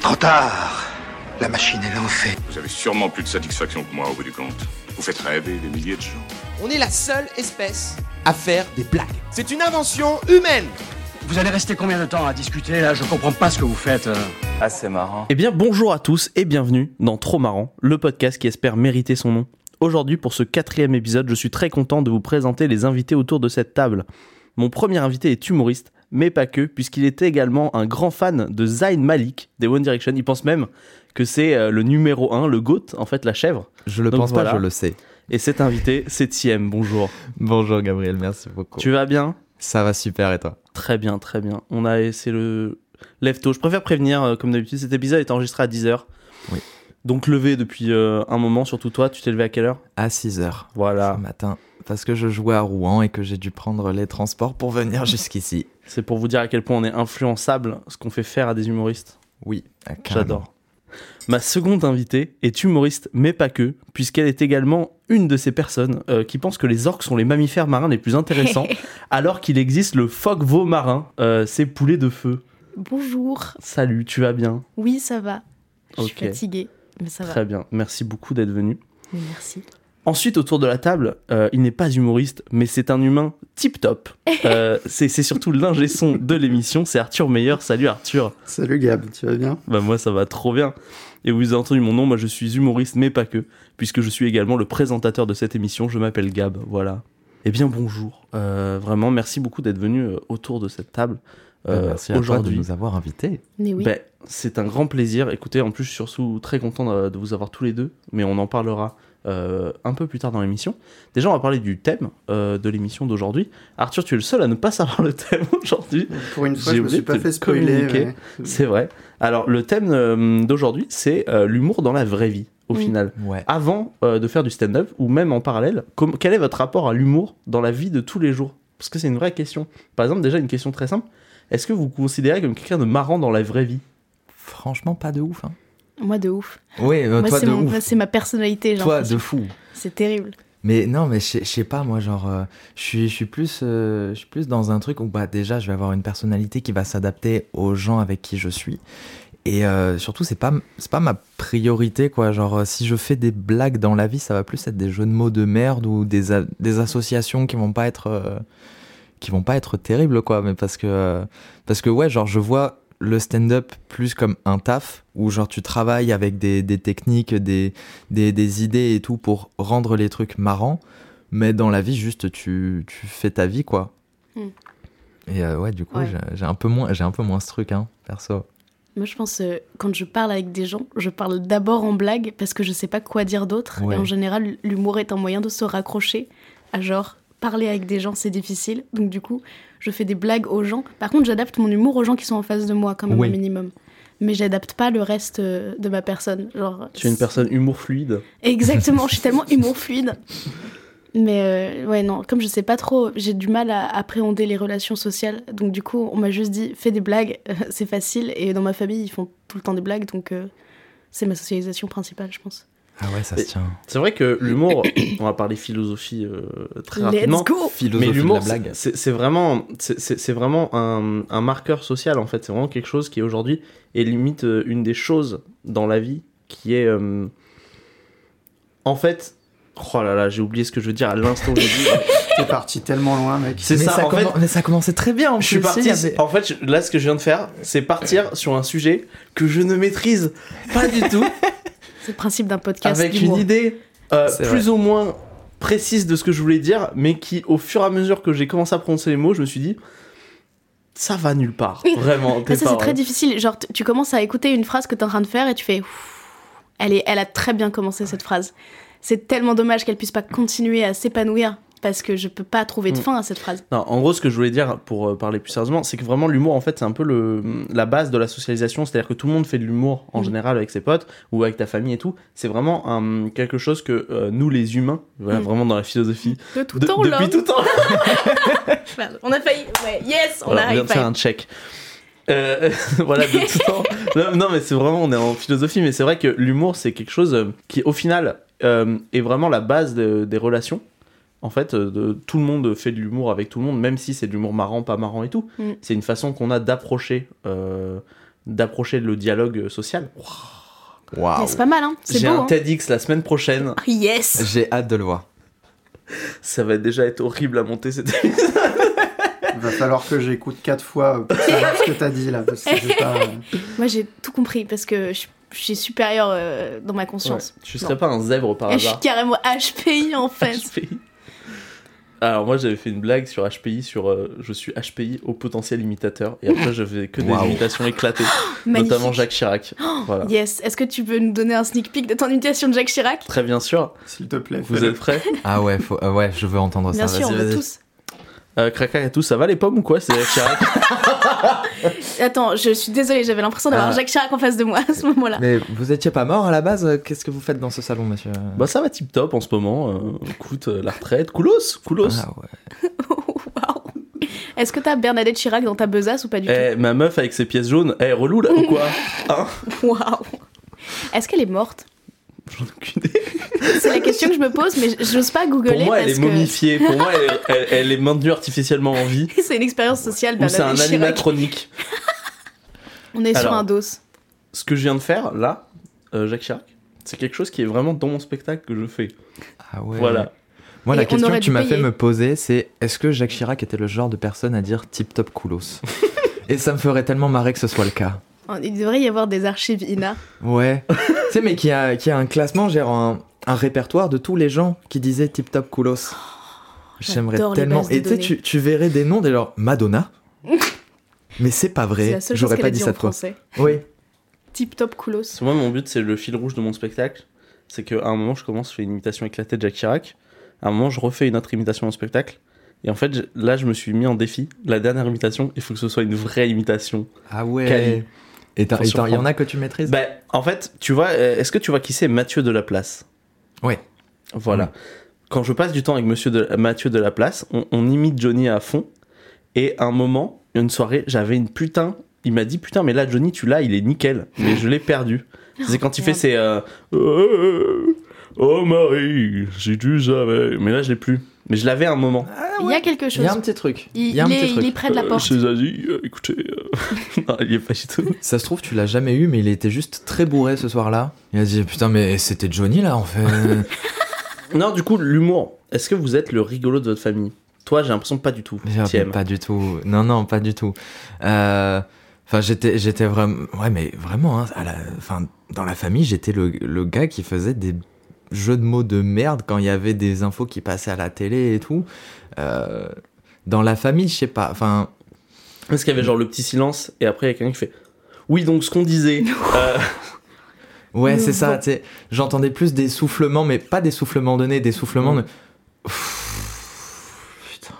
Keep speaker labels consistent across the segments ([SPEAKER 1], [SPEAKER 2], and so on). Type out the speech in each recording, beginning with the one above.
[SPEAKER 1] Trop tard La machine est lancée.
[SPEAKER 2] Vous avez sûrement plus de satisfaction que moi au bout du compte. Vous faites rêver des milliers de gens.
[SPEAKER 3] On est la seule espèce à faire des blagues. C'est une invention humaine.
[SPEAKER 4] Vous allez rester combien de temps à discuter là Je comprends pas ce que vous faites. euh.
[SPEAKER 5] Assez marrant.
[SPEAKER 6] Eh bien, bonjour à tous et bienvenue dans Trop Marrant, le podcast qui espère mériter son nom. Aujourd'hui, pour ce quatrième épisode, je suis très content de vous présenter les invités autour de cette table. Mon premier invité est humoriste, mais pas que, puisqu'il est également un grand fan de Zayn Malik des One Direction. Il pense même que c'est euh, le numéro 1, le GOAT, en fait la chèvre.
[SPEAKER 7] Je le
[SPEAKER 6] Donc
[SPEAKER 7] pense
[SPEAKER 6] voilà.
[SPEAKER 7] pas, je le sais.
[SPEAKER 6] Et cet invité, c'est Tiem, bonjour.
[SPEAKER 7] Bonjour Gabriel, merci beaucoup.
[SPEAKER 6] Tu vas bien
[SPEAKER 7] Ça va super et toi
[SPEAKER 6] Très bien, très bien. On a c'est le lève-tôt. Je préfère prévenir, euh, comme d'habitude, cet épisode est enregistré à 10h.
[SPEAKER 7] Oui.
[SPEAKER 6] Donc levé depuis euh, un moment, surtout toi, tu t'es levé à quelle heure
[SPEAKER 7] À 6h
[SPEAKER 6] Voilà.
[SPEAKER 7] ce matin, parce que je jouais à Rouen et que j'ai dû prendre les transports pour venir jusqu'ici.
[SPEAKER 6] C'est pour vous dire à quel point on est influençable, ce qu'on fait faire à des humoristes.
[SPEAKER 7] Oui, ah, carrément.
[SPEAKER 6] J'adore. Ma seconde invitée est humoriste, mais pas que, puisqu'elle est également une de ces personnes euh, qui pensent que les orques sont les mammifères marins les plus intéressants, alors qu'il existe le phoque veau marin, euh, ces poulets de feu.
[SPEAKER 8] Bonjour.
[SPEAKER 6] Salut, tu vas bien
[SPEAKER 8] Oui, ça va. Je suis
[SPEAKER 6] Ok.
[SPEAKER 8] fatiguée, mais ça va.
[SPEAKER 6] Très bien, merci beaucoup d'être venu.
[SPEAKER 8] Mais merci.
[SPEAKER 6] Ensuite, autour de la table, euh, il n'est pas humoriste, mais c'est un humain tip-top. Euh, c'est c'est surtout l'ingé son de l'émission, c'est Arthur Meyer. Salut Arthur.
[SPEAKER 9] Salut Gab, tu vas bien
[SPEAKER 6] Bah moi, ça va trop bien. Et vous avez entendu mon nom, moi je suis humoriste, mais pas que, puisque je suis également le présentateur de cette émission, je m'appelle Gab, voilà. Eh bien, bonjour. Euh, vraiment, merci beaucoup d'être venu euh, autour de cette table
[SPEAKER 7] Bah,
[SPEAKER 6] euh,
[SPEAKER 7] merci à toi de
[SPEAKER 6] aujourd'hui.
[SPEAKER 7] nous avoir invités.
[SPEAKER 8] Mais oui.
[SPEAKER 6] Ben, c'est un grand plaisir. Écoutez, en plus, je suis surtout très content de, de vous avoir tous les deux, mais on en parlera euh, un peu plus tard dans l'émission. Déjà, on va parler du thème euh, de l'émission d'aujourd'hui. Arthur, tu es le seul à ne pas savoir le thème aujourd'hui.
[SPEAKER 9] Pour une fois,
[SPEAKER 6] J'ai
[SPEAKER 9] je me
[SPEAKER 6] oublié
[SPEAKER 9] suis pas
[SPEAKER 6] de te
[SPEAKER 9] fait spoiler.
[SPEAKER 6] communiquer.
[SPEAKER 9] mais-
[SPEAKER 6] C'est vrai. Alors, le thème euh, d'aujourd'hui, c'est euh, l'humour dans la vraie vie, au
[SPEAKER 8] Oui.
[SPEAKER 6] final.
[SPEAKER 7] Ouais.
[SPEAKER 6] Avant euh, de faire du stand-up, ou même en parallèle, com- quel est votre rapport à l'humour dans la vie de tous les jours Parce que c'est une vraie question. Par exemple, déjà, une question très simple. Est-ce que vous vous considérez comme quelqu'un de marrant dans la vraie vie
[SPEAKER 7] Franchement, pas de ouf. Hein.
[SPEAKER 8] Moi de ouf.
[SPEAKER 7] Oui, euh,
[SPEAKER 8] Moi
[SPEAKER 7] toi
[SPEAKER 8] c'est
[SPEAKER 7] de
[SPEAKER 8] mon-
[SPEAKER 7] ouf.
[SPEAKER 8] moi, c'est ma personnalité. j'ai
[SPEAKER 7] Toi
[SPEAKER 8] l'impression.
[SPEAKER 7] de fou.
[SPEAKER 8] C'est terrible.
[SPEAKER 7] Mais non, mais je sais- je sais pas, moi, genre, euh, je suis je suis plus, euh, je suis plus dans un truc où, bah, déjà, je vais avoir une personnalité qui va s'adapter aux gens avec qui je suis. Et euh, surtout, c'est pas, m- c'est pas ma priorité, quoi. Genre, euh, si je fais des blagues dans la vie, ça va plus être des jeux de mots de merde ou des, a- des associations qui vont pas être, euh, qui vont pas être terribles, quoi. Mais parce que, euh, parce que, ouais, genre, je vois le stand-up plus comme un taf où, genre, tu travailles avec des, des techniques, des, des, des idées et tout pour rendre les trucs marrants. Mais dans la vie, juste, tu, tu fais ta vie, quoi.
[SPEAKER 8] Mm.
[SPEAKER 7] Et euh, ouais, du coup,
[SPEAKER 8] Ouais.
[SPEAKER 7] j'ai- j'ai un peu moins, j'ai un peu moins ce truc, hein, perso.
[SPEAKER 8] Moi je pense euh, quand je parle avec des gens, je parle d'abord en blague parce que je sais pas quoi dire d'autre.
[SPEAKER 7] Ouais.
[SPEAKER 8] Et en général, l'humour est un moyen de se raccrocher à genre parler avec des gens, c'est difficile. Donc du coup, je fais des blagues aux gens. Par contre, j'adapte mon humour aux gens qui sont en face de moi quand même
[SPEAKER 7] Oui.
[SPEAKER 8] au minimum. Mais j'adapte pas le reste euh, de ma personne. Genre,
[SPEAKER 6] Tu es une personne humour fluide
[SPEAKER 8] Exactement, je suis tellement humour fluide. Mais euh, ouais, non, comme je sais pas trop, j'ai du mal à appréhender les relations sociales. Donc du coup, on m'a juste dit, fais des blagues, c'est facile. Et dans ma famille, ils font tout le temps des blagues, donc euh, c'est ma socialisation principale, je pense.
[SPEAKER 7] Ah ouais, ça
[SPEAKER 6] se
[SPEAKER 7] se tient.
[SPEAKER 6] C'est vrai que l'humour, on va parler philosophie euh, très rapidement.
[SPEAKER 8] Let's go
[SPEAKER 7] Philosophie
[SPEAKER 6] Mais l'humour,
[SPEAKER 7] de la blague.
[SPEAKER 6] c'est c'est vraiment, c'est- c'est c'est vraiment un, un marqueur social en fait. C'est vraiment quelque chose qui aujourd'hui est limite euh, une des choses dans la vie qui est, euh, en fait, oh là là, j'ai oublié ce que je veux dire à l'instant où j'ai dit.
[SPEAKER 9] T'es parti tellement loin, mec.
[SPEAKER 6] C'est
[SPEAKER 7] mais,
[SPEAKER 6] ça.
[SPEAKER 7] ça
[SPEAKER 6] en fait,
[SPEAKER 7] commen- mais ça commençait très bien. en
[SPEAKER 6] je suis
[SPEAKER 7] plus, il
[SPEAKER 6] parti.
[SPEAKER 7] y avait-
[SPEAKER 6] En fait, je- là, ce que je viens de faire, c'est partir sur un sujet que je ne maîtrise pas du tout.
[SPEAKER 8] C'est le principe d'un podcast.
[SPEAKER 6] avec une
[SPEAKER 8] d'humour.
[SPEAKER 6] idée euh,
[SPEAKER 7] C'est
[SPEAKER 6] plus ou moins précise de ce que je voulais dire, mais qui, au fur et à mesure que j'ai commencé à prononcer les mots, je me suis dit, ça va nulle part. Vraiment,
[SPEAKER 8] Ah,
[SPEAKER 6] t'es
[SPEAKER 8] ça, c'est
[SPEAKER 6] pas
[SPEAKER 8] très difficile. Genre, t- tu commences à écouter une phrase que t'es en train de faire et tu fais. Ouf. Elle, est, elle a très bien commencé cette phrase. C'est tellement dommage qu'elle puisse pas continuer à s'épanouir parce que je peux pas trouver de
[SPEAKER 6] Mm.
[SPEAKER 8] fin à cette phrase.
[SPEAKER 6] Non, en gros, ce que je voulais dire pour euh, parler plus sérieusement, c'est que vraiment l'humour, en fait, c'est un peu le, la base de la socialisation. C'est-à-dire que tout le monde fait de l'humour en
[SPEAKER 8] Mhm.
[SPEAKER 6] général avec ses potes ou avec ta famille et tout. C'est vraiment un- quelque chose que euh, nous, les humains, voilà,
[SPEAKER 8] Mhm.
[SPEAKER 6] vraiment dans la philosophie,
[SPEAKER 8] De tout
[SPEAKER 6] de-
[SPEAKER 8] temps, là.
[SPEAKER 6] depuis tout temps,
[SPEAKER 8] Merde, On a failli. Ouais, yes, on
[SPEAKER 6] Voilà,
[SPEAKER 8] arrive.
[SPEAKER 6] vient de faire un check. Euh, voilà, de tout temps. Non, non, mais c'est vraiment, on est en philosophie, mais c'est vrai que l'humour, c'est quelque chose euh, qui, au final, euh, est vraiment la base de- des relations. En fait, euh, de, tout le monde fait de l'humour avec tout le monde, même si c'est de l'humour marrant, pas marrant et tout.
[SPEAKER 8] Mm.
[SPEAKER 6] C'est une façon qu'on a d'approcher euh, d'approcher le dialogue social.
[SPEAKER 7] Waouh.
[SPEAKER 8] Mais C'est pas mal, hein. C'est
[SPEAKER 6] J'ai
[SPEAKER 8] beau.
[SPEAKER 6] un
[SPEAKER 8] hein.
[SPEAKER 6] TEDx la semaine prochaine.
[SPEAKER 8] Ah, Yes.
[SPEAKER 7] J'ai hâte de le voir.
[SPEAKER 6] Ça va déjà être horrible à monter cette
[SPEAKER 9] Il va falloir que j'écoute quatre fois pour savoir ce que t'as dit là. Parce que j'ai pas.
[SPEAKER 8] Moi, j'ai tout compris parce que je, je suis supérieure euh, dans ma conscience.
[SPEAKER 6] Je serais pas un zèbre par
[SPEAKER 8] Et Eh, je suis
[SPEAKER 6] hasard.
[SPEAKER 8] carrément HPI en fait.
[SPEAKER 6] HPI. Alors moi j'avais fait une blague sur HPI sur euh, je suis HPI au potentiel imitateur et après je fais que des
[SPEAKER 7] Waouh.
[SPEAKER 6] imitations éclatées,
[SPEAKER 8] Magnifique. Oh,
[SPEAKER 6] notamment Jacques Chirac. Voilà.
[SPEAKER 8] Yes. Est-ce que tu peux nous donner un sneak peek de ton imitation de Jacques Chirac
[SPEAKER 6] Très bien sûr.
[SPEAKER 9] S'il te plaît.
[SPEAKER 6] Vous
[SPEAKER 9] fais-le.
[SPEAKER 6] êtes prêts
[SPEAKER 7] Ah ouais, faut- euh, ouais, je veux
[SPEAKER 6] Ah,
[SPEAKER 7] entendre
[SPEAKER 8] Bien
[SPEAKER 7] ça.
[SPEAKER 8] sûr, on
[SPEAKER 7] vas-y,
[SPEAKER 8] veut
[SPEAKER 7] vas-y.
[SPEAKER 8] tous.
[SPEAKER 6] euh, Cracac et tout, ça va les pommes ou quoi C'est Jacques Chirac.
[SPEAKER 8] Attends, je suis désolée, j'avais l'impression d'avoir
[SPEAKER 7] Ah.
[SPEAKER 8] Jacques Chirac en face de moi à ce moment-là.
[SPEAKER 7] Mais vous étiez pas mort à la base euh, Qu'est-ce que vous faites dans ce salon, monsieur
[SPEAKER 6] bah ça va tip top en ce moment. euh, écoute, euh, la retraite, coulos, coulos.
[SPEAKER 7] Ah ouais.
[SPEAKER 8] Waouh. Est-ce que t'as Bernadette Chirac dans ta besace ou pas du
[SPEAKER 6] Eh, ma meuf avec ses pièces jaunes, eh, relou là ou quoi Hein
[SPEAKER 8] tout Waouh. Est-ce qu'elle est morte
[SPEAKER 6] J'en ai aucune idée.
[SPEAKER 8] C'est la question que je me pose, mais j- j'ose pas googler
[SPEAKER 6] Pour moi, elle
[SPEAKER 8] parce
[SPEAKER 6] est momifiée. Pour moi, elle, elle- elle est maintenue artificiellement en vie.
[SPEAKER 8] que c'est une expérience sociale.
[SPEAKER 6] Ou c'est un
[SPEAKER 8] Bernadette Chirac.
[SPEAKER 6] animatronique.
[SPEAKER 8] On est sur
[SPEAKER 6] Alors.
[SPEAKER 8] un dos.
[SPEAKER 6] Ce que je viens de faire là, euh, Jacques Chirac, c'est quelque chose qui est vraiment dans mon spectacle que je fais.
[SPEAKER 7] Ah ouais.
[SPEAKER 6] Voilà.
[SPEAKER 7] Moi,
[SPEAKER 8] Et
[SPEAKER 7] la
[SPEAKER 8] on
[SPEAKER 7] question
[SPEAKER 8] aurait
[SPEAKER 7] que tu
[SPEAKER 8] dû
[SPEAKER 7] m'as fait
[SPEAKER 8] payer.
[SPEAKER 7] me poser, c'est est-ce que Jacques Chirac était le genre de personne à dire tip top coolos Et ça me ferait tellement marrer que ce soit le cas.
[SPEAKER 8] Il devrait y avoir des archives INA.
[SPEAKER 7] Ouais. tu sais, mais qui a, qui a un classement, genre un, un répertoire de tous les gens qui disaient tip top coolos. J'aimerais
[SPEAKER 8] Oh, j'adore les
[SPEAKER 7] tellement.
[SPEAKER 8] bases de
[SPEAKER 7] Et tu sais,
[SPEAKER 8] données.
[SPEAKER 7] tu- tu verrais des noms des genre Madonna. mais c'est pas
[SPEAKER 8] C'est
[SPEAKER 7] vrai.
[SPEAKER 8] la seule chose
[SPEAKER 7] J'aurais
[SPEAKER 8] qu'elle
[SPEAKER 7] pas
[SPEAKER 8] a
[SPEAKER 7] dit
[SPEAKER 8] dit
[SPEAKER 7] ça
[SPEAKER 8] en
[SPEAKER 7] de toi.
[SPEAKER 8] français.
[SPEAKER 7] Oui.
[SPEAKER 8] Tip top coolos.
[SPEAKER 6] C'est moi mon but, c'est le fil rouge de mon spectacle, c'est qu'à un moment je commence, je fais une imitation éclatée de Jacques Chirac. À un moment, je refais une autre imitation en spectacle. Et en fait, je- là, je me suis mis en défi. La dernière imitation, il faut que ce soit une vraie imitation.
[SPEAKER 7] Ah ouais.
[SPEAKER 6] Cali.
[SPEAKER 7] Et t'as-
[SPEAKER 6] Faut
[SPEAKER 7] et t'en- il y en
[SPEAKER 6] surprendre.
[SPEAKER 7] a que tu maîtrises
[SPEAKER 6] Bah, en fait, tu vois, euh, est-ce que tu vois qui c'est Mathieu Delaplace
[SPEAKER 7] Ouais.
[SPEAKER 6] Voilà.
[SPEAKER 7] Mm.
[SPEAKER 6] Quand je passe du temps avec Monsieur de, Mathieu Delaplace, on, on imite Johnny à fond. Et à un moment, une soirée, j'avais une putain. Il m'a dit putain, mais là, Johnny, tu l'as, il est nickel. Mais je l'ai perdu. C'est quand il fait
[SPEAKER 8] merde.
[SPEAKER 6] ses. euh, Euh, oh Marie, si tu savais. Mais là, je l'ai plus. Mais je l'avais à un moment.
[SPEAKER 8] Il y a quelque
[SPEAKER 7] Ah Il y
[SPEAKER 8] chose.
[SPEAKER 7] a un petit truc.
[SPEAKER 8] Il,
[SPEAKER 7] Il y a un
[SPEAKER 8] il
[SPEAKER 7] petit
[SPEAKER 8] est,
[SPEAKER 7] truc.
[SPEAKER 8] il est près de la
[SPEAKER 6] Euh,
[SPEAKER 8] porte.
[SPEAKER 6] chez Zazie, euh, écoutez. euh, non, il est pas du tout.
[SPEAKER 7] Ça se trouve, tu l'as jamais eu, mais il était juste très bourré ce soir-là. Il a dit Putain, mais c'était Johnny là, en fait.
[SPEAKER 6] Non, du coup, l'humour. Est-ce que vous êtes le rigolo de votre famille Toi, j'ai l'impression que pas du tout.
[SPEAKER 7] Mais j'avais
[SPEAKER 6] TM.
[SPEAKER 7] pas du tout. Non, non, pas du tout. Euh, Enfin, j'étais, j'étais vraiment. Ouais, mais vraiment, hein, à la... enfin, dans la famille, j'étais le, le gars qui faisait des jeux de mots de merde quand il y avait des infos qui passaient à la télé et tout. Euh, Dans la famille, je sais pas. Enfin,
[SPEAKER 6] Parce qu'il y avait genre le petit silence et après il y a quelqu'un qui fait Oui, donc ce qu'on disait. Euh,
[SPEAKER 7] ouais,
[SPEAKER 8] Mais
[SPEAKER 7] c'est ça.
[SPEAKER 8] bon.
[SPEAKER 7] tu sais, J'entendais plus des soufflements, mais pas des soufflements donnés, des soufflements de. Putain.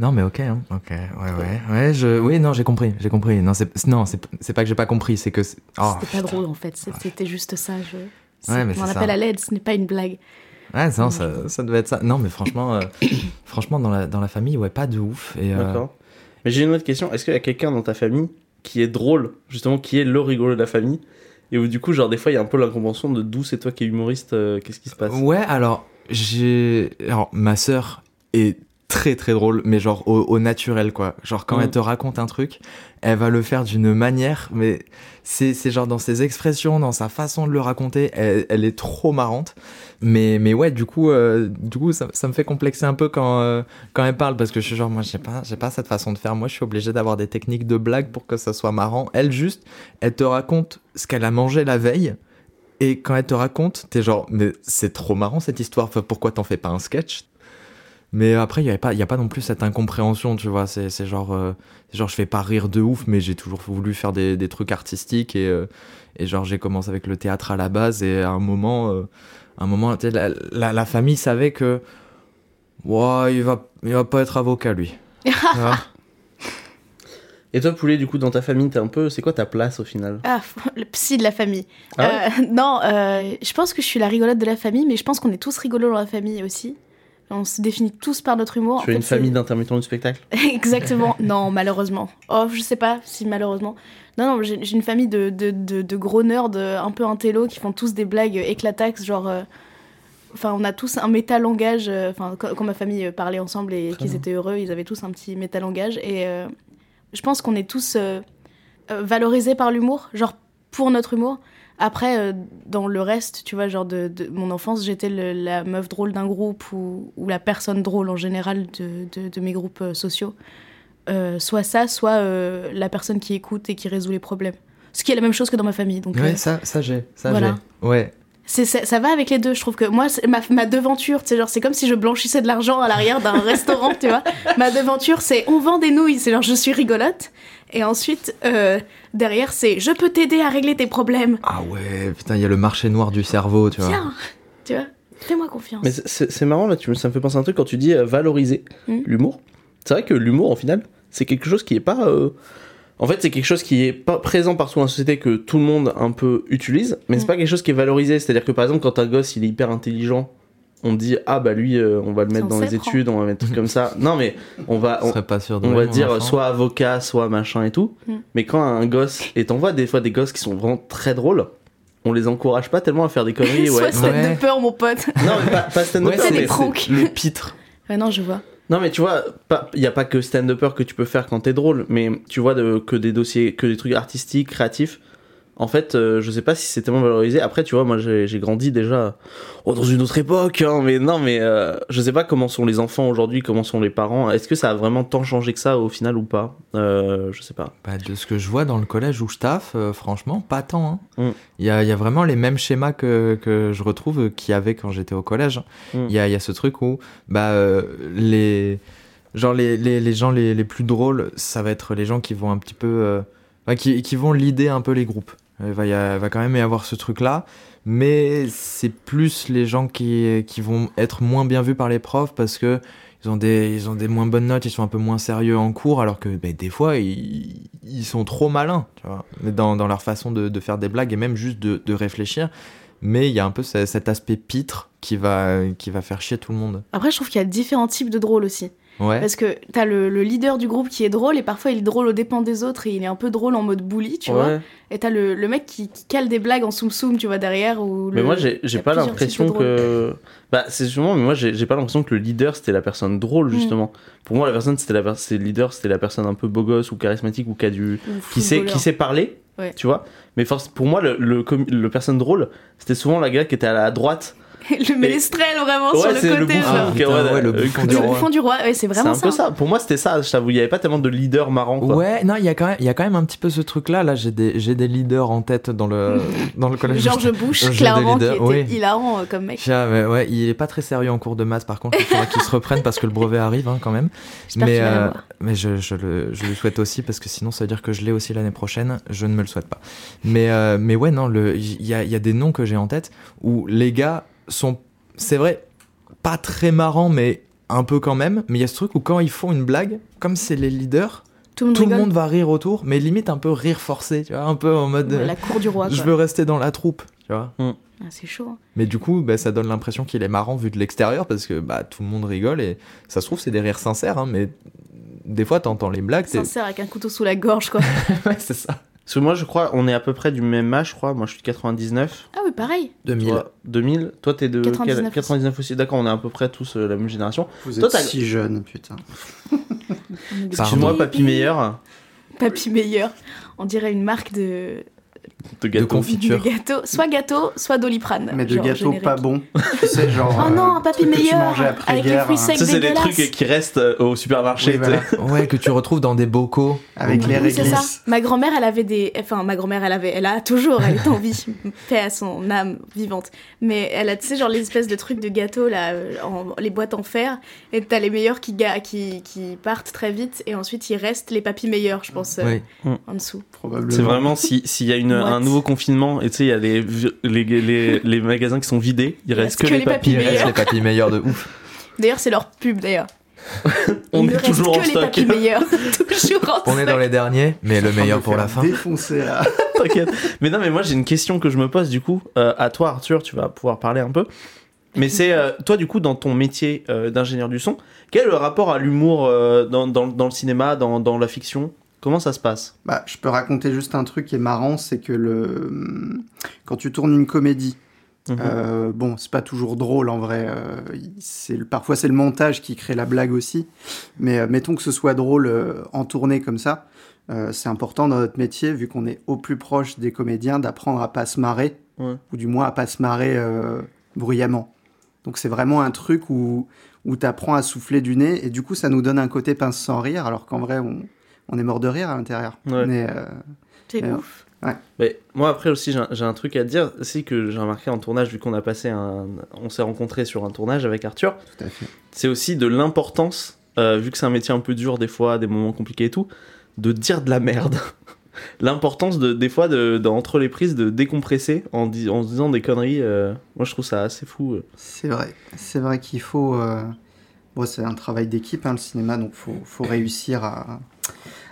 [SPEAKER 7] Non mais ok, hein. ok, ouais, ouais, ouais, je, oui, non, j'ai compris, j'ai compris. Non, c'est, non, c'est, c'est pas que j'ai pas compris, c'est que, c'est... oh,
[SPEAKER 8] C'était pas drôle en fait. C'est- C'était juste ça. Je...
[SPEAKER 7] Ouais, mais
[SPEAKER 8] on
[SPEAKER 7] c'est
[SPEAKER 8] appelle
[SPEAKER 7] ça.
[SPEAKER 8] à l'aide, ce n'est pas une blague.
[SPEAKER 7] ouais, non, ça, ça devait être ça. Non, mais franchement, euh, franchement, dans la, dans la famille, ouais, pas de ouf. Et, euh,
[SPEAKER 6] D'accord. Mais j'ai une autre question. Est-ce qu'il y a quelqu'un dans ta famille qui est drôle, justement, qui est le rigolo de la famille Et où du coup, genre, des fois, il y a un peu l'incompréhension de d'où c'est toi qui es humoriste, euh, qu'est-ce qui se passe
[SPEAKER 7] Ouais, alors, j'ai. Alors, ma sœur est très très drôle, mais genre au, au naturel, quoi. Genre, quand
[SPEAKER 6] Mm.
[SPEAKER 7] elle te raconte un truc, elle va le faire d'une manière, mais c'est c'est genre dans ses expressions, dans sa façon de le raconter, elle, elle est trop marrante. Mais, mais ouais, du coup, euh, du coup ça, ça me fait complexer un peu quand, euh, quand elle parle, parce que je suis genre, moi, j'ai pas, j'ai pas cette façon de faire. Moi, je suis obligé d'avoir des techniques de blague pour que ça soit marrant. Elle, juste, elle te raconte ce qu'elle a mangé la veille. Et quand elle te raconte, t'es genre, mais c'est trop marrant cette histoire, enfin, pourquoi t'en fais pas un sketch Mais après, il n'y a pas non plus cette incompréhension, tu vois. C'est c'est genre, euh, c'est genre, je fais pas rire de ouf, mais j'ai toujours voulu faire des, des trucs artistiques. Et, euh, et genre, j'ai commencé avec le théâtre à la base. Et à un moment, euh, à un moment tu sais, la, la- la famille savait que, Ouah, il va, il va pas être avocat, lui. Tu vois
[SPEAKER 6] Et toi, Poulet, du coup, dans ta famille, t'es un peu. C'est quoi ta place au final
[SPEAKER 8] Ah, le psy de la famille.
[SPEAKER 6] Ah ouais
[SPEAKER 8] Euh, non, euh, je pense que je suis la rigolote de la famille, mais je pense qu'on est tous rigolos dans la famille aussi. On se définit tous par notre humour.
[SPEAKER 6] Tu
[SPEAKER 8] En
[SPEAKER 6] as
[SPEAKER 8] fait,
[SPEAKER 6] une
[SPEAKER 8] c'est-
[SPEAKER 6] famille d'intermittents du spectacle
[SPEAKER 8] Exactement. Non, malheureusement. Oh, je sais pas si malheureusement. Non, non, j'ai j'ai une famille de, de, de, de gros nerds euh, un peu intello qui font tous des blagues éclataxes, genre. euh, Enfin, on a tous un métalangage. euh, Enfin, quand, quand ma famille euh, parlait ensemble et qu'ils étaient heureux, ils avaient tous un petit métalangage. Et euh, je pense qu'on est tous. euh, euh, valorisé par l'humour, genre pour notre humour. Après, euh, dans le reste, tu vois, genre de, de mon enfance, j'étais le- la meuf drôle d'un groupe ou, ou la personne drôle en général de, de- de mes groupes euh, sociaux. Euh, soit ça, soit euh, la personne qui écoute et qui résout les problèmes. Ce qui est la même chose que dans ma famille. Donc, euh,
[SPEAKER 7] Ouais, ça, ça j'ai. Ça
[SPEAKER 8] Voilà.
[SPEAKER 7] j'ai. Ouais.
[SPEAKER 8] c'est- ça, ça va avec les deux, je trouve que moi, c'est- ma, ma devanture, tu sais, genre, c'est comme si je blanchissais de l'argent à l'arrière d'un restaurant, tu vois. Ma devanture, c'est on vend des nouilles, c'est genre je suis rigolote. Et ensuite, euh, derrière, c'est je peux t'aider à régler tes problèmes.
[SPEAKER 7] Ah ouais, putain, il y a le marché noir du cerveau, tu vois.
[SPEAKER 8] Tiens, tu vois, fais-moi confiance.
[SPEAKER 6] Ah. Mais c'est- c'est c'est marrant, là, tu, me- ça me fait penser à un truc quand tu dis euh, valoriser
[SPEAKER 8] Mm.
[SPEAKER 6] l'humour. C'est vrai que l'humour, en final, c'est quelque chose qui est pas. euh, En fait, c'est quelque chose qui est pas présent partout dans la société que tout le monde un peu utilise, mais c'est
[SPEAKER 8] Mm.
[SPEAKER 6] pas quelque chose qui est valorisé. C'est-à-dire que par exemple, quand un gosse il est hyper intelligent, on dit ah bah lui, euh, on va le mettre
[SPEAKER 8] un
[SPEAKER 6] dans les
[SPEAKER 8] sépran.
[SPEAKER 6] études, on va mettre des trucs comme ça. Non mais on va
[SPEAKER 7] Je
[SPEAKER 6] on,
[SPEAKER 7] serais pas sûr de
[SPEAKER 6] on va
[SPEAKER 7] vrai, mon
[SPEAKER 6] dire
[SPEAKER 7] enfant.
[SPEAKER 6] soit avocat, soit machin et tout.
[SPEAKER 8] Mm.
[SPEAKER 6] Mais quand un gosse et t'en vois des fois des gosses qui sont vraiment très drôles, on les encourage pas tellement à faire des conneries.
[SPEAKER 8] Sois
[SPEAKER 6] ouais.
[SPEAKER 8] stand
[SPEAKER 7] Ouais.
[SPEAKER 8] de peur, mon pote.
[SPEAKER 6] Non mais pas, pas stand-upper,
[SPEAKER 7] Ouais, c'est
[SPEAKER 6] mais
[SPEAKER 8] des pranks.
[SPEAKER 6] le pitre.
[SPEAKER 8] ouais, non, je vois.
[SPEAKER 6] Non mais tu vois, il n'y a pas que stand-upper que tu peux faire quand t'es drôle, mais tu vois de- que des dossiers, que des trucs artistiques, créatifs. En fait, euh, je sais pas si c'est tellement valorisé. Après, tu vois, moi j'ai j'ai grandi déjà oh, dans une autre époque, hein, mais non, mais euh, je sais pas comment sont les enfants aujourd'hui, comment sont les parents. Est-ce que ça a vraiment tant changé que ça au final ou pas Euh, Je sais pas.
[SPEAKER 7] Bah, de ce que je vois dans le collège où je taffe, euh, franchement, pas tant. hein.
[SPEAKER 6] Mm.
[SPEAKER 7] Il y, a, il y a vraiment les mêmes schémas que, que je retrouve euh, qu'il y avait quand j'étais au collège.
[SPEAKER 6] Mm.
[SPEAKER 7] Il y, a, il y a ce truc où bah, euh, les, genre les, les, les gens les, les plus drôles, ça va être les gens qui vont un petit peu. euh, enfin, qui, qui vont leader un peu les groupes. Il va, y a- va quand même y avoir ce truc-là. Mais c'est plus les gens qui, qui vont être moins bien vus par les profs parce que ils ont des, ils ont des moins bonnes notes, ils sont un peu moins sérieux en cours, alors que ben, des fois, ils, ils sont trop malins, tu vois, dans, dans leur façon de, de faire des blagues et même juste de, de réfléchir. Mais il y a un peu ce- cet aspect pitre qui va, qui va faire chier tout le monde.
[SPEAKER 8] Après, je trouve qu'il y a différents types de drôles aussi.
[SPEAKER 7] Ouais.
[SPEAKER 8] Parce que t'as le, le leader du groupe qui est drôle, et parfois il est drôle aux dépens des autres, et il est un peu drôle en mode bully, tu vois. Et t'as le, le mec qui, qui cale des blagues en soum-soum, tu vois, derrière. Ou
[SPEAKER 6] Mais
[SPEAKER 8] le-
[SPEAKER 6] moi, j'ai
[SPEAKER 8] il y
[SPEAKER 6] j'ai
[SPEAKER 8] a
[SPEAKER 6] pas
[SPEAKER 8] plusieurs
[SPEAKER 6] l'impression
[SPEAKER 8] types de drôles.
[SPEAKER 6] que. Bah, c'est sûrement, mais moi, j'ai j'ai pas l'impression que le leader c'était la personne drôle,
[SPEAKER 8] Mm.
[SPEAKER 6] justement. Pour moi, la personne, c'était la per- c'est le leader, c'était la personne un peu beau gosse ou charismatique ou qui a du.
[SPEAKER 8] Ou
[SPEAKER 6] qui sait,
[SPEAKER 8] footballeur.
[SPEAKER 6] qui sait parler,
[SPEAKER 8] Ouais.
[SPEAKER 6] tu vois. Mais force, pour moi, le, le, com- le personne drôle, c'était souvent la gars qui était à la droite.
[SPEAKER 8] le ménestrel vraiment Oh, sur
[SPEAKER 6] ouais,
[SPEAKER 8] le
[SPEAKER 6] c'est le
[SPEAKER 8] côté.
[SPEAKER 6] bouffon.
[SPEAKER 8] genre.
[SPEAKER 7] Ah, putain,
[SPEAKER 6] Ouais,
[SPEAKER 7] ouais, le
[SPEAKER 6] euh,
[SPEAKER 7] bouffon
[SPEAKER 6] que-
[SPEAKER 7] du
[SPEAKER 8] le
[SPEAKER 7] roi.
[SPEAKER 8] bouffon du roi, ouais, c'est
[SPEAKER 6] C'est
[SPEAKER 8] vraiment
[SPEAKER 6] un
[SPEAKER 8] ça.
[SPEAKER 6] peu ça. Pour moi, c'était ça, je t'avoue. Il y avait pas tellement de leader marrant, quoi.
[SPEAKER 7] Ouais, non, il y a quand même, il y a quand même un petit peu ce truc-là. Là, j'ai des, j'ai des leaders en tête dans le, dans le collège.
[SPEAKER 8] George Bush,
[SPEAKER 7] Jeu de
[SPEAKER 8] clairement, qui était
[SPEAKER 7] leader, oui.
[SPEAKER 8] hilarant euh, comme mec.
[SPEAKER 7] Tiens, mais ouais, il est pas très sérieux en cours de maths, par contre, il faudra qu'il se reprenne parce que le brevet arrive hein, quand même.
[SPEAKER 8] J'espère qu'il va
[SPEAKER 7] euh,
[SPEAKER 8] l'avoir.
[SPEAKER 7] mais je, je le, je le souhaite aussi parce que sinon ça veut dire que je l'ai aussi l'année prochaine. Je ne me le souhaite pas. Mais, euh, mais ouais, non, le- il y a, il y a des noms que j'ai en tête où les gars sont, c'est vrai, pas très marrants, mais un peu quand même. Mais il y a ce truc où quand ils font une blague, comme c'est les leaders,
[SPEAKER 8] Tout le monde,
[SPEAKER 7] tout le
[SPEAKER 8] rigole.
[SPEAKER 7] monde va rire autour, mais limite un peu rire forcé, tu vois, un peu en mode
[SPEAKER 8] Ouais,
[SPEAKER 7] euh,
[SPEAKER 8] La cour du roi, quoi.
[SPEAKER 7] je veux rester dans la troupe, tu vois.
[SPEAKER 8] Ah, c'est chaud. hein.
[SPEAKER 7] Mais du coup, bah, ça donne l'impression qu'il est marrant vu de l'extérieur parce que bah, tout le monde rigole et ça se trouve, c'est des rires sincères, hein, mais des fois, t'entends les blagues, t'es.
[SPEAKER 8] Sincère avec un couteau sous la gorge, quoi.
[SPEAKER 7] Ouais, c'est ça.
[SPEAKER 6] Parce que moi, je crois, on est à peu près du même âge, je crois. Moi, je suis de 99.
[SPEAKER 8] Ah oui, pareil.
[SPEAKER 7] 2000.
[SPEAKER 6] Toi, 2000. Toi, t'es de. quel-
[SPEAKER 8] 99 aussi.
[SPEAKER 6] 99 aussi. D'accord, on est à peu près tous euh, la même génération.
[SPEAKER 9] Vous
[SPEAKER 6] Toi,
[SPEAKER 9] êtes
[SPEAKER 6] t'as-
[SPEAKER 9] si jeune, putain.
[SPEAKER 6] Excuse-moi, papy meilleur.
[SPEAKER 8] Papy meilleur. On dirait une marque de,
[SPEAKER 6] De gâteau.
[SPEAKER 7] confiture.
[SPEAKER 8] de gâteau. Soit gâteau, soit doliprane.
[SPEAKER 9] Mais de
[SPEAKER 8] genre
[SPEAKER 9] gâteaux
[SPEAKER 8] générique.
[SPEAKER 9] pas bons. tu sais, genre.
[SPEAKER 8] Oh
[SPEAKER 9] euh,
[SPEAKER 8] non, un papy
[SPEAKER 9] truc que tu
[SPEAKER 8] meilleur
[SPEAKER 9] mangeais après
[SPEAKER 8] avec les
[SPEAKER 9] guerre,
[SPEAKER 8] fruits
[SPEAKER 9] hein.
[SPEAKER 8] secs.
[SPEAKER 6] Ça, c'est des
[SPEAKER 8] dégueulasse.
[SPEAKER 6] trucs qui restent euh, au supermarché.
[SPEAKER 9] Oui, voilà.
[SPEAKER 6] tu sais.
[SPEAKER 7] Ouais, que tu retrouves dans des bocaux.
[SPEAKER 9] Avec les
[SPEAKER 8] Oui, c'est ça.
[SPEAKER 9] réglisses.
[SPEAKER 8] Ma grand-mère, elle avait des. Enfin, ma grand-mère, elle avait. Elle a toujours, elle est en vie, paix à son âme vivante. Mais elle a, tu sais, genre les espèces de trucs de gâteaux, là, euh, en- les boîtes en fer. Et t'as les meilleurs qui, ga- qui, qui partent très vite. Et ensuite, il reste les papys meilleurs, je pense, euh,
[SPEAKER 7] Ouais.
[SPEAKER 8] en dessous.
[SPEAKER 9] Probablement.
[SPEAKER 6] C'est vraiment si- s'il y a une,
[SPEAKER 8] What
[SPEAKER 6] un nouveau confinement et tu sais, il y a les, vi- les, les, les magasins qui sont vidés, il reste que, les papilles.
[SPEAKER 7] Il
[SPEAKER 8] meilleurs.
[SPEAKER 7] reste les papilles meilleurs de ouf.
[SPEAKER 8] D'ailleurs, c'est leur pub, d'ailleurs.
[SPEAKER 6] On
[SPEAKER 8] il ne
[SPEAKER 6] est
[SPEAKER 8] reste
[SPEAKER 6] toujours
[SPEAKER 8] que
[SPEAKER 6] en
[SPEAKER 8] les
[SPEAKER 6] stock.
[SPEAKER 8] papys meilleurs. toujours en
[SPEAKER 7] On est
[SPEAKER 8] stock.
[SPEAKER 7] dans les derniers, mais le meilleur pour la fin.
[SPEAKER 9] Défoncé là.
[SPEAKER 6] T'inquiète. Mais non, mais moi j'ai une question que je me pose du coup euh, à toi Arthur, tu vas pouvoir parler un peu. Mais c'est euh, toi du coup dans ton métier euh, d'ingénieur du son, quel est le rapport à l'humour euh, dans, dans, dans le cinéma, dans, dans la fiction Comment ça se passe
[SPEAKER 9] Bah, je peux raconter juste un truc qui est marrant, c'est que le hum, quand tu tournes une comédie,
[SPEAKER 6] Mhm.
[SPEAKER 9] euh, bon, c'est pas toujours drôle en vrai. euh, il- c'est le- parfois c'est le montage qui crée la blague aussi, mais euh, mettons que ce soit drôle euh, en tournée comme ça. euh, Euh, c'est important dans notre métier, vu qu'on est au plus proche des comédiens, d'apprendre à pas se marrer,
[SPEAKER 6] Ouais.
[SPEAKER 9] ou du moins à pas se marrer euh, bruyamment. Donc c'est vraiment un truc où, où tu apprends à souffler du nez, et du coup ça nous donne un côté pince sans rire, alors qu'en vrai on, on est mort de rire à l'intérieur.
[SPEAKER 6] Ouais.
[SPEAKER 9] Mais, euh,
[SPEAKER 8] C'est
[SPEAKER 9] Euh,
[SPEAKER 8] ouf.
[SPEAKER 6] Mais moi après aussi j'ai un- j'ai un truc à te dire, c'est que j'ai remarqué en tournage vu qu'on a passé un, on s'est rencontrés sur un tournage avec Arthur.
[SPEAKER 9] Tout à fait.
[SPEAKER 6] C'est aussi de l'importance, euh, vu que c'est un métier un peu dur des fois, des moments compliqués et tout, de dire de la merde. L'importance de des fois de, de- entre les prises de décompresser en, dis- en se disant des conneries. euh, moi je trouve ça assez fou. euh.
[SPEAKER 9] C'est vrai, c'est vrai qu'il faut. euh, Bon, c'est un travail d'équipe, hein, le cinéma, donc faut, faut réussir à,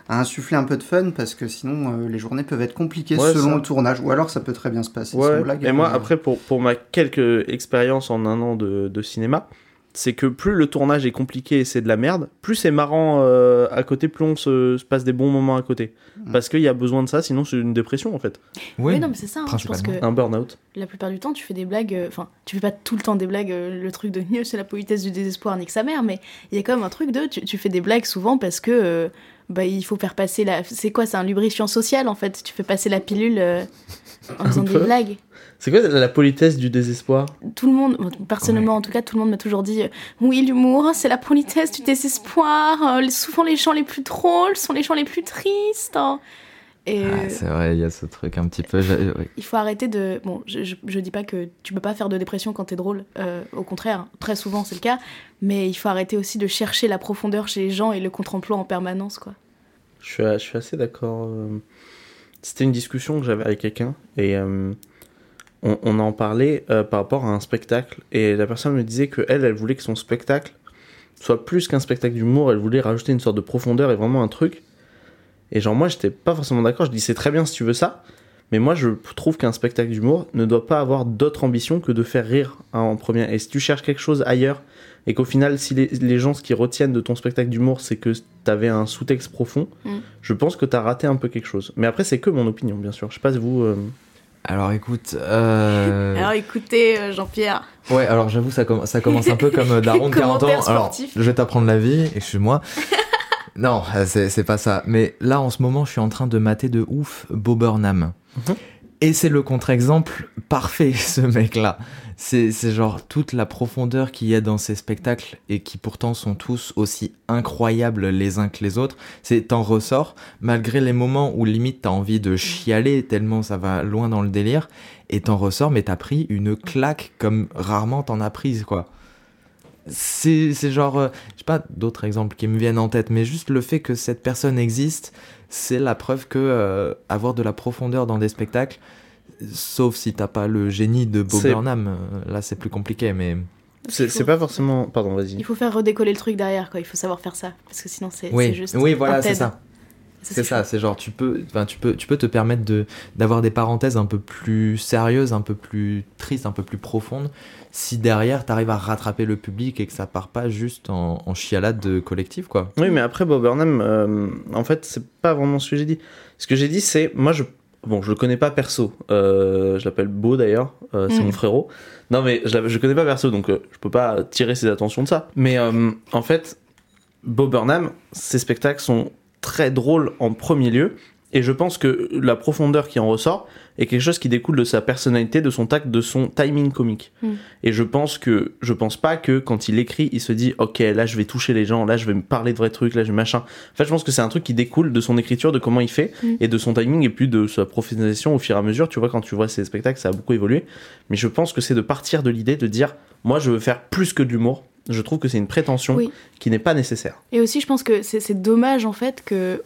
[SPEAKER 9] à insuffler un peu de fun parce que sinon euh, les journées peuvent être compliquées
[SPEAKER 6] Ouais,
[SPEAKER 9] selon
[SPEAKER 6] ça.
[SPEAKER 9] le tournage, ou alors ça peut très bien se passer. sans blague.
[SPEAKER 6] Et moi,
[SPEAKER 9] Euh,
[SPEAKER 6] après, pour, pour ma quelques expériences en un an de, de cinéma, c'est que plus le tournage est compliqué et c'est de la merde, plus c'est marrant euh, à côté, plus on se, se passe des bons moments à côté. Parce qu'il y a besoin de ça, sinon c'est une dépression en fait.
[SPEAKER 7] Oui,
[SPEAKER 8] non, mais c'est ça. hein, Je pense que
[SPEAKER 7] principalement.
[SPEAKER 6] Un burn-out.
[SPEAKER 8] la plupart du temps, tu fais des blagues. euh, Enfin, tu fais pas tout le temps des blagues. euh, le truc de mieux, c'est la politesse du désespoir, nique sa mère. Mais il y a quand même un truc de. Tu, tu fais des blagues souvent parce que. euh, bah, il faut faire passer la. C'est quoi C'est un lubrifiant social en fait. Tu fais passer la pilule euh, en faisant des
[SPEAKER 6] peu.
[SPEAKER 8] blagues.
[SPEAKER 6] C'est quoi la politesse du désespoir
[SPEAKER 8] Tout le monde, bon, personnellement en tout cas, tout le monde m'a toujours dit euh, Oui, l'humour, hein, c'est la politesse du désespoir. euh, souvent, les gens les plus drôles sont les gens les plus tristes. hein. Et.
[SPEAKER 7] Ah, c'est vrai, il y a ce truc un petit peu. j'ai- oui.
[SPEAKER 8] Il faut arrêter de. Bon, je, je, je dis pas que tu peux pas faire de dépression quand t'es drôle, euh, au contraire, très souvent c'est le cas, mais il faut arrêter aussi de chercher la profondeur chez les gens et le contre-emploi en permanence, quoi.
[SPEAKER 6] Je suis, je suis assez d'accord. euh. C'était une discussion que j'avais avec quelqu'un et euh, on, on en parlait euh, par rapport à un spectacle. Et la personne me disait que elle, elle voulait que son spectacle soit plus qu'un spectacle d'humour. Elle voulait rajouter une sorte de profondeur et vraiment un truc. Et genre, moi, j'étais pas forcément d'accord. Je dis, c'est très bien si tu veux ça. Mais moi, je trouve qu'un spectacle d'humour ne doit pas avoir d'autre ambition que de faire rire hein, en premier. Et si tu cherches quelque chose ailleurs et qu'au final, si les, les gens, ce qu'ils retiennent de ton spectacle d'humour, c'est que t'avais un sous-texte profond, je pense que t'as raté un peu quelque chose. Mais après, c'est que mon opinion, bien sûr. Je sais pas si vous. euh,
[SPEAKER 7] Alors écoute. euh,
[SPEAKER 8] Alors écoutez, euh, Jean-Pierre,
[SPEAKER 7] Ouais, alors j'avoue, ça, comm- ça commence un peu comme euh, Daron de 40 ans.
[SPEAKER 8] Commentaire
[SPEAKER 7] Alors,
[SPEAKER 8] sportif.
[SPEAKER 7] je vais t'apprendre la vie, excuse-moi. non, euh, c'est c'est pas ça. Mais là, en ce moment, je suis en train de mater de ouf Bob Burnham.
[SPEAKER 6] Mhm.
[SPEAKER 7] Et c'est le contre-exemple parfait, ce mec-là. C'est c'est genre toute la profondeur qu'il y a dans ses spectacles et qui pourtant sont tous aussi incroyables les uns que les autres. C'est t'en ressors, malgré les moments où limite t'as envie
[SPEAKER 8] Mm.
[SPEAKER 7] de chialer tellement ça va loin dans le délire et t'en ressors, mais t'as pris une claque comme rarement t'en as prise, quoi. C'est c'est genre, euh, je sais pas d'autres exemples qui me viennent en tête, mais juste le fait que cette personne existe, c'est la preuve que euh, avoir de la profondeur dans des spectacles, sauf si t'as pas le génie de Bob
[SPEAKER 6] C'est-
[SPEAKER 7] Burnham, euh, là c'est plus compliqué, mais
[SPEAKER 6] C'est c'est pas forcément. Pardon, vas-y.
[SPEAKER 8] il faut faire redécoller le truc derrière, quoi. Il faut savoir faire ça, parce que sinon c'est c'est
[SPEAKER 7] oui,
[SPEAKER 8] juste.
[SPEAKER 7] oui,
[SPEAKER 8] un
[SPEAKER 7] voilà, c'est
[SPEAKER 8] TED.
[SPEAKER 7] ça. C'est
[SPEAKER 8] ce
[SPEAKER 7] ça, c'est genre tu peux, enfin, tu peux, tu peux te permettre de d'avoir des parenthèses un peu plus sérieuses, un peu plus tristes, un peu plus profondes, si derrière t'arrives à rattraper le public et que ça part pas juste en, en chialade collective quoi.
[SPEAKER 6] Oui, mais après, Bob Burnham, euh, en fait, c'est pas vraiment ce que j'ai dit. Ce que j'ai dit, c'est. Moi, je. Bon, je le connais pas perso. Euh, je l'appelle Beau d'ailleurs. Euh, c'est
[SPEAKER 8] Mm.
[SPEAKER 6] mon frérot. Non, mais je, la- je connais pas perso, donc euh, je peux pas tirer ses attentions de ça. Mais euh, en fait, Bob Burnham, ses spectacles sont très drôles en premier lieu. Et je pense que la profondeur qui en ressort est quelque chose qui découle de sa personnalité, de son tact, de son timing comique.
[SPEAKER 8] Mm.
[SPEAKER 6] Et je pense que je pense pas que quand il écrit, il se dit ok là je vais toucher les gens, là je vais me parler de vrais trucs, là je vais machin. En fait, je pense que c'est un truc qui découle de son écriture, de comment il fait
[SPEAKER 8] Mm.
[SPEAKER 6] et de son timing et puis de sa professionnalisation au fur et à mesure. Tu vois quand tu vois ses spectacles, ça a beaucoup évolué. Mais je pense que c'est de partir de l'idée de dire moi je veux faire plus que de l'humour. Je trouve que c'est une prétention
[SPEAKER 8] Oui.
[SPEAKER 6] qui n'est pas nécessaire.
[SPEAKER 8] Et aussi, je pense que c'est c'est dommage en fait que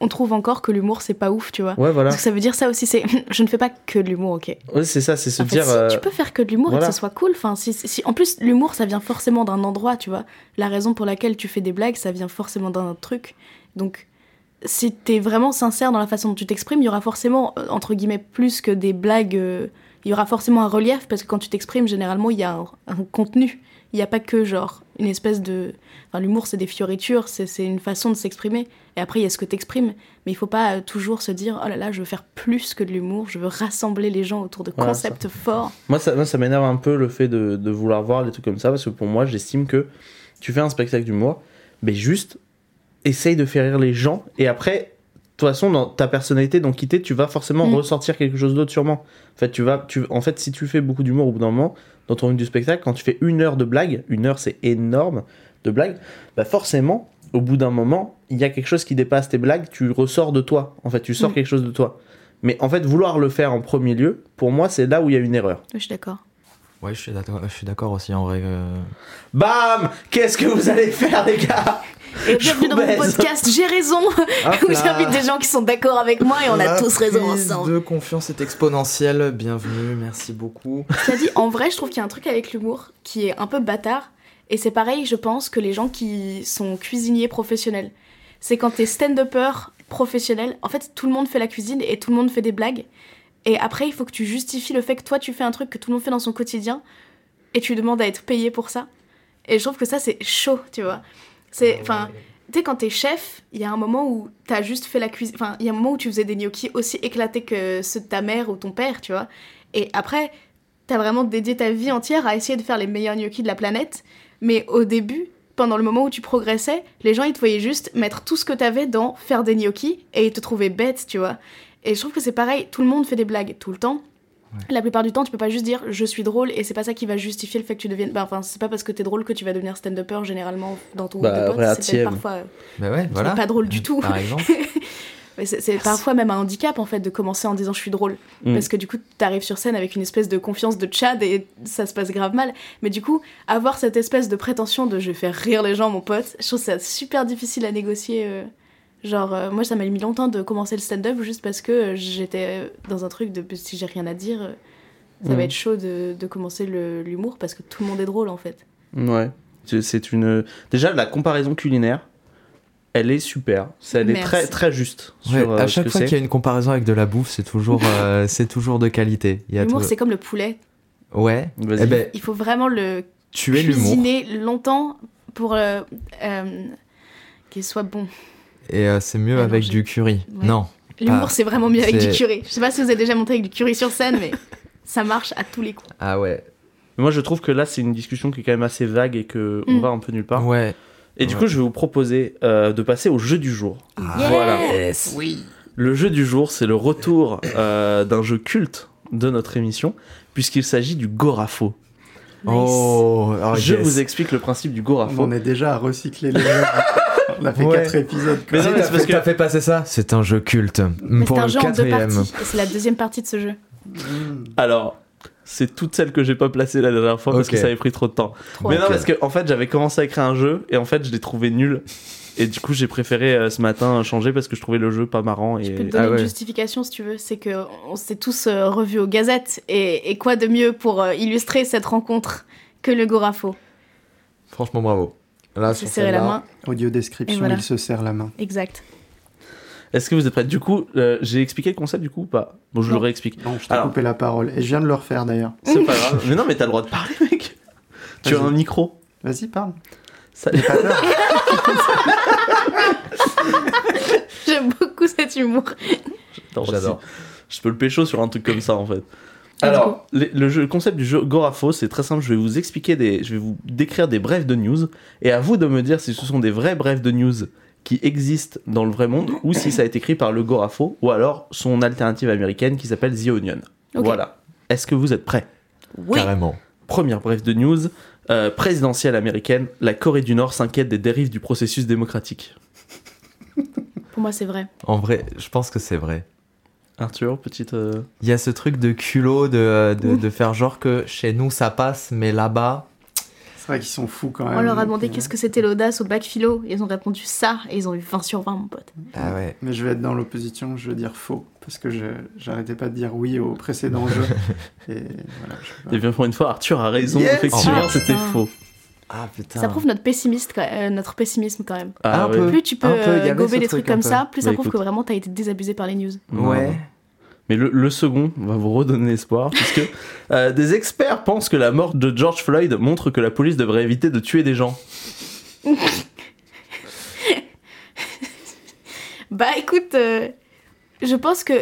[SPEAKER 8] on trouve encore que l'humour c'est pas ouf, tu vois.
[SPEAKER 6] Ouais voilà.
[SPEAKER 8] Parce que ça veut dire ça aussi, c'est je ne fais pas que de l'humour, ok.
[SPEAKER 6] Ouais, c'est ça, c'est se
[SPEAKER 8] En fait,
[SPEAKER 6] dire.
[SPEAKER 8] si
[SPEAKER 6] euh,
[SPEAKER 8] tu peux faire que de l'humour et
[SPEAKER 6] voilà.
[SPEAKER 8] que ce soit cool. Enfin, si, si- si- en plus, l'humour, ça vient forcément d'un endroit, tu vois. La raison pour laquelle tu fais des blagues, ça vient forcément d'un autre truc. Donc, si t'es vraiment sincère dans la façon dont tu t'exprimes, il y aura forcément, euh, entre guillemets, plus que des blagues. euh, Il y aura forcément un relief parce que quand tu t'exprimes, généralement, il y a un, un contenu. Il n'y a pas que, genre, une espèce de. Enfin, l'humour, c'est des fioritures, c'est c'est une façon de s'exprimer. Et après, il y a ce que t'exprimes. Mais il faut pas euh, toujours se dire, oh là là, je veux faire plus que de l'humour, je veux rassembler les gens autour de
[SPEAKER 6] Voilà, ça.
[SPEAKER 8] concepts forts.
[SPEAKER 6] Moi, ça, moi, ça m'énerve un peu le fait de, de vouloir voir les trucs comme ça, parce que pour moi, j'estime que tu fais un spectacle d'humour, mais juste essaye de faire rire les gens, et après, toute façon, dans ta personnalité, dans quitter, tu vas forcément
[SPEAKER 8] Mm.
[SPEAKER 6] ressortir quelque chose d'autre sûrement. En fait, tu vas, tu, en fait, si tu fais beaucoup d'humour au bout d'un moment, dans ton rythme du spectacle, quand tu fais une heure de blague, une heure c'est énorme de blague, bah forcément, au bout d'un moment, il y a quelque chose qui dépasse tes blagues, tu ressors de toi. En fait, tu sors
[SPEAKER 8] Mm.
[SPEAKER 6] quelque chose de toi. Mais en fait, vouloir le faire en premier lieu, pour moi, c'est là où il y a une erreur.
[SPEAKER 8] Je suis d'accord.
[SPEAKER 7] Ouais, je suis d'accord, je suis d'accord aussi en vrai. euh,
[SPEAKER 6] Bam Qu'est-ce que vous allez faire, les gars
[SPEAKER 8] Et
[SPEAKER 6] Je
[SPEAKER 8] bienvenue
[SPEAKER 6] vous
[SPEAKER 8] dans mon
[SPEAKER 6] baise.
[SPEAKER 8] podcast J'ai raison où j'invite des gens qui sont d'accord avec moi Ah, et on a
[SPEAKER 7] La
[SPEAKER 8] tous raison
[SPEAKER 7] prise
[SPEAKER 8] ensemble.
[SPEAKER 7] De confiance est exponentielle. Bienvenue, merci beaucoup.
[SPEAKER 8] Cela dit, en vrai, je trouve qu'il y a un truc avec l'humour qui est un peu bâtard. Et c'est pareil, je pense, que les gens qui sont cuisiniers professionnels. C'est quand t'es stand-upper professionnel, en fait, tout le monde fait la cuisine et tout le monde fait des blagues. Et après, il faut que tu justifies le fait que toi, tu fais un truc que tout le monde fait dans son quotidien et tu demandes à être payé pour ça. Et je trouve que ça, c'est chaud, tu vois. C'est, enfin, tu sais, quand t'es chef, il y a un moment où t'as juste fait la cuisine. Enfin, il y a un moment où tu faisais des gnocchis aussi éclatés que ceux de ta mère ou ton père, tu vois. Et après, T'as vraiment dédié ta vie entière à essayer de faire les meilleurs gnocchis de la planète, mais au début, pendant le moment où tu progressais, les gens ils te voyaient juste mettre tout ce que t'avais dans faire des gnocchis et ils te trouvaient bête, tu vois. Et je trouve que c'est pareil, tout le monde fait des blagues tout le temps. La plupart du temps, tu peux pas juste dire je suis drôle et c'est pas ça qui va justifier le fait que tu deviennes. ben, enfin, c'est pas parce que t'es drôle que tu vas devenir stand-upper généralement dans ton groupe
[SPEAKER 6] Bah,
[SPEAKER 8] de potes.
[SPEAKER 6] regarde,
[SPEAKER 8] C'est
[SPEAKER 6] Thiem.
[SPEAKER 8] peut-être parfois. euh,
[SPEAKER 7] Bah ouais,
[SPEAKER 8] n'est
[SPEAKER 7] voilà.
[SPEAKER 8] pas drôle du tout.
[SPEAKER 7] Par exemple.
[SPEAKER 8] mais c'est- C'est parfois même un handicap en fait de commencer en disant je suis drôle.
[SPEAKER 6] Mm.
[SPEAKER 8] Parce que du coup, t'arrives sur scène avec une espèce de confiance de Tchad et ça se passe grave mal. Mais du coup, avoir cette espèce de prétention de je vais faire rire les gens, mon pote, je trouve ça super difficile à négocier. euh, Genre, euh, moi ça m'a mis longtemps de commencer le stand-up juste parce que euh, j'étais dans un truc de si j'ai rien à dire, euh, ça
[SPEAKER 6] Mm.
[SPEAKER 8] va être chaud de, de commencer le- l'humour parce que tout le monde est drôle en fait.
[SPEAKER 6] Ouais. C'est- C'est une. Déjà, la comparaison culinaire, elle est super. C'est- Elle est
[SPEAKER 8] Merci.
[SPEAKER 6] très, très juste. Sur,
[SPEAKER 7] Ouais,
[SPEAKER 6] euh,
[SPEAKER 7] à
[SPEAKER 6] ce
[SPEAKER 7] chaque
[SPEAKER 6] que
[SPEAKER 7] fois
[SPEAKER 6] c'est.
[SPEAKER 7] qu'il y a une comparaison avec de la bouffe, c'est toujours, euh, c'est toujours de qualité. Il y a
[SPEAKER 8] L'humour
[SPEAKER 7] tout-
[SPEAKER 8] c'est comme le poulet,
[SPEAKER 7] Ouais.
[SPEAKER 6] Vas-y.
[SPEAKER 7] Eh ben,
[SPEAKER 8] il faut vraiment le
[SPEAKER 7] tu es l'humour.
[SPEAKER 8] cuisiner longtemps pour euh, euh, qu'il soit bon.
[SPEAKER 7] Et euh, c'est mieux
[SPEAKER 8] Ah non,
[SPEAKER 7] avec
[SPEAKER 8] j'ai-
[SPEAKER 7] du curry.
[SPEAKER 8] Ouais.
[SPEAKER 7] Non.
[SPEAKER 8] L'humour,
[SPEAKER 7] Ah,
[SPEAKER 8] c'est vraiment mieux avec du
[SPEAKER 7] c'est-
[SPEAKER 8] curry. Je sais pas si vous avez déjà monté avec du curry sur scène, mais ça marche à tous les coups.
[SPEAKER 7] Ah ouais.
[SPEAKER 6] Mais Moi, je trouve que là, c'est une discussion qui est quand même assez vague et que on
[SPEAKER 8] Mm.
[SPEAKER 6] va un peu nulle part.
[SPEAKER 7] Ah. Ouais.
[SPEAKER 6] Et du
[SPEAKER 7] Ouais.
[SPEAKER 6] coup, je vais vous proposer euh, de passer au jeu du jour.
[SPEAKER 8] Yeah
[SPEAKER 6] Le jeu du jour, c'est le retour euh, d'un jeu culte de notre émission, puisqu'il s'agit du Gorafo.
[SPEAKER 8] Nice.
[SPEAKER 7] Oh. oh,
[SPEAKER 6] je
[SPEAKER 7] yes.
[SPEAKER 6] vous explique le principe du
[SPEAKER 9] On
[SPEAKER 6] Gorafo.
[SPEAKER 9] en est déjà à recycler les gens. On a fait
[SPEAKER 7] Ouais.
[SPEAKER 9] quatre épisodes.
[SPEAKER 6] Mais
[SPEAKER 9] Quoi.
[SPEAKER 6] non, mais
[SPEAKER 7] Ah, T'as
[SPEAKER 6] c'est parce
[SPEAKER 7] fait, t'as
[SPEAKER 6] que.
[SPEAKER 7] fait passer ça C'est un jeu culte.
[SPEAKER 8] Mais
[SPEAKER 7] Pour
[SPEAKER 8] c'est un
[SPEAKER 7] le
[SPEAKER 8] jeu en deux
[SPEAKER 7] quatrième.
[SPEAKER 8] parties. et C'est la deuxième partie de ce jeu.
[SPEAKER 9] Mmh.
[SPEAKER 6] Alors, c'est toutes celles que j'ai pas placées la dernière fois parce
[SPEAKER 7] Ok.
[SPEAKER 6] que ça avait pris trop de temps.
[SPEAKER 8] Trop
[SPEAKER 6] Mais
[SPEAKER 8] hâte.
[SPEAKER 6] non, parce que en fait, j'avais commencé à créer un jeu et en fait, je l'ai trouvé nul. Et du coup, j'ai préféré euh, ce matin changer parce que je trouvais le jeu pas marrant.
[SPEAKER 8] Je peux
[SPEAKER 6] Et...
[SPEAKER 8] te donner
[SPEAKER 7] Ah ouais.
[SPEAKER 8] une justification si tu veux. C'est que on s'est tous euh, revus aux gazettes. Et, et quoi de mieux pour euh, illustrer cette rencontre que le Gorafo
[SPEAKER 7] Franchement, bravo. Là,
[SPEAKER 8] Se
[SPEAKER 7] sur
[SPEAKER 8] serrer la
[SPEAKER 7] celle-là,
[SPEAKER 8] main.
[SPEAKER 9] Audio description,
[SPEAKER 8] Et voilà.
[SPEAKER 9] il se serre la main.
[SPEAKER 8] Exact.
[SPEAKER 6] Est-ce que vous êtes prêts Du coup, euh, j'ai expliqué le concept du coup ou pas Bon, je
[SPEAKER 8] Non.
[SPEAKER 6] le réexplique.
[SPEAKER 9] Bon, je t'ai
[SPEAKER 6] Alors.
[SPEAKER 9] coupé la parole. Et je viens de le refaire d'ailleurs.
[SPEAKER 6] C'est pas grave. Mais non, mais t'as le droit de parler, mec. Tu as
[SPEAKER 9] Vas-y.
[SPEAKER 6] un micro.
[SPEAKER 9] Vas-y, parle.
[SPEAKER 6] Ça-
[SPEAKER 9] N'aie pas peur.
[SPEAKER 8] J'aime beaucoup cet humour.
[SPEAKER 6] Attends,
[SPEAKER 7] J'adore.
[SPEAKER 6] si- Je peux le pécho sur un truc comme ça en fait.
[SPEAKER 8] Let's
[SPEAKER 6] Alors, le, le jeu- le concept du jeu Gorafo, c'est très simple. Je vais vous expliquer des, je vais vous décrire des brèves de news, et à vous de me dire si ce sont des vraies brèves de news qui existent dans le vrai monde, ou si ça a été écrit par le Gorafo, ou alors son alternative américaine qui s'appelle The Onion.
[SPEAKER 8] Ok.
[SPEAKER 6] Voilà. Est-ce que vous êtes prêts
[SPEAKER 7] Carrément.
[SPEAKER 6] Première brève de news euh, présidentielle américaine. La Corée du Nord s'inquiète des dérives du processus démocratique.
[SPEAKER 8] Pour moi, c'est vrai.
[SPEAKER 7] En vrai, je pense que c'est vrai.
[SPEAKER 6] Arthur, petite. euh,
[SPEAKER 7] Il y a ce truc de culot de, euh, de,
[SPEAKER 8] Ouh.
[SPEAKER 7] de faire genre que chez nous ça passe, mais là-bas.
[SPEAKER 9] C'est vrai qu'ils sont fous quand même.
[SPEAKER 8] On leur a demandé qu'est-ce que c'était l'audace au bac philo. Ils ont répondu ça et ils ont eu 20 sur 20, mon pote.
[SPEAKER 7] Ah ouais.
[SPEAKER 9] Mais je vais être dans l'opposition, je vais dire faux. Parce que je j'arrêtais pas de dire oui au précédent jeu. Et voilà, je sais pas.
[SPEAKER 6] Et Eh bien pour une fois, Arthur a raison.
[SPEAKER 9] Yes
[SPEAKER 6] Effectivement,
[SPEAKER 7] Oh,
[SPEAKER 6] c'était
[SPEAKER 8] putain.
[SPEAKER 6] faux.
[SPEAKER 7] Ah putain.
[SPEAKER 8] Ça prouve notre, pessimiste, quand- euh, notre pessimisme quand même.
[SPEAKER 7] Ah, un peu.
[SPEAKER 8] Plus tu peux
[SPEAKER 7] Un peu, il y
[SPEAKER 8] euh,
[SPEAKER 7] avait ce
[SPEAKER 8] gober
[SPEAKER 7] truc
[SPEAKER 8] des trucs
[SPEAKER 7] un
[SPEAKER 8] comme
[SPEAKER 7] peu.
[SPEAKER 8] ça, plus ça
[SPEAKER 6] Bah,
[SPEAKER 8] prouve que
[SPEAKER 6] écoute.
[SPEAKER 8] vraiment t'as été désabusé par les news.
[SPEAKER 6] Non, non.
[SPEAKER 7] Ouais.
[SPEAKER 6] Mais le, le second va vous redonner espoir, puisque euh, des experts pensent que la mort de George Floyd montre que la police devrait éviter de tuer des gens.
[SPEAKER 8] Bah écoute, euh, je pense que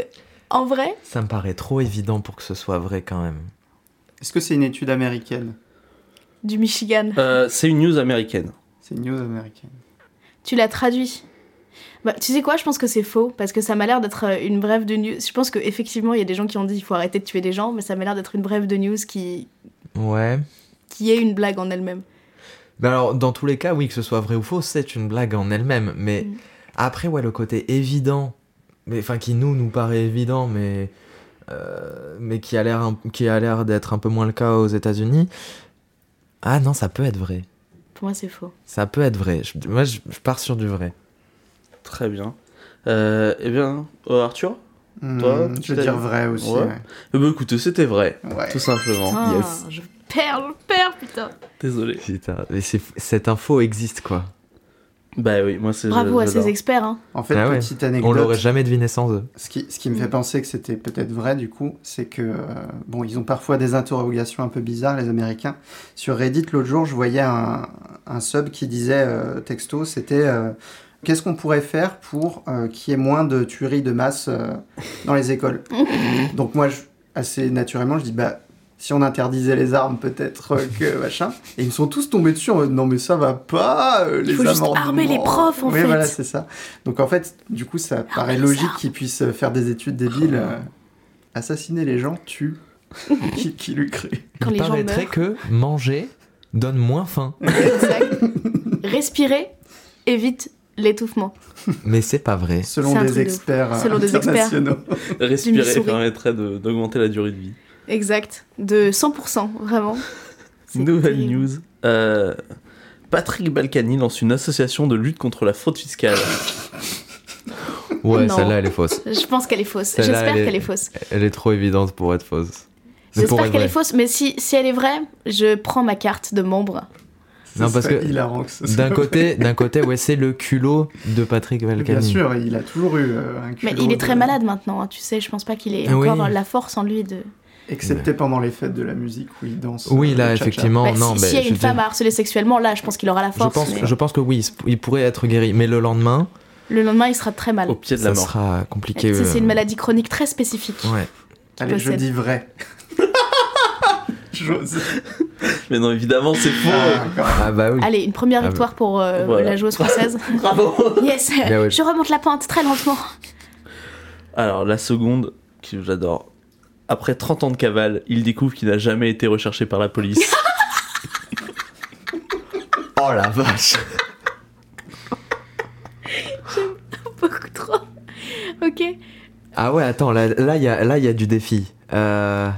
[SPEAKER 8] en vrai,
[SPEAKER 7] Ça me paraît trop évident pour que ce soit vrai quand même.
[SPEAKER 9] Est-ce que c'est une étude américaine
[SPEAKER 8] du Michigan,
[SPEAKER 6] Euh, c'est une news américaine.
[SPEAKER 9] C'est une news américaine.
[SPEAKER 8] tu l'as traduit. Bah, tu sais quoi, je pense que c'est faux, parce que ça m'a l'air d'être euh, une brève de news. Je pense qu'effectivement, il y a des gens qui ont dit il faut arrêter de tuer des gens, mais ça m'a l'air d'être une brève de news qui,
[SPEAKER 7] Ouais.
[SPEAKER 8] qui est une blague en elle-même.
[SPEAKER 7] Mais Ben alors, dans tous les cas, oui, que ce soit vrai ou faux, c'est une blague en elle-même. Mais
[SPEAKER 8] Mm.
[SPEAKER 7] après, ouais, le côté évident, mais enfin qui nous nous paraît évident, mais euh, mais qui a l'air un- qui a l'air d'être un peu moins le cas aux États-Unis. Ah non, ça peut être vrai.
[SPEAKER 8] Pour moi, c'est faux.
[SPEAKER 7] Ça peut être vrai. Je- moi, je, je pars sur du vrai.
[SPEAKER 6] Très bien. Euh, eh bien, euh, Arthur
[SPEAKER 9] Hmm,
[SPEAKER 6] Toi, tu
[SPEAKER 9] je veux
[SPEAKER 6] t'as
[SPEAKER 9] dire
[SPEAKER 6] dit-
[SPEAKER 9] vrai aussi.
[SPEAKER 6] Ouais.
[SPEAKER 9] ouais.
[SPEAKER 6] Eh ben, écoutez, c'était vrai,
[SPEAKER 9] Ouais.
[SPEAKER 6] tout simplement.
[SPEAKER 8] Putain,
[SPEAKER 6] Yes.
[SPEAKER 8] Ah, Je perds, je perds, putain.
[SPEAKER 6] Désolé.
[SPEAKER 7] Putain, mais c'est- cette info existe quoi.
[SPEAKER 6] Bah oui, moi c'est.
[SPEAKER 8] Bravo à ces
[SPEAKER 6] j'adore.
[SPEAKER 8] experts. Hein.
[SPEAKER 9] En fait,
[SPEAKER 7] Ah ouais.
[SPEAKER 9] petite
[SPEAKER 7] On l'aurait
[SPEAKER 9] anecdote,
[SPEAKER 7] jamais deviné sans eux.
[SPEAKER 9] ce qui, ce qui me fait
[SPEAKER 8] Mm.
[SPEAKER 9] penser que c'était peut-être vrai du coup, c'est que, euh, bon, ils ont parfois des interrogations un peu bizarres, les Américains. Sur Reddit, l'autre jour, je voyais un, un sub qui disait, euh, texto, c'était euh, Qu'est-ce qu'on pourrait faire pour euh, qu'il y ait moins de tueries de masse euh, dans les écoles Donc moi, je- assez naturellement, je dis bah si on interdisait les armes, peut-être euh, que machin. Et ils me sont tous tombés dessus en mode non mais ça va pas, euh, les
[SPEAKER 8] Faut juste
[SPEAKER 9] amendements.
[SPEAKER 8] armer les profs, en
[SPEAKER 9] oui,
[SPEAKER 8] fait.
[SPEAKER 9] voilà, c'est ça. Donc en fait, du coup, ça paraît
[SPEAKER 8] les
[SPEAKER 9] logique
[SPEAKER 8] armes.
[SPEAKER 9] qu'ils puissent euh, faire des études débiles.
[SPEAKER 7] Ah.
[SPEAKER 9] euh, assassiner les gens tue. qui, qui lui crée
[SPEAKER 8] Quand
[SPEAKER 7] Il
[SPEAKER 8] les gens
[SPEAKER 7] paraîtrait que
[SPEAKER 8] meurent.
[SPEAKER 7] manger donne moins faim.
[SPEAKER 8] Exact. Respirer évite l'étouffement.
[SPEAKER 7] mais c'est pas vrai.
[SPEAKER 8] C'est
[SPEAKER 9] Selon
[SPEAKER 8] un
[SPEAKER 9] des
[SPEAKER 8] truc de
[SPEAKER 9] experts euh,
[SPEAKER 8] Selon des experts.
[SPEAKER 9] internationaux.
[SPEAKER 6] Respirer
[SPEAKER 8] souris.
[SPEAKER 6] permettrait de- d'augmenter la durée de vie.
[SPEAKER 8] Exact. De 100%, vraiment. C'est
[SPEAKER 6] Nouvelle
[SPEAKER 8] terrible.
[SPEAKER 6] news. Euh, Patrick Balkany lance une association de lutte contre la fraude fiscale.
[SPEAKER 7] Ouais,
[SPEAKER 8] Non.
[SPEAKER 7] celle-là elle est fausse.
[SPEAKER 8] Je pense qu'elle est fausse.
[SPEAKER 7] Celle-là,
[SPEAKER 8] J'espère
[SPEAKER 7] elle est-
[SPEAKER 8] qu'elle est fausse.
[SPEAKER 7] Elle est trop évidente pour être fausse. C'est pour
[SPEAKER 8] J'espère
[SPEAKER 7] être
[SPEAKER 8] qu'elle est
[SPEAKER 7] vraie.
[SPEAKER 8] fausse, mais si, si elle est vraie, je prends ma carte de membre.
[SPEAKER 7] Non, parce que
[SPEAKER 9] il a ce soit
[SPEAKER 7] D'un côté, d'un côté, ouais, c'est le culot de Patrick
[SPEAKER 9] vrai.
[SPEAKER 7] Balkany.
[SPEAKER 9] Bien sûr, il a toujours eu euh, un
[SPEAKER 8] Mais
[SPEAKER 9] culot
[SPEAKER 8] il est
[SPEAKER 9] de-
[SPEAKER 8] très malade maintenant, hein, tu sais, je pense pas qu'il ait
[SPEAKER 7] Ah oui.
[SPEAKER 8] encore la force en lui de...
[SPEAKER 9] Excepté pendant les fêtes de la musique où il danse.
[SPEAKER 7] Oui,
[SPEAKER 9] euh,
[SPEAKER 7] là,
[SPEAKER 9] le cha-cha.
[SPEAKER 7] effectivement,
[SPEAKER 8] Bah,
[SPEAKER 7] Oh non,
[SPEAKER 8] si
[SPEAKER 7] mais
[SPEAKER 8] s'il y a
[SPEAKER 7] je
[SPEAKER 8] une
[SPEAKER 7] veux dire,
[SPEAKER 8] femme à harceler sexuellement, là, je pense qu'il aura la
[SPEAKER 7] je
[SPEAKER 8] force.
[SPEAKER 7] pense,
[SPEAKER 8] mais
[SPEAKER 7] je pense que oui, il se- il pourrait être guéri, mais le lendemain,
[SPEAKER 8] Le lendemain, il sera très mal.
[SPEAKER 6] Au pied de
[SPEAKER 7] ça
[SPEAKER 6] la mort.
[SPEAKER 7] sera
[SPEAKER 8] Tu
[SPEAKER 7] compliqué.
[SPEAKER 8] sais, C'est
[SPEAKER 7] euh,
[SPEAKER 8] une maladie chronique très spécifique.
[SPEAKER 7] Ouais.
[SPEAKER 9] Allez, je
[SPEAKER 8] possède.
[SPEAKER 9] dis vrai. J'ose.
[SPEAKER 6] Mais non, évidemment, c'est faux.
[SPEAKER 9] Ah, encore.
[SPEAKER 7] Ah bah oui.
[SPEAKER 8] Allez, une première
[SPEAKER 7] Ah,
[SPEAKER 8] victoire pour euh,
[SPEAKER 6] Voilà.
[SPEAKER 8] la joueuse française.
[SPEAKER 6] Bravo.
[SPEAKER 8] yes
[SPEAKER 7] Ben ouais.
[SPEAKER 8] Je remonte la pente très lentement.
[SPEAKER 6] Alors, la seconde, que j'adore. Après 30 ans de cavale, il découvre qu'il n'a jamais été recherché par la police.
[SPEAKER 7] Oh la vache.
[SPEAKER 8] Beaucoup trop. Ok.
[SPEAKER 7] Ah ouais, attends, là, là, il y a, là, il y a du défi. Euh,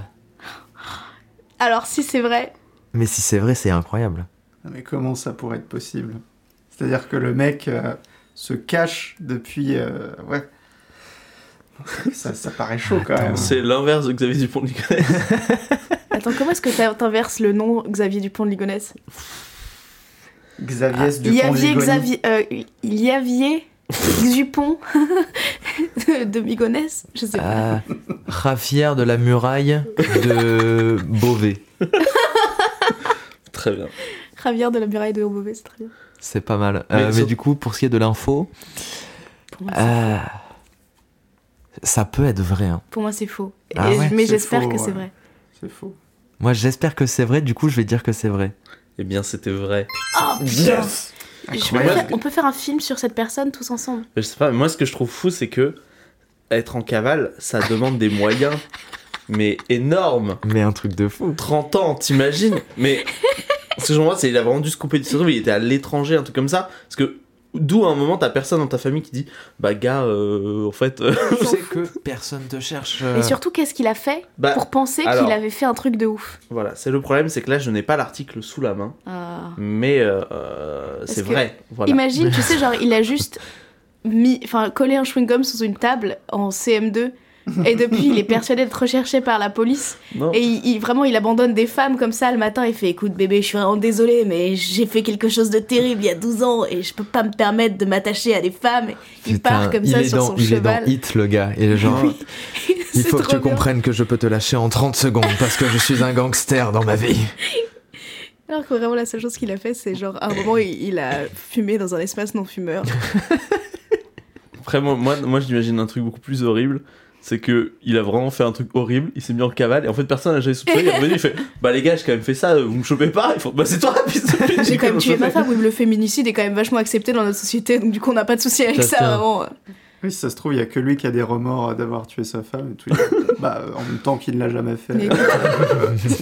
[SPEAKER 8] Alors, si c'est vrai,
[SPEAKER 7] Mais si c'est vrai, c'est incroyable.
[SPEAKER 9] Non, Mais comment ça pourrait être possible C'est-à-dire que le mec euh, se cache depuis. euh, ouais. Ça, ça paraît chaud quand même.
[SPEAKER 6] c'est l'inverse de Xavier Dupont de Ligonnès.
[SPEAKER 8] Attends, comment est-ce que t'a- t'inverses le nom Xavier Dupont de Ligonnès
[SPEAKER 9] Xavier
[SPEAKER 8] Ah. Il y
[SPEAKER 9] Dupont
[SPEAKER 8] avait
[SPEAKER 9] Ligoni.
[SPEAKER 8] Xavier. euh, il y avait Dupont de Ligonnès Je sais pas.
[SPEAKER 7] Ah, Raffière de la muraille de Beauvais.
[SPEAKER 6] Très bien.
[SPEAKER 8] Javier de la muraille de Beauvais, c'est très bien.
[SPEAKER 7] C'est pas mal.
[SPEAKER 6] Mais
[SPEAKER 7] Euh, Mais,
[SPEAKER 6] sur-
[SPEAKER 7] du coup, pour ce qui est de l'info,
[SPEAKER 8] Pour moi, c'est-
[SPEAKER 7] euh, ça peut être vrai. hein.
[SPEAKER 8] pour moi, c'est faux. Et-
[SPEAKER 7] Ah ouais,
[SPEAKER 8] mais
[SPEAKER 9] c'est
[SPEAKER 8] j'espère
[SPEAKER 9] faux,
[SPEAKER 8] que c'est
[SPEAKER 9] ouais.
[SPEAKER 8] vrai.
[SPEAKER 9] C'est faux.
[SPEAKER 7] Moi, j'espère que c'est vrai. Du coup, je vais dire que c'est vrai.
[SPEAKER 6] Eh bien, c'était vrai.
[SPEAKER 8] Oh putain Je- on, peut
[SPEAKER 9] Incroyable.
[SPEAKER 8] faire, on peut faire un film sur cette personne tous ensemble.
[SPEAKER 6] Je sais pas, moi, ce que je trouve fou, c'est que être en cavale, ça demande des moyens, mais énormes.
[SPEAKER 7] Mais un truc de fou.
[SPEAKER 6] 30 ans, t'imagines Mais ce que j'en vois, c'est il a vraiment dû se couper du cerveau, il était à l'étranger, un truc comme ça. Parce que d'où à un moment, t'as personne dans ta famille qui dit Bah, gars, euh, en fait. euh,
[SPEAKER 7] Tu sais que personne te cherche. euh,
[SPEAKER 8] Et surtout, qu'est-ce qu'il a fait
[SPEAKER 6] bah,
[SPEAKER 8] pour penser
[SPEAKER 6] alors.
[SPEAKER 8] qu'il avait fait un truc de ouf
[SPEAKER 6] voilà, c'est le problème, c'est que là, je n'ai pas l'article sous la main,
[SPEAKER 8] Ah.
[SPEAKER 6] mais euh, euh, c'est
[SPEAKER 8] que-
[SPEAKER 6] vrai. Voilà.
[SPEAKER 8] Imagine, tu sais, genre, il a juste mis, enfin, collé un chewing-gum sous une table en CM2. Et depuis, il est persuadé d'être recherché par la police.
[SPEAKER 6] Non.
[SPEAKER 8] Et il, il- vraiment, il abandonne des femmes comme ça le matin. Il fait Écoute, bébé, je suis vraiment désolé, mais j'ai fait quelque chose de terrible il y a 12 ans et je peux pas me permettre de m'attacher à des femmes. Et il
[SPEAKER 7] putain,
[SPEAKER 8] part comme ça
[SPEAKER 7] est
[SPEAKER 8] sur
[SPEAKER 7] dans-
[SPEAKER 8] son
[SPEAKER 7] il
[SPEAKER 8] cheval.
[SPEAKER 7] est dans Hit, le gars. Et genre, il
[SPEAKER 8] C'est
[SPEAKER 7] faut que
[SPEAKER 8] trop
[SPEAKER 7] tu
[SPEAKER 8] bien.
[SPEAKER 7] comprennes que je peux te lâcher en 30 secondes parce que je suis un gangster dans ma vie.
[SPEAKER 8] Alors que vraiment, la seule chose qu'il a fait, c'est genre, à un moment, il, il a fumé dans un espace non fumeur.
[SPEAKER 6] Après, moi, moi, moi, j'imagine un truc beaucoup plus horrible. c'est que il a vraiment fait un truc horrible, il s'est mis en cavale, et en fait personne n'a jamais soupçonné, il est revenu, il fait Bah les gars, j'ai quand même fait ça, vous me chopez pas, il faut Bah c'est toi, putain
[SPEAKER 8] J'ai quand même tué ma femme, oui, Ah, mais le féminicide est quand même vachement accepté dans notre société, donc du coup on n'a pas de souci avec ça,
[SPEAKER 6] Putain.
[SPEAKER 8] vraiment.
[SPEAKER 9] Oui, si ça se trouve, il n'y a que lui qui a des remords euh, d'avoir tué sa femme et tout. bah, euh, en même temps qu'il ne l'a jamais fait.
[SPEAKER 8] Mais écoute,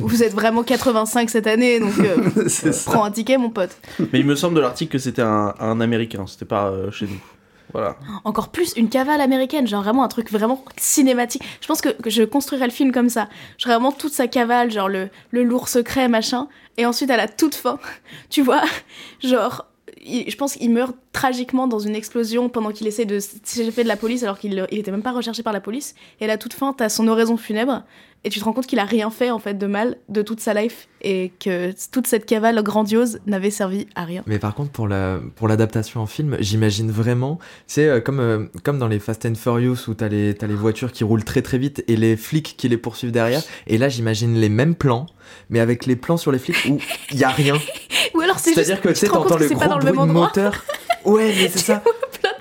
[SPEAKER 8] vous êtes vraiment 85 cette année, donc euh,
[SPEAKER 9] C'est ça.
[SPEAKER 8] prends un ticket, mon pote.
[SPEAKER 6] Mais il me semble de l'article que c'était un, un américain, c'était pas euh, chez nous. Voilà.
[SPEAKER 8] Encore plus une cavale américaine, genre vraiment un truc vraiment cinématique. Je pense que, que je construirais le film comme ça. Genre vraiment toute sa cavale, genre le, le lourd secret, machin. Et ensuite, à la toute fin, tu vois, genre, il- je pense qu'il meurt tragiquement dans une explosion pendant qu'il essaie de s'échapper de la police alors qu'il il était même pas recherché par la police. Et à la toute fin, t'as son oraison funèbre et tu te rends compte qu'il a rien fait en fait de mal de toute sa life et que toute cette cavale grandiose n'avait servi à rien.
[SPEAKER 7] Mais par contre, pour la pour l'adaptation en film, j'imagine vraiment, c'est euh, comme euh, comme dans les Fast and Furious où t'as les t'as les voitures qui roulent très très vite et les flics qui les poursuivent derrière. Et là, j'imagine les mêmes plans, mais avec les plans sur les flics où il y a rien.
[SPEAKER 8] Ou alors c'est juste.
[SPEAKER 7] C'est-à-dire que tu sais,
[SPEAKER 8] te rends compte
[SPEAKER 7] t'entends
[SPEAKER 8] que
[SPEAKER 7] le
[SPEAKER 8] c'est
[SPEAKER 7] gros
[SPEAKER 8] pas dans le
[SPEAKER 7] bruit
[SPEAKER 8] même
[SPEAKER 7] de
[SPEAKER 8] endroit.
[SPEAKER 7] moteur. Ouais, mais c'est ça.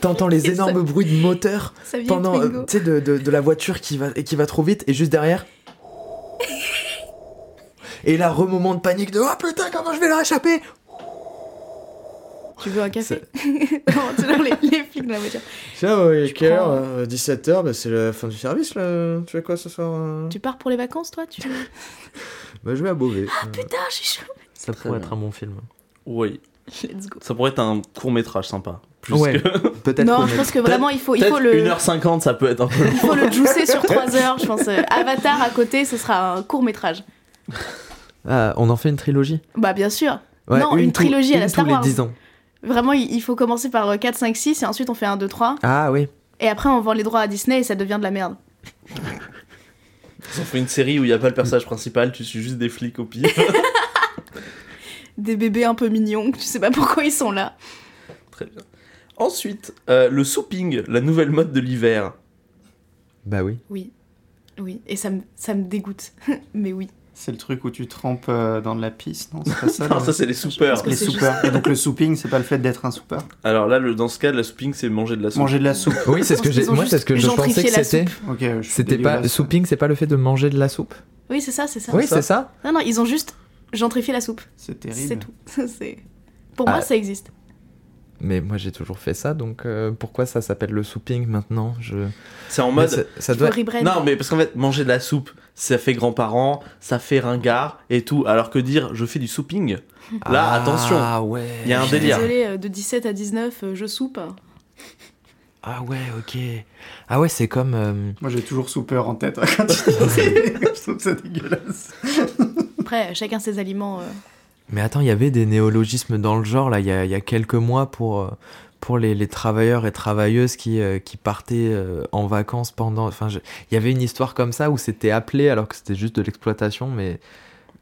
[SPEAKER 7] T'entends les
[SPEAKER 8] bruits, ça.
[SPEAKER 7] énormes bruits de moteur
[SPEAKER 8] Sa vieille
[SPEAKER 7] pendant,
[SPEAKER 8] Twingo.
[SPEAKER 7] euh, tu sais, de, de- de la voiture qui va et qui va trop vite et juste derrière. Et là, remoment de panique de oh putain comment je vais leur échapper.
[SPEAKER 8] Tu veux un café Non, c'est genre les, les flics de la voiture.
[SPEAKER 5] Tiens, ouais,
[SPEAKER 8] Je
[SPEAKER 5] quelle
[SPEAKER 8] prends-
[SPEAKER 5] heure 17h, bah, c'est la fin du service là. Tu fais quoi ce soir euh
[SPEAKER 8] Tu pars pour les vacances, toi tu... Ah,
[SPEAKER 7] Bah, je vais à Beauvais.
[SPEAKER 8] Putain, je suis chaud.
[SPEAKER 7] Ça
[SPEAKER 6] pourrait être
[SPEAKER 7] un bon film.
[SPEAKER 6] Oui.
[SPEAKER 8] Let's go.
[SPEAKER 6] Ça pourrait être un court métrage sympa. Plus
[SPEAKER 7] Ouais.
[SPEAKER 6] que-
[SPEAKER 7] Peut-être.
[SPEAKER 8] Non,
[SPEAKER 7] qu'on
[SPEAKER 8] je
[SPEAKER 7] est-
[SPEAKER 8] pense que vraiment, il faut, il faut
[SPEAKER 6] Peut-être
[SPEAKER 8] le...
[SPEAKER 6] 1h50, ça peut être un peu.
[SPEAKER 8] Il faut le juicer sur 3 heures, je pense. Euh, Avatar à côté, ce sera un court métrage.
[SPEAKER 7] Ah, on en fait une trilogie.
[SPEAKER 8] Bah, bien sûr.
[SPEAKER 7] Ouais,
[SPEAKER 8] Non, une
[SPEAKER 7] tou-
[SPEAKER 8] trilogie à la
[SPEAKER 7] une
[SPEAKER 8] Star
[SPEAKER 7] tous les
[SPEAKER 8] Wars.
[SPEAKER 7] 10 ans.
[SPEAKER 8] Vraiment, il il faut commencer par euh, 4, 5, 6, et ensuite on fait 1, 2, 3.
[SPEAKER 7] Ah oui.
[SPEAKER 8] Et après, on vend les droits à Disney et ça devient de la merde.
[SPEAKER 6] Ils ont fait une série où il n'y a pas le personnage principal, tu suis juste des flics au pire.
[SPEAKER 8] Des bébés un peu mignons, tu sais pas pourquoi ils sont là.
[SPEAKER 6] Très bien. Ensuite, euh, le souping, la nouvelle mode de l'hiver.
[SPEAKER 7] Bah oui.
[SPEAKER 8] Oui. Oui, et ça me, ça me dégoûte. Mais oui.
[SPEAKER 9] C'est le truc où tu trempes euh, dans de la pisse, non C'est pas ça,
[SPEAKER 6] Non,
[SPEAKER 9] le-
[SPEAKER 6] Ah, ça, c'est les soupeurs.
[SPEAKER 8] que
[SPEAKER 9] les
[SPEAKER 8] c'est juste-
[SPEAKER 9] soupeurs. Et donc le souping, c'est pas le fait d'être un soupeur.
[SPEAKER 6] Alors là, le, dans ce cas, la souping, c'est manger de la soupe.
[SPEAKER 9] Manger de la soupe.
[SPEAKER 7] Oui, c'est ce
[SPEAKER 8] Je pense
[SPEAKER 7] que j'ai.
[SPEAKER 8] qu'ils ont
[SPEAKER 7] Moi, c'est
[SPEAKER 8] juste
[SPEAKER 7] ce que je pensais
[SPEAKER 8] gentrifié
[SPEAKER 7] que
[SPEAKER 8] la
[SPEAKER 7] c'était.
[SPEAKER 9] Ok, je suis
[SPEAKER 7] C'était pas
[SPEAKER 9] dégueulasse.
[SPEAKER 7] souping, c'est pas le fait de manger de la soupe.
[SPEAKER 8] Oui, c'est ça, c'est ça.
[SPEAKER 7] Oui, c'est ça.
[SPEAKER 8] Non, non, ils ont juste gentrifié la soupe.
[SPEAKER 9] C'est
[SPEAKER 8] C'est
[SPEAKER 9] terrible.
[SPEAKER 8] tout. C'est- Pour moi,
[SPEAKER 7] Ah.
[SPEAKER 8] ça existe.
[SPEAKER 7] Mais moi, j'ai toujours fait ça, donc euh, pourquoi ça s'appelle le souping maintenant Je.
[SPEAKER 6] C'est en
[SPEAKER 7] Mais
[SPEAKER 6] mode.
[SPEAKER 7] ça, ça
[SPEAKER 8] Je
[SPEAKER 7] doit.
[SPEAKER 8] me rebrand.
[SPEAKER 6] Non, mais parce qu'en fait, manger de la soupe, ça fait grands-parents, ça fait ringard et tout. Alors que dire je fais du souping, là,
[SPEAKER 7] Ah,
[SPEAKER 6] attention.
[SPEAKER 7] ouais.
[SPEAKER 6] Il y a un
[SPEAKER 7] j'ai-
[SPEAKER 6] délire.
[SPEAKER 8] Désolée, euh, de 17 à 19, euh, je soupe.
[SPEAKER 7] Ah ouais, ok. Ah ouais, c'est comme. euh,
[SPEAKER 9] Moi, j'ai toujours soupeur en tête. quand tu dis ça. je trouve ça dégueulasse.
[SPEAKER 8] Après, chacun ses aliments. euh.
[SPEAKER 7] Mais attends, il y avait des néologismes dans le genre, là, il y a, il y a quelques mois pour. euh, Pour les, les travailleurs et travailleuses qui, euh, qui partaient euh, en vacances pendant. Enfin, je- il y avait une histoire comme ça où c'était appelé alors que c'était juste de l'exploitation, mais.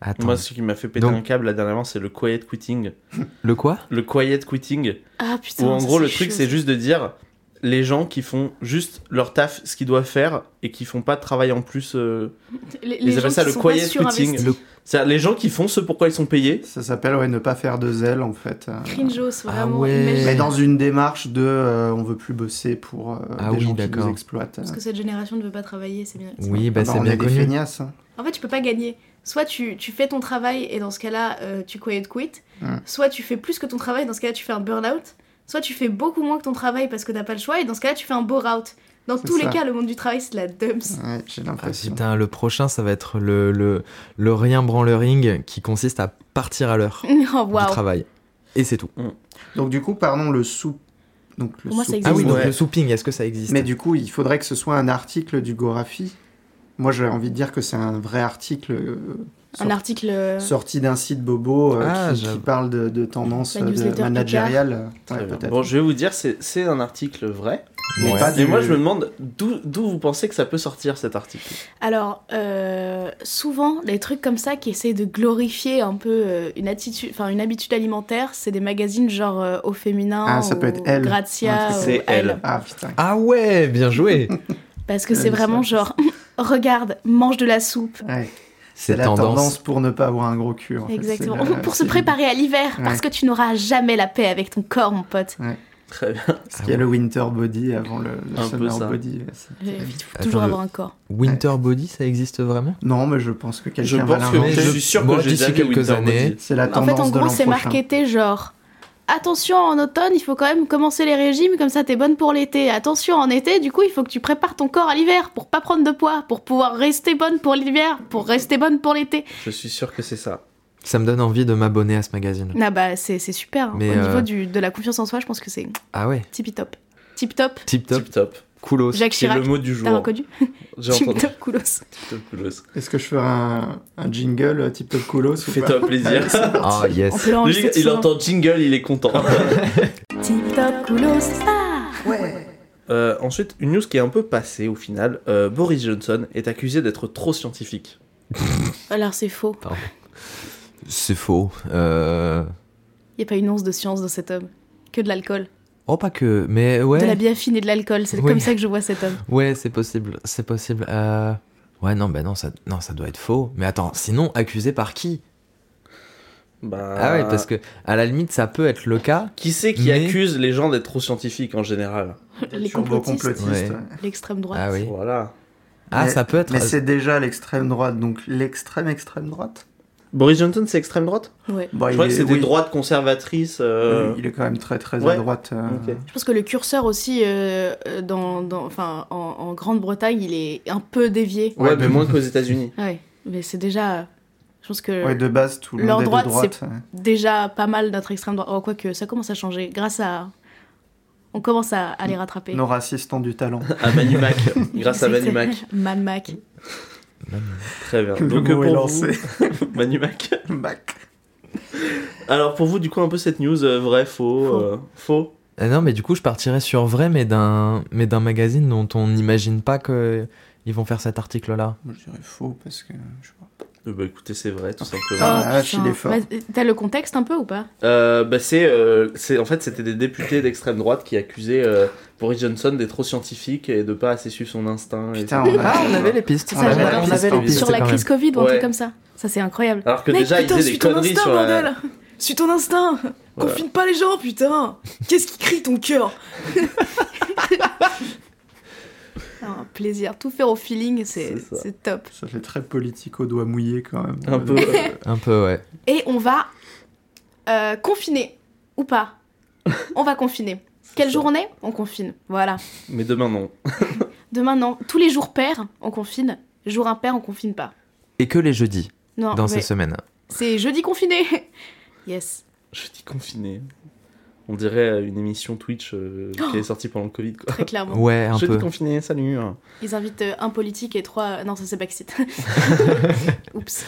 [SPEAKER 7] Attends.
[SPEAKER 6] Moi, ce qui m'a fait péter
[SPEAKER 7] Donc-
[SPEAKER 6] un câble là dernièrement, c'est le quiet quitting.
[SPEAKER 7] Le quoi
[SPEAKER 6] Le quiet quitting,
[SPEAKER 8] Ah putain.
[SPEAKER 6] Ou en
[SPEAKER 8] ça,
[SPEAKER 6] gros, le
[SPEAKER 8] chaud.
[SPEAKER 6] truc, c'est juste de dire les gens qui font juste leur taf, ce qu'ils doivent faire, et qui font pas de travail en plus. euh,
[SPEAKER 8] Les, les
[SPEAKER 6] ils appellent
[SPEAKER 8] gens
[SPEAKER 6] ça
[SPEAKER 8] qui
[SPEAKER 6] le
[SPEAKER 8] sont pas
[SPEAKER 6] quiet
[SPEAKER 8] surinvestis.
[SPEAKER 6] quitting. C'est-à-dire les gens qui font ce pourquoi ils sont payés.
[SPEAKER 9] Ça s'appelle ouais, ne pas faire de zèle, en fait. euh.
[SPEAKER 8] Cringeos,
[SPEAKER 7] Ah
[SPEAKER 8] vraiment.
[SPEAKER 7] ouais.
[SPEAKER 8] imagine.
[SPEAKER 9] Mais dans une démarche de euh, on veut plus bosser pour euh,
[SPEAKER 7] Ah
[SPEAKER 9] des
[SPEAKER 7] oui,
[SPEAKER 9] gens qui
[SPEAKER 7] d'accord.
[SPEAKER 9] nous exploitent.
[SPEAKER 8] Parce que cette génération ne veut pas travailler, c'est bien. c'est
[SPEAKER 7] Oui,
[SPEAKER 9] Ah
[SPEAKER 7] bah,
[SPEAKER 9] bah,
[SPEAKER 7] c'est
[SPEAKER 9] on
[SPEAKER 7] bien
[SPEAKER 9] est des
[SPEAKER 7] connu.
[SPEAKER 9] feignasses, hein.
[SPEAKER 8] En fait, tu peux pas gagner. Soit tu, tu fais ton travail et dans ce cas-là, euh, tu quiet quit.
[SPEAKER 9] Mm.
[SPEAKER 8] Soit tu fais plus que ton travail, dans ce cas-là, tu fais un burn-out. Soit tu fais beaucoup moins que ton travail parce que t'as pas le choix et dans ce cas-là, tu fais un bore-out. Dans
[SPEAKER 9] C'est
[SPEAKER 8] tous les
[SPEAKER 9] ça.
[SPEAKER 8] cas, le monde du travail, c'est de la dumps.
[SPEAKER 9] Ouais, j'ai
[SPEAKER 7] Ah,
[SPEAKER 9] l'impression.
[SPEAKER 7] putain, le prochain, ça va être le, le, le rien branlering qui consiste à partir à l'heure
[SPEAKER 8] oh,
[SPEAKER 7] du
[SPEAKER 8] waouh.
[SPEAKER 7] travail. Et c'est tout.
[SPEAKER 9] Donc du coup, pardon, le soupe. Donc, le
[SPEAKER 8] Pour moi, ça
[SPEAKER 9] soupe-
[SPEAKER 8] existe.
[SPEAKER 7] Ah oui, donc
[SPEAKER 6] Ouais.
[SPEAKER 7] le souping, est-ce que ça existe
[SPEAKER 9] Mais du coup, il faudrait que ce soit un article du Gorafi. Moi, j'ai envie de dire que c'est un vrai article euh,
[SPEAKER 8] Un
[SPEAKER 9] sorti-
[SPEAKER 8] article. euh,
[SPEAKER 9] sorti d'un site bobo euh,
[SPEAKER 7] Ah,
[SPEAKER 9] qui, qui
[SPEAKER 7] j'avoue.
[SPEAKER 9] parle de, de tendances
[SPEAKER 8] La
[SPEAKER 9] euh, de-
[SPEAKER 8] newsletter
[SPEAKER 9] managériales. Ouais,
[SPEAKER 6] Très bien.
[SPEAKER 9] peut-être.
[SPEAKER 6] bon, je vais vous dire, c'est c'est un article vrai.
[SPEAKER 9] Mais pas
[SPEAKER 6] Et
[SPEAKER 9] du-
[SPEAKER 6] moi, je me demande d'où d'où vous pensez que ça peut sortir cet article.
[SPEAKER 8] Alors, euh, souvent, les trucs comme ça qui essaient de glorifier un peu euh, une, attitude, enfin, une habitude alimentaire, c'est des magazines genre euh, Au Féminin,
[SPEAKER 9] Ah, ça
[SPEAKER 8] ou
[SPEAKER 9] peut être Elle. Un
[SPEAKER 8] Grazia,
[SPEAKER 9] truc-
[SPEAKER 8] ou
[SPEAKER 6] C'est Elle.
[SPEAKER 9] Ah putain.
[SPEAKER 7] Ah ouais, bien joué
[SPEAKER 8] Parce que c'est
[SPEAKER 9] Elle,
[SPEAKER 8] vraiment
[SPEAKER 9] ça.
[SPEAKER 8] genre, regarde, mange de la soupe.
[SPEAKER 9] Ouais.
[SPEAKER 7] C'est
[SPEAKER 9] C'est la tendance.
[SPEAKER 7] tendance.
[SPEAKER 9] pour ne pas avoir un gros cul. en fait.
[SPEAKER 8] Exactement.
[SPEAKER 9] C'est la-
[SPEAKER 8] Pour se
[SPEAKER 9] c'est-
[SPEAKER 8] préparer à l'hiver,
[SPEAKER 9] Ouais.
[SPEAKER 8] parce que tu n'auras jamais la paix avec ton corps, mon pote.
[SPEAKER 9] Ouais.
[SPEAKER 6] Très bien.
[SPEAKER 9] Ce qui est le winter body avant le, le
[SPEAKER 6] Ah Un peu
[SPEAKER 9] summer
[SPEAKER 6] ça.
[SPEAKER 9] body. ouais, c'est-
[SPEAKER 8] Il faut
[SPEAKER 7] Attends,
[SPEAKER 8] toujours
[SPEAKER 7] le-
[SPEAKER 8] avoir un corps.
[SPEAKER 7] Winter Body, ça existe vraiment
[SPEAKER 9] Non, mais je pense que
[SPEAKER 6] Je
[SPEAKER 9] quelqu'un va
[SPEAKER 6] pense que
[SPEAKER 9] l'inventer.
[SPEAKER 6] je suis sûr
[SPEAKER 7] Moi,
[SPEAKER 6] que je les
[SPEAKER 7] d'ici
[SPEAKER 6] avais
[SPEAKER 7] quelques
[SPEAKER 6] Winter Body.
[SPEAKER 7] années-
[SPEAKER 9] C'est la
[SPEAKER 8] En
[SPEAKER 9] tendance
[SPEAKER 8] fait, en
[SPEAKER 9] de
[SPEAKER 8] gros,
[SPEAKER 9] l'an
[SPEAKER 8] c'est
[SPEAKER 9] prochain.
[SPEAKER 8] marketé genre. Attention, en automne, il faut quand même commencer les régimes, comme ça t'es bonne pour l'été. Attention, en été, du coup, il faut que tu prépares ton corps à l'hiver pour pas prendre de poids, pour pouvoir rester bonne pour l'hiver, pour rester bonne pour l'été.
[SPEAKER 6] Je suis sûr que c'est ça.
[SPEAKER 7] Ça me donne envie de m'abonner à ce magazine.
[SPEAKER 8] Ah bah, c'est c'est super. hein.
[SPEAKER 7] Mais,
[SPEAKER 8] Au
[SPEAKER 7] euh,
[SPEAKER 8] niveau du- de la confiance en soi, je pense que c'est
[SPEAKER 7] Ah ouais,
[SPEAKER 8] tipi top. Tip top,
[SPEAKER 7] tip top,
[SPEAKER 6] Tip top.
[SPEAKER 7] coolos.
[SPEAKER 8] Jacques
[SPEAKER 6] C'est
[SPEAKER 8] Chirac,
[SPEAKER 6] le mot du jour.
[SPEAKER 8] t'as reconnu
[SPEAKER 6] J'ai
[SPEAKER 8] Tip
[SPEAKER 6] entendu.
[SPEAKER 8] top, coolos.
[SPEAKER 6] Tip top couleuse.
[SPEAKER 9] Est-ce que je ferai un, un jingle euh, type Top Coolos ou pas
[SPEAKER 6] Fais-toi plaisir.
[SPEAKER 7] Ah
[SPEAKER 8] On
[SPEAKER 7] yes.
[SPEAKER 8] peut l'enregistrer
[SPEAKER 6] Lui, il
[SPEAKER 8] souvent.
[SPEAKER 6] entend jingle, il est content.
[SPEAKER 8] Tip top, coolos. Ah
[SPEAKER 6] Euh, ensuite, une news qui est un peu passée au final. Euh, Boris Johnson est accusé d'être trop scientifique.
[SPEAKER 8] Alors c'est faux.
[SPEAKER 7] C'est faux. Euh...
[SPEAKER 8] Il n'y a pas une once de science dans cet homme. Que de l'alcool.
[SPEAKER 7] Oh pas que, mais ouais.
[SPEAKER 8] De la biafine et de l'alcool. C'est
[SPEAKER 7] Oui.
[SPEAKER 8] comme ça que je vois cet homme.
[SPEAKER 7] Ouais, c'est possible, c'est possible. Euh, Ouais, non, bah non ça, non, ça doit être faux. Mais attends, sinon, accusé par qui
[SPEAKER 6] Bah,
[SPEAKER 7] Ah ouais, parce que à la limite, ça peut être le cas.
[SPEAKER 6] Qui c'est qui
[SPEAKER 7] Mais-
[SPEAKER 6] accuse les gens d'être trop scientifiques en général
[SPEAKER 8] Les complotistes.
[SPEAKER 9] complotistes.
[SPEAKER 7] Ouais.
[SPEAKER 8] L'extrême droite.
[SPEAKER 7] Ah oui.
[SPEAKER 6] Voilà.
[SPEAKER 7] Ah,
[SPEAKER 9] Mais-
[SPEAKER 7] ça peut être.
[SPEAKER 9] Mais c'est déjà l'extrême droite, donc l'extrême extrême droite.
[SPEAKER 6] Boris Johnson, c'est extrême droite
[SPEAKER 8] Ouais.
[SPEAKER 9] Bon,
[SPEAKER 6] Je
[SPEAKER 9] Bah, il
[SPEAKER 6] crois que
[SPEAKER 9] est-
[SPEAKER 6] c'était
[SPEAKER 9] oui,
[SPEAKER 6] droite conservatrice. euh,
[SPEAKER 9] oui, Il est quand même très très
[SPEAKER 6] Ouais.
[SPEAKER 9] à droite. euh,
[SPEAKER 6] Ok.
[SPEAKER 8] Je pense que le curseur aussi, euh, euh, dans, dans- enfin, en, en Grande-Bretagne, il est un peu dévié. Ah
[SPEAKER 6] Ouais,
[SPEAKER 9] Ouais,
[SPEAKER 6] mais
[SPEAKER 9] mais-
[SPEAKER 6] moins qu'aux États-Unis.
[SPEAKER 8] Ouais, mais c'est déjà. Je pense que
[SPEAKER 9] Ouais, de base, tout le
[SPEAKER 8] Leur
[SPEAKER 9] monde est
[SPEAKER 8] droite,
[SPEAKER 9] de droite. ouais.
[SPEAKER 8] déjà pas mal notre extrême droite. Oh, quoique, ça commence à changer. Grâce à. On commence à, à les rattraper.
[SPEAKER 9] euh, Nos racistes ont du talent.
[SPEAKER 6] À Manimac, grâce à Manimac.
[SPEAKER 8] Man Mac.
[SPEAKER 6] Très bien.
[SPEAKER 9] Le
[SPEAKER 6] Donc
[SPEAKER 9] mot
[SPEAKER 6] pour
[SPEAKER 9] est
[SPEAKER 6] vous,
[SPEAKER 9] lancé.
[SPEAKER 6] Manimac.
[SPEAKER 9] Bac.
[SPEAKER 6] Alors pour vous, du coup, un peu cette news, euh, vrai, faux,
[SPEAKER 8] Faux.
[SPEAKER 6] euh, faux.
[SPEAKER 7] Ah non, mais du coup, je partirais sur vrai, mais d'un, mais d'un magazine dont on n'imagine pas que ils vont faire cet article-là.
[SPEAKER 9] Moi, Je dirais faux parce que. Je sais pas.
[SPEAKER 6] Euh, bah écoutez, c'est vrai, tout simplement.
[SPEAKER 9] Ah, la vache,
[SPEAKER 8] Oh, putain.
[SPEAKER 9] il est fort.
[SPEAKER 8] Vas- T'as le contexte un peu ou pas
[SPEAKER 6] Euh, bah c'est, euh, c'est- en fait, c'était des députés d'extrême droite qui accusaient euh, Boris Johnson d'être trop scientifique et de pas assez suivre son instinct. et
[SPEAKER 9] Putain,
[SPEAKER 6] tout.
[SPEAKER 9] on a-
[SPEAKER 7] Ah, on avait les pistes.
[SPEAKER 8] Ça, Ah, j'adore.
[SPEAKER 7] on avait les pistes.
[SPEAKER 8] Sur la
[SPEAKER 7] quand même.
[SPEAKER 8] crise Covid ou un
[SPEAKER 6] Ouais.
[SPEAKER 8] truc comme ça. Ça, c'est incroyable.
[SPEAKER 6] Alors que déjà, ils disaient des conneries sur la-
[SPEAKER 10] Suis ton instinct
[SPEAKER 6] Voilà.
[SPEAKER 10] Confine pas les gens, putain Qu'est-ce qui crie ton cœur
[SPEAKER 8] Un Ah, plaisir. Tout faire au feeling, c'est
[SPEAKER 6] C'est ça.
[SPEAKER 8] c'est top.
[SPEAKER 9] Ça fait très politique au doigt mouillé quand même.
[SPEAKER 6] Un peu.
[SPEAKER 7] Un peu, ouais.
[SPEAKER 8] Et on va euh, confiner. Ou pas. On va confiner. Quelle
[SPEAKER 6] ça.
[SPEAKER 8] journée On confine. Voilà.
[SPEAKER 6] Mais demain, non.
[SPEAKER 8] Demain, non. Tous les jours pairs, on confine. Jour impair, on confine pas.
[SPEAKER 7] Et que les jeudis
[SPEAKER 8] Non,
[SPEAKER 7] dans
[SPEAKER 8] mais
[SPEAKER 7] ces semaines.
[SPEAKER 8] c'est jeudi confiné. yes.
[SPEAKER 6] Je dis confiné. On dirait euh, une émission Twitch euh, qui est sortie pendant le Covid. Quoi.
[SPEAKER 8] Très clairement.
[SPEAKER 7] Ouais, un
[SPEAKER 6] Je dis
[SPEAKER 7] peu.
[SPEAKER 6] confiné, salut. hein.
[SPEAKER 8] Ils invitent euh, un politique et trois. Non, ça c'est backseat. Oups.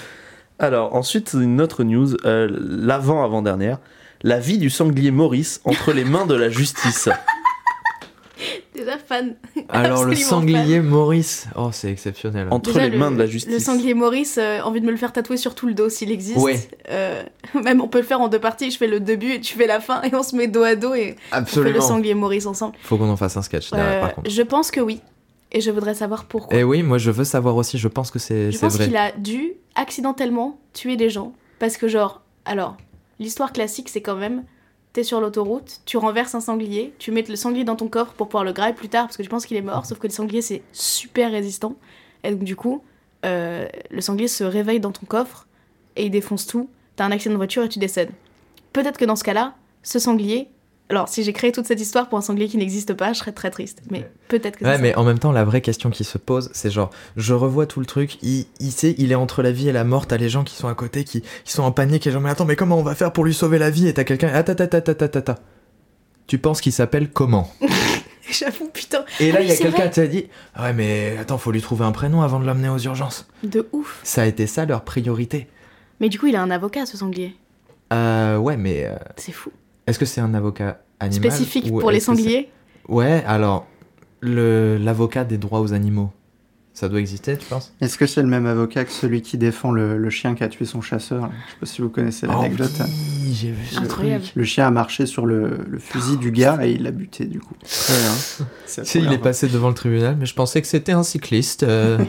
[SPEAKER 6] Alors, ensuite, une autre news, euh, l'avant-avant-dernière. La vie du sanglier Maurice entre les mains de la justice.
[SPEAKER 8] Déjà fan.
[SPEAKER 7] Alors le
[SPEAKER 8] Absolument
[SPEAKER 7] sanglier Maurice. Oh, c'est exceptionnel.
[SPEAKER 6] Entre
[SPEAKER 8] Déjà,
[SPEAKER 6] les mains
[SPEAKER 8] le-
[SPEAKER 6] de la justice.
[SPEAKER 8] Le sanglier Maurice, euh, envie de me le faire tatouer sur tout le dos s'il existe.
[SPEAKER 7] Ouais.
[SPEAKER 8] Euh, même on peut le faire en deux parties. Je fais le début et tu fais la fin et on se met dos à dos et on fait le
[SPEAKER 7] Absolument.
[SPEAKER 8] sanglier Maurice ensemble.
[SPEAKER 7] Faut qu'on en fasse un sketch derrière,
[SPEAKER 8] Euh,
[SPEAKER 7] par contre.
[SPEAKER 8] je pense que oui. Et je voudrais savoir
[SPEAKER 6] Eh
[SPEAKER 8] pourquoi.
[SPEAKER 7] Et oui, moi je veux savoir aussi. Je pense que c'est
[SPEAKER 8] je
[SPEAKER 7] c'est
[SPEAKER 8] pense
[SPEAKER 7] vrai.
[SPEAKER 8] qu'il a dû accidentellement tuer des gens. Parce que, genre, alors, l'histoire classique, c'est quand même t'es sur l'autoroute, tu renverses un sanglier, tu mets le sanglier dans ton coffre pour pouvoir le grailler plus tard parce que tu penses qu'il est mort. Sauf que le sanglier, c'est super résistant. Et donc, du coup, euh, le sanglier se réveille dans ton coffre et il défonce tout. T'as un accident de voiture et tu décèdes. Peut-être que dans ce cas-là, ce sanglier. Alors, si j'ai créé toute cette histoire pour un sanglier qui n'existe pas, je serais très triste. Mais peut-être que
[SPEAKER 7] Ouais,
[SPEAKER 8] c'est
[SPEAKER 7] mais en même temps, la vraie question qui se pose, c'est genre, je revois tout le truc, il, il sait, il est entre la vie et la mort, t'as les gens qui sont à côté, qui, qui sont en panique, et genre, mais attends, mais comment on va faire pour lui sauver la vie Et t'as quelqu'un, ah, ta, ta, ta, ta, ta, ta, ta. Tu penses qu'il s'appelle comment
[SPEAKER 10] J'avoue, putain
[SPEAKER 7] Et
[SPEAKER 8] Ah
[SPEAKER 7] là,
[SPEAKER 8] oui,
[SPEAKER 7] il y a
[SPEAKER 8] c'est
[SPEAKER 7] quelqu'un
[SPEAKER 8] vrai.
[SPEAKER 7] qui a dit, ah ouais, mais attends, faut lui trouver un prénom avant de l'emmener aux urgences.
[SPEAKER 8] ça. de ouf.
[SPEAKER 7] Ça a été ça leur priorité.
[SPEAKER 8] Mais du coup, il a un avocat, ce sanglier.
[SPEAKER 7] Euh, ouais, mais euh,
[SPEAKER 8] C'est fou.
[SPEAKER 7] est-ce que c'est un avocat animal
[SPEAKER 8] spécifique
[SPEAKER 7] ou
[SPEAKER 8] pour les
[SPEAKER 7] est-ce que c'est-
[SPEAKER 8] sangliers.
[SPEAKER 7] Ouais, alors, le- l'avocat des droits aux animaux, ça doit exister, tu penses
[SPEAKER 9] Est-ce que c'est le même avocat que celui qui défend le, le chien qui a tué son chasseur là Je sais pas si vous connaissez l'anecdote.
[SPEAKER 7] Oh oui, j'ai vu ça.
[SPEAKER 8] Incroyable.
[SPEAKER 9] Le chien a marché sur le, le fusil du gars et il l'a buté du coup.
[SPEAKER 6] Très bien.
[SPEAKER 9] C'est la
[SPEAKER 7] Tu sais, hein. il est
[SPEAKER 9] première
[SPEAKER 7] passé devant le tribunal, mais je pensais que c'était un cycliste. euh.
[SPEAKER 9] fois.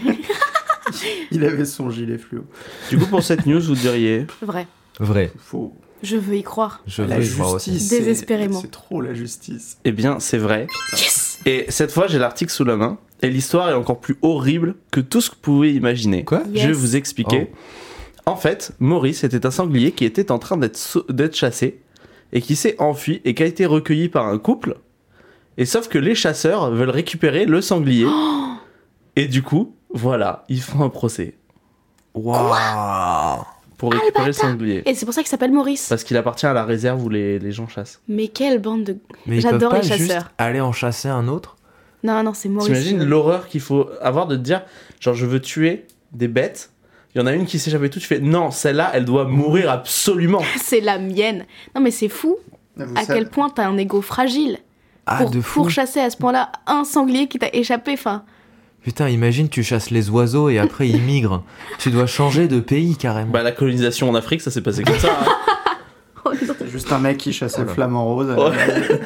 [SPEAKER 9] Il avait son gilet fluo.
[SPEAKER 6] Du coup, pour cette news, vous diriez
[SPEAKER 8] Vrai.
[SPEAKER 7] Vrai.
[SPEAKER 9] Faux.
[SPEAKER 8] Je veux y croire.
[SPEAKER 7] Je
[SPEAKER 9] La
[SPEAKER 7] veux y croire aussi.
[SPEAKER 9] justice. c'est-
[SPEAKER 8] Désespérément.
[SPEAKER 9] C'est trop la justice.
[SPEAKER 6] Eh bien, c'est vrai.
[SPEAKER 10] Yes
[SPEAKER 6] Et cette fois, j'ai l'article sous la main. Et l'histoire est encore plus horrible que tout ce que vous pouvez imaginer.
[SPEAKER 7] Quoi
[SPEAKER 6] Je vais
[SPEAKER 8] Yes.
[SPEAKER 6] vous expliquer. En fait, Maurice était un sanglier qui était en train d'être sau- d'être chassé et qui s'est enfui et qui a été recueilli par un couple. Et sauf que les chasseurs veulent récupérer le sanglier.
[SPEAKER 8] Oh.
[SPEAKER 6] et du coup, voilà, ils font un procès
[SPEAKER 7] Waouh
[SPEAKER 8] Ah,
[SPEAKER 6] pour récupérer le sanglier.
[SPEAKER 8] Et c'est pour ça qu'il s'appelle Maurice.
[SPEAKER 6] Parce qu'il appartient à la réserve où les, les gens chassent.
[SPEAKER 8] Mais quelle bande de.
[SPEAKER 7] Mais ils peuvent
[SPEAKER 8] J'adore
[SPEAKER 7] pas
[SPEAKER 8] les
[SPEAKER 7] juste
[SPEAKER 8] chasseurs.
[SPEAKER 7] aller en chasser un autre
[SPEAKER 8] Non, non, c'est Maurice. euh.
[SPEAKER 6] T'imagines l'horreur qu'il faut avoir de te dire genre, je veux tuer des bêtes. Il y en a une qui s'échappe et tout. Tu fais non, celle-là, elle doit mourir absolument.
[SPEAKER 8] C'est la mienne. Non, mais c'est fou
[SPEAKER 9] Vous
[SPEAKER 8] à
[SPEAKER 9] savez-
[SPEAKER 8] quel point t'as un ego fragile
[SPEAKER 7] Ah,
[SPEAKER 8] pour,
[SPEAKER 7] de fou
[SPEAKER 8] pour chasser à ce point-là un sanglier qui t'a échappé. Enfin,
[SPEAKER 7] Putain, imagine, tu chasses les oiseaux et après ils migrent. tu dois changer de pays carrément.
[SPEAKER 6] Bah, la colonisation en Afrique, ça s'est passé comme ça. hein.
[SPEAKER 8] oh non.
[SPEAKER 9] C'est juste un mec qui chassait le
[SPEAKER 7] Voilà.
[SPEAKER 9] flamant rose.
[SPEAKER 6] Ouais.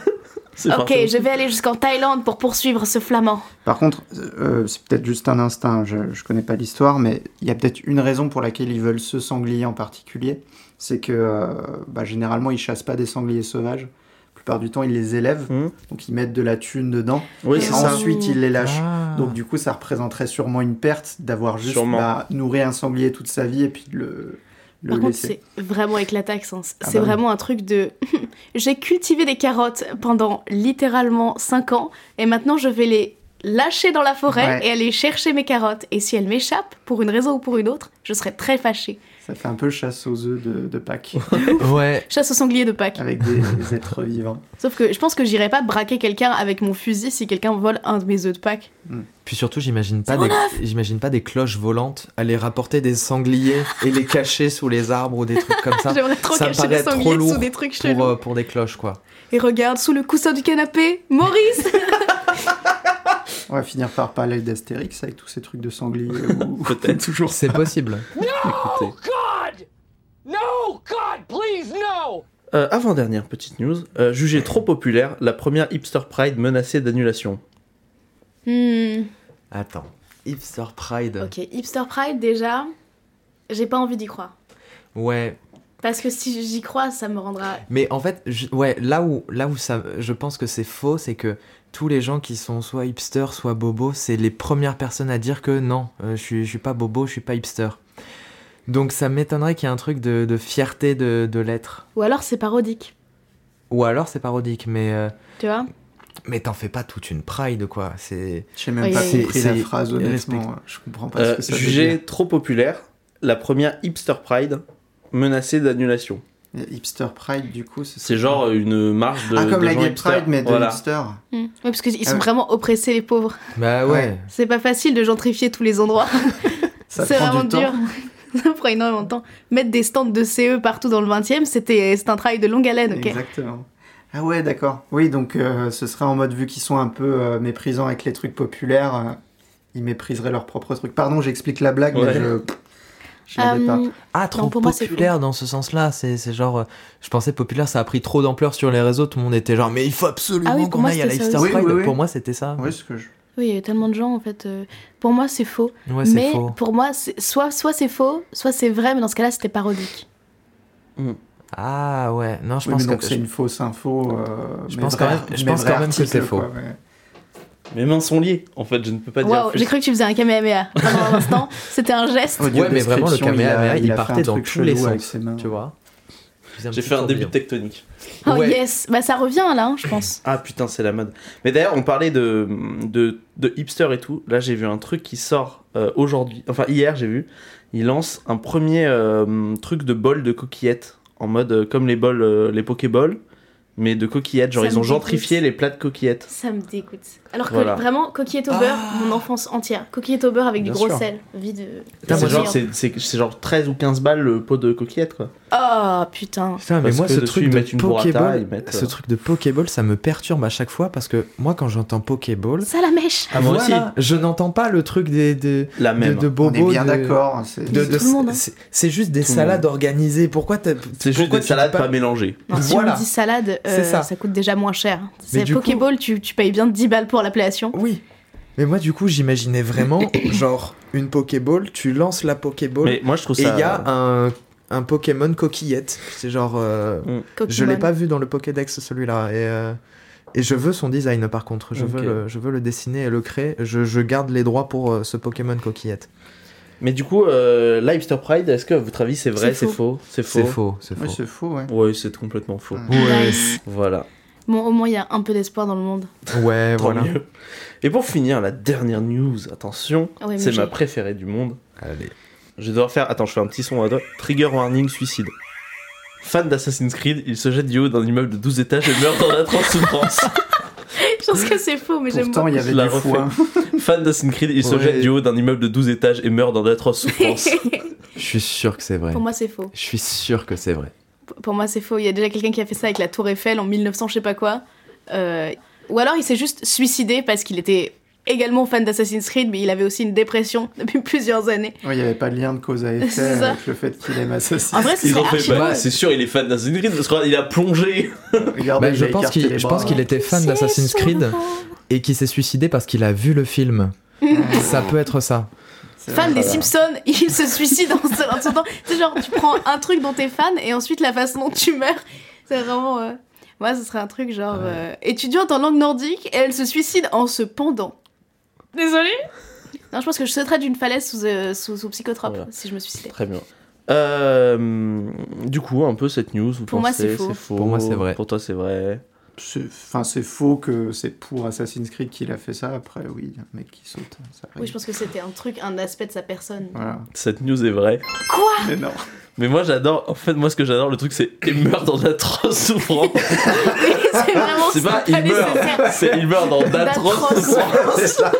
[SPEAKER 6] C'est
[SPEAKER 8] ok,
[SPEAKER 6] parfait.
[SPEAKER 8] je vais aller jusqu'en Thaïlande pour poursuivre ce flamand.
[SPEAKER 9] Par contre, euh, c'est peut-être juste un instinct, je, je connais pas l'histoire, mais il y a peut-être une raison pour laquelle ils veulent ce sanglier en particulier, c'est que euh, bah, généralement ils chassent pas des sangliers sauvages. La plupart du temps, ils les élèvent,
[SPEAKER 7] Mmh.
[SPEAKER 6] Mhm.
[SPEAKER 9] donc ils mettent de la thune dedans,
[SPEAKER 6] Oui,
[SPEAKER 8] Et
[SPEAKER 9] et
[SPEAKER 6] c'est ça.
[SPEAKER 9] ensuite ils les lâchent.
[SPEAKER 7] Ah.
[SPEAKER 9] Donc du coup, ça représenterait sûrement une perte d'avoir juste
[SPEAKER 6] Sûrement.
[SPEAKER 9] bah, nourri un sanglier toute sa vie et puis de le, le
[SPEAKER 8] Par contre,
[SPEAKER 9] laisser.
[SPEAKER 8] c'est vraiment éclataxe. hein. C'est
[SPEAKER 9] Ah bah oui.
[SPEAKER 8] vraiment un truc de. J'ai cultivé des carottes pendant littéralement 5 ans et maintenant je vais les lâcher dans la forêt
[SPEAKER 9] Ouais.
[SPEAKER 8] et aller chercher mes carottes. Et si elles m'échappent, pour une raison ou pour une autre, je serais très fâchée.
[SPEAKER 9] Ça fait un peu chasse aux œufs de, de Pâques,
[SPEAKER 7] Ouais.
[SPEAKER 8] Chasse aux sangliers de Pâques.
[SPEAKER 9] avec des, des êtres vivants.
[SPEAKER 8] Sauf que je pense que j'irai pas braquer quelqu'un avec mon fusil si quelqu'un vole un de mes œufs de Pâques.
[SPEAKER 7] Puis surtout, j'imagine pas, des... j'imagine pas des cloches volantes aller rapporter des sangliers et les cacher sous les arbres ou des trucs comme ça.
[SPEAKER 8] J'aimerais trop
[SPEAKER 7] ça me
[SPEAKER 8] cacher des
[SPEAKER 7] paraît trop
[SPEAKER 8] sangliers sous
[SPEAKER 7] lourd
[SPEAKER 8] des trucs chelous.
[SPEAKER 7] pour, euh, pour des cloches quoi.
[SPEAKER 8] Et regarde, sous le coussin du canapé, Maurice
[SPEAKER 9] On va finir par parler d'Astérix avec tous ces trucs de sangliers. ou-
[SPEAKER 6] Peut-être.
[SPEAKER 7] Toujours. C'est possible.
[SPEAKER 6] Euh, Avant-dernière petite news. Euh, jugée trop populaire, la première Hipster Pride menacée d'annulation.
[SPEAKER 8] Hmm,
[SPEAKER 7] Attends. Hipster Pride.
[SPEAKER 8] Ok, Hipster Pride déjà, j'ai pas envie d'y croire.
[SPEAKER 7] Ouais,
[SPEAKER 8] Parce que si j'y crois, ça me rendra.
[SPEAKER 7] Mais en fait, je- ouais, là où, là où ça, je pense que c'est faux, c'est que tous les gens qui sont soit hipsters, soit bobos, c'est les premières personnes à dire que non, euh, je, suis, je suis pas bobo, je suis pas hipster. Donc ça m'étonnerait qu'il y ait un truc de, de fierté de, de l'être.
[SPEAKER 8] Ou alors c'est parodique,
[SPEAKER 7] Ou alors c'est parodique, mais, euh,
[SPEAKER 8] tu vois
[SPEAKER 7] mais t'en fais pas toute une pride, quoi. C'est
[SPEAKER 9] Je sais même
[SPEAKER 8] Oui,
[SPEAKER 9] pas
[SPEAKER 8] oui.
[SPEAKER 9] compris
[SPEAKER 7] C'est-
[SPEAKER 9] la phrase,
[SPEAKER 7] respect.
[SPEAKER 9] honnêtement. Je comprends pas
[SPEAKER 6] Euh,
[SPEAKER 9] ce que ça veut
[SPEAKER 6] jugée trop populaire, la première Hipster Pride menacée d'annulation.
[SPEAKER 9] dire. Euh, Hipster Pride, du coup, ce
[SPEAKER 6] C'est
[SPEAKER 9] serait-
[SPEAKER 6] genre une marche de.
[SPEAKER 9] Ah, comme
[SPEAKER 6] de
[SPEAKER 9] la
[SPEAKER 6] gens
[SPEAKER 9] Gay
[SPEAKER 6] hipsters.
[SPEAKER 9] Pride, mais de
[SPEAKER 6] Voilà.
[SPEAKER 9] hipster.
[SPEAKER 8] Oui, parce qu'ils
[SPEAKER 9] Ah
[SPEAKER 8] sont
[SPEAKER 9] ouais.
[SPEAKER 8] vraiment oppressés, les pauvres.
[SPEAKER 7] bah ouais.
[SPEAKER 9] Ouais.
[SPEAKER 8] C'est pas facile de gentrifier tous les endroits.
[SPEAKER 9] Ça
[SPEAKER 8] c'est
[SPEAKER 9] prend
[SPEAKER 8] vraiment
[SPEAKER 9] du
[SPEAKER 8] dur.
[SPEAKER 9] temps.
[SPEAKER 8] ça prend énormément de temps. Mettre des stands de CE partout dans le 20 e c'était c'est un travail de longue haleine, ok
[SPEAKER 9] Exactement. Ah ouais, d'accord. Oui, donc euh, ce serait en mode, vu qu'ils sont un peu euh, méprisants avec les trucs populaires, euh, ils mépriseraient leurs propres trucs. Pardon, j'explique la blague,
[SPEAKER 6] Ouais.
[SPEAKER 9] mais je... Je l'avais pas.
[SPEAKER 8] Euh,
[SPEAKER 7] Ah, trop
[SPEAKER 8] pour moi, c'est
[SPEAKER 7] populaire dans ce sens-là. C'est c'est genre, euh, je pensais populaire, ça a pris trop d'ampleur sur les réseaux. Tout le monde était genre, mais il faut absolument
[SPEAKER 8] Ah oui, pour
[SPEAKER 7] qu'on
[SPEAKER 8] moi,
[SPEAKER 7] aille à la
[SPEAKER 8] c'était ça
[SPEAKER 7] hipster
[SPEAKER 9] aussi. Oui,
[SPEAKER 7] pride.
[SPEAKER 9] oui, oui.
[SPEAKER 7] Pour moi, c'était ça.
[SPEAKER 9] Oui, ce que je...
[SPEAKER 8] Oui, il y a tellement de gens, en fait. euh, Pour moi, c'est faux.
[SPEAKER 7] Ouais, c'est
[SPEAKER 8] mais
[SPEAKER 7] faux.
[SPEAKER 8] pour moi, c'est- soit, soit c'est faux, soit c'est vrai, mais dans ce cas-là, c'était parodique.
[SPEAKER 7] Ah ouais, non, je
[SPEAKER 9] Oui, mais
[SPEAKER 7] pense
[SPEAKER 9] donc
[SPEAKER 7] que
[SPEAKER 9] c'est une fausse info. euh,
[SPEAKER 7] Je
[SPEAKER 9] mais
[SPEAKER 7] pense
[SPEAKER 9] vrai-
[SPEAKER 7] quand même- je
[SPEAKER 9] mais
[SPEAKER 7] pense
[SPEAKER 9] vrai
[SPEAKER 7] quand même que
[SPEAKER 9] article,
[SPEAKER 7] c'est faux.
[SPEAKER 9] quoi, ouais.
[SPEAKER 6] Mes mains sont liées. En fait, je ne peux pas dire.
[SPEAKER 8] Waouh,
[SPEAKER 6] plus.
[SPEAKER 8] j'ai cru que tu faisais un kamehameha. Pendant un instant, c'était un geste.
[SPEAKER 9] Audio
[SPEAKER 7] Ouais, mais vraiment, le
[SPEAKER 9] description, il a-
[SPEAKER 7] caméra, il,
[SPEAKER 9] il a fait
[SPEAKER 7] partait
[SPEAKER 9] un
[SPEAKER 7] dans
[SPEAKER 9] truc
[SPEAKER 7] tous les
[SPEAKER 9] chelou
[SPEAKER 7] sens,
[SPEAKER 9] avec ses mains.
[SPEAKER 7] tu vois.
[SPEAKER 6] J'ai fait un début tectonique.
[SPEAKER 8] Oh
[SPEAKER 7] Ouais.
[SPEAKER 8] yes Bah ça revient là, hein, je pense.
[SPEAKER 6] Ah putain, c'est la mode. Mais d'ailleurs, on parlait de, de, de hipster et tout. Là, j'ai vu un truc qui sort euh, aujourd'hui. Enfin, hier, j'ai vu. Il lance un premier euh, truc de bol de coquillettes. En mode euh, comme les bols, euh, les Pokéballs, mais de coquillettes. Genre,
[SPEAKER 8] Ça
[SPEAKER 6] ils ont
[SPEAKER 8] me
[SPEAKER 6] gentrifié
[SPEAKER 8] dégoûte.
[SPEAKER 6] les plats de coquillettes.
[SPEAKER 8] Ça me dégoûte. Alors que
[SPEAKER 6] Voilà.
[SPEAKER 8] vraiment, coquillette au beurre, mon enfance entière. Coquillette au beurre avec
[SPEAKER 6] Bien
[SPEAKER 8] du gros
[SPEAKER 6] sûr.
[SPEAKER 8] sel. Vie de.
[SPEAKER 7] Putain,
[SPEAKER 6] C'est
[SPEAKER 7] moi,
[SPEAKER 6] genre, c'est- c'est- c'est genre 13 ou 15 balles le pot de coquillettes, quoi.
[SPEAKER 8] Oh putain.
[SPEAKER 7] Putain, mais
[SPEAKER 6] Parce
[SPEAKER 7] moi,
[SPEAKER 6] que
[SPEAKER 7] ce
[SPEAKER 6] dessus,
[SPEAKER 7] truc
[SPEAKER 6] ils
[SPEAKER 7] de
[SPEAKER 6] mettent une burrata, ils
[SPEAKER 7] Pokéball,
[SPEAKER 6] mettent,
[SPEAKER 7] ce
[SPEAKER 6] euh,
[SPEAKER 7] truc de Pokéball, ça me perturbe à chaque fois parce que moi, quand j'entends Pokéball,
[SPEAKER 8] Ça la mèche
[SPEAKER 6] Ah, moi
[SPEAKER 7] voilà, je n'entends pas le truc des, des
[SPEAKER 6] aussi, la
[SPEAKER 7] de,
[SPEAKER 6] même.
[SPEAKER 7] de
[SPEAKER 9] On est
[SPEAKER 7] bobo.
[SPEAKER 9] bien
[SPEAKER 7] de-
[SPEAKER 9] d'accord. c'est-
[SPEAKER 7] de-
[SPEAKER 8] C'est
[SPEAKER 7] de-
[SPEAKER 8] tout le monde, hein.
[SPEAKER 7] c'est- c'est juste des
[SPEAKER 6] Tout le
[SPEAKER 7] salades organisées. Pourquoi t'as-
[SPEAKER 6] C'est juste
[SPEAKER 7] pourquoi
[SPEAKER 6] des
[SPEAKER 7] tu
[SPEAKER 6] salades
[SPEAKER 7] dis Ah,
[SPEAKER 6] pas mélangées.
[SPEAKER 8] Non, si
[SPEAKER 7] Voilà.
[SPEAKER 8] on dit salade, euh,
[SPEAKER 7] C'est ça.
[SPEAKER 8] ça. coûte déjà moins cher. C'est
[SPEAKER 7] du coup-
[SPEAKER 8] Pokéball, tu, tu payes bien 10 balles pour l'appellation.
[SPEAKER 7] Oui. Mais moi, du coup, j'imaginais vraiment genre une Pokéball. Tu lances la Pokéball
[SPEAKER 6] Mais moi, je trouve
[SPEAKER 7] Oh. et
[SPEAKER 6] ça.
[SPEAKER 7] il y a un un Pokémon coquillette. C'est genre. euh, Je l'ai pas vu dans le Pokédex celui-là. Et, euh, et je veux son design par contre. Je, veux,
[SPEAKER 6] Ok.
[SPEAKER 7] le, je veux le dessiner et le créer. Je, je garde les droits pour euh, ce Pokémon coquillette.
[SPEAKER 6] Mais du coup, euh, Lifestyle Pride, est-ce que à votre avis c'est vrai, c'est
[SPEAKER 8] C'est
[SPEAKER 6] faux, c'est faux
[SPEAKER 7] C'est faux, c'est
[SPEAKER 9] Ouais,
[SPEAKER 7] faux. Mm.
[SPEAKER 9] c'est faux, ouais.
[SPEAKER 6] Oui, c'est complètement faux.
[SPEAKER 9] Ouais.
[SPEAKER 7] Ouais,
[SPEAKER 8] Nice.
[SPEAKER 6] Voilà.
[SPEAKER 8] Bon, au moins, il y a un peu d'espoir dans le monde.
[SPEAKER 7] ouais
[SPEAKER 6] Tant
[SPEAKER 7] voilà.
[SPEAKER 6] mieux. Et pour finir, la dernière news, attention,
[SPEAKER 8] Ah ouais, mais
[SPEAKER 6] c'est
[SPEAKER 8] j'ai-
[SPEAKER 6] ma préférée du monde.
[SPEAKER 7] Allez.
[SPEAKER 6] Je vais devoir faire. Attends, je fais un petit son à toi. Trigger warning suicide. Fan d'Assassin's Creed, il se jette du haut d'un immeuble de 12 étages et meurt dans l'atroce souffrance.
[SPEAKER 8] Je pense que c'est faux, mais j'aime
[SPEAKER 9] Pourtant,
[SPEAKER 8] beaucoup.
[SPEAKER 9] il y avait hein.
[SPEAKER 6] la
[SPEAKER 9] du
[SPEAKER 6] refais.
[SPEAKER 9] foin.
[SPEAKER 6] Fan d'Assassin's Creed, il se
[SPEAKER 7] Ouais.
[SPEAKER 6] jette du haut d'un immeuble de 12 étages et meurt dans d'atroces souffrances.
[SPEAKER 7] Je suis sûr que c'est vrai.
[SPEAKER 8] Pour moi, c'est faux.
[SPEAKER 7] Je suis sûr que c'est vrai.
[SPEAKER 8] P- Pour moi, c'est faux. Il y a déjà quelqu'un qui a fait ça avec la Tour Eiffel en 1900, je sais pas quoi. Euh, Ou alors, il s'est juste suicidé parce qu'il était également fan d'Assassin's Creed, mais il avait aussi une dépression depuis plusieurs années.
[SPEAKER 9] Ouais, il n'y avait pas de lien de cause à effet
[SPEAKER 8] C'est ça.
[SPEAKER 9] avec le fait qu'il aime Assassin's
[SPEAKER 8] En vrai, c'est
[SPEAKER 6] Ils ont fait,
[SPEAKER 8] archi
[SPEAKER 6] bah,
[SPEAKER 8] drôle.
[SPEAKER 6] c'est sûr, il est fan d'Assassin's Creed parce qu'il a plongé.
[SPEAKER 9] Regardez,
[SPEAKER 7] Bah, je
[SPEAKER 9] il a
[SPEAKER 7] pense
[SPEAKER 9] écarté
[SPEAKER 7] qu'il
[SPEAKER 9] les
[SPEAKER 7] je pense
[SPEAKER 9] bras.
[SPEAKER 7] qu'il était fan d'Assassin's Creed et qu'il s'est suicidé parce qu'il a vu le film. ça peut être ça.
[SPEAKER 9] C'est
[SPEAKER 8] Fan
[SPEAKER 9] vrai.
[SPEAKER 8] des Simpsons, il se suicide en se en se sentant- C'est genre, tu prends un truc dont t'es fan et ensuite la façon dont tu meurs. C'est vraiment. euh, Moi, ce serait un truc genre. euh, étudiante en langue nordique et elle se suicide en se pendant. Désolée Non, je pense que je sauterais d'une falaise sous, euh, sous, sous psychotrope
[SPEAKER 6] Voilà.
[SPEAKER 8] si je me suicidais.
[SPEAKER 6] Très bien. Euh, du coup, un peu cette news, vous
[SPEAKER 8] Pour moi,
[SPEAKER 6] pensez
[SPEAKER 8] c'est faux.
[SPEAKER 7] Pour moi, c'est vrai.
[SPEAKER 6] Pour toi, c'est vrai.
[SPEAKER 9] C'est- Enfin, c'est faux que c'est pour Assassin's Creed qu'il a fait ça. Après, oui, il y a un mec qui saute. hein, Ça arrive.
[SPEAKER 8] Oui, je pense que c'était un truc, un aspect de sa personne.
[SPEAKER 9] Voilà.
[SPEAKER 6] Cette news est vraie.
[SPEAKER 9] Mais non.
[SPEAKER 6] Mais moi, j'adore. En fait, moi, ce que j'adore, le truc, c'est il meurt dans d'atroces souffrances.
[SPEAKER 8] Oui, c'est vraiment
[SPEAKER 6] C'est
[SPEAKER 8] ça,
[SPEAKER 6] pas il meurt,
[SPEAKER 8] nécessaire.
[SPEAKER 6] c'est il meurt dans d'atroces
[SPEAKER 8] D'atroces
[SPEAKER 6] souffrances.
[SPEAKER 9] C'est ça.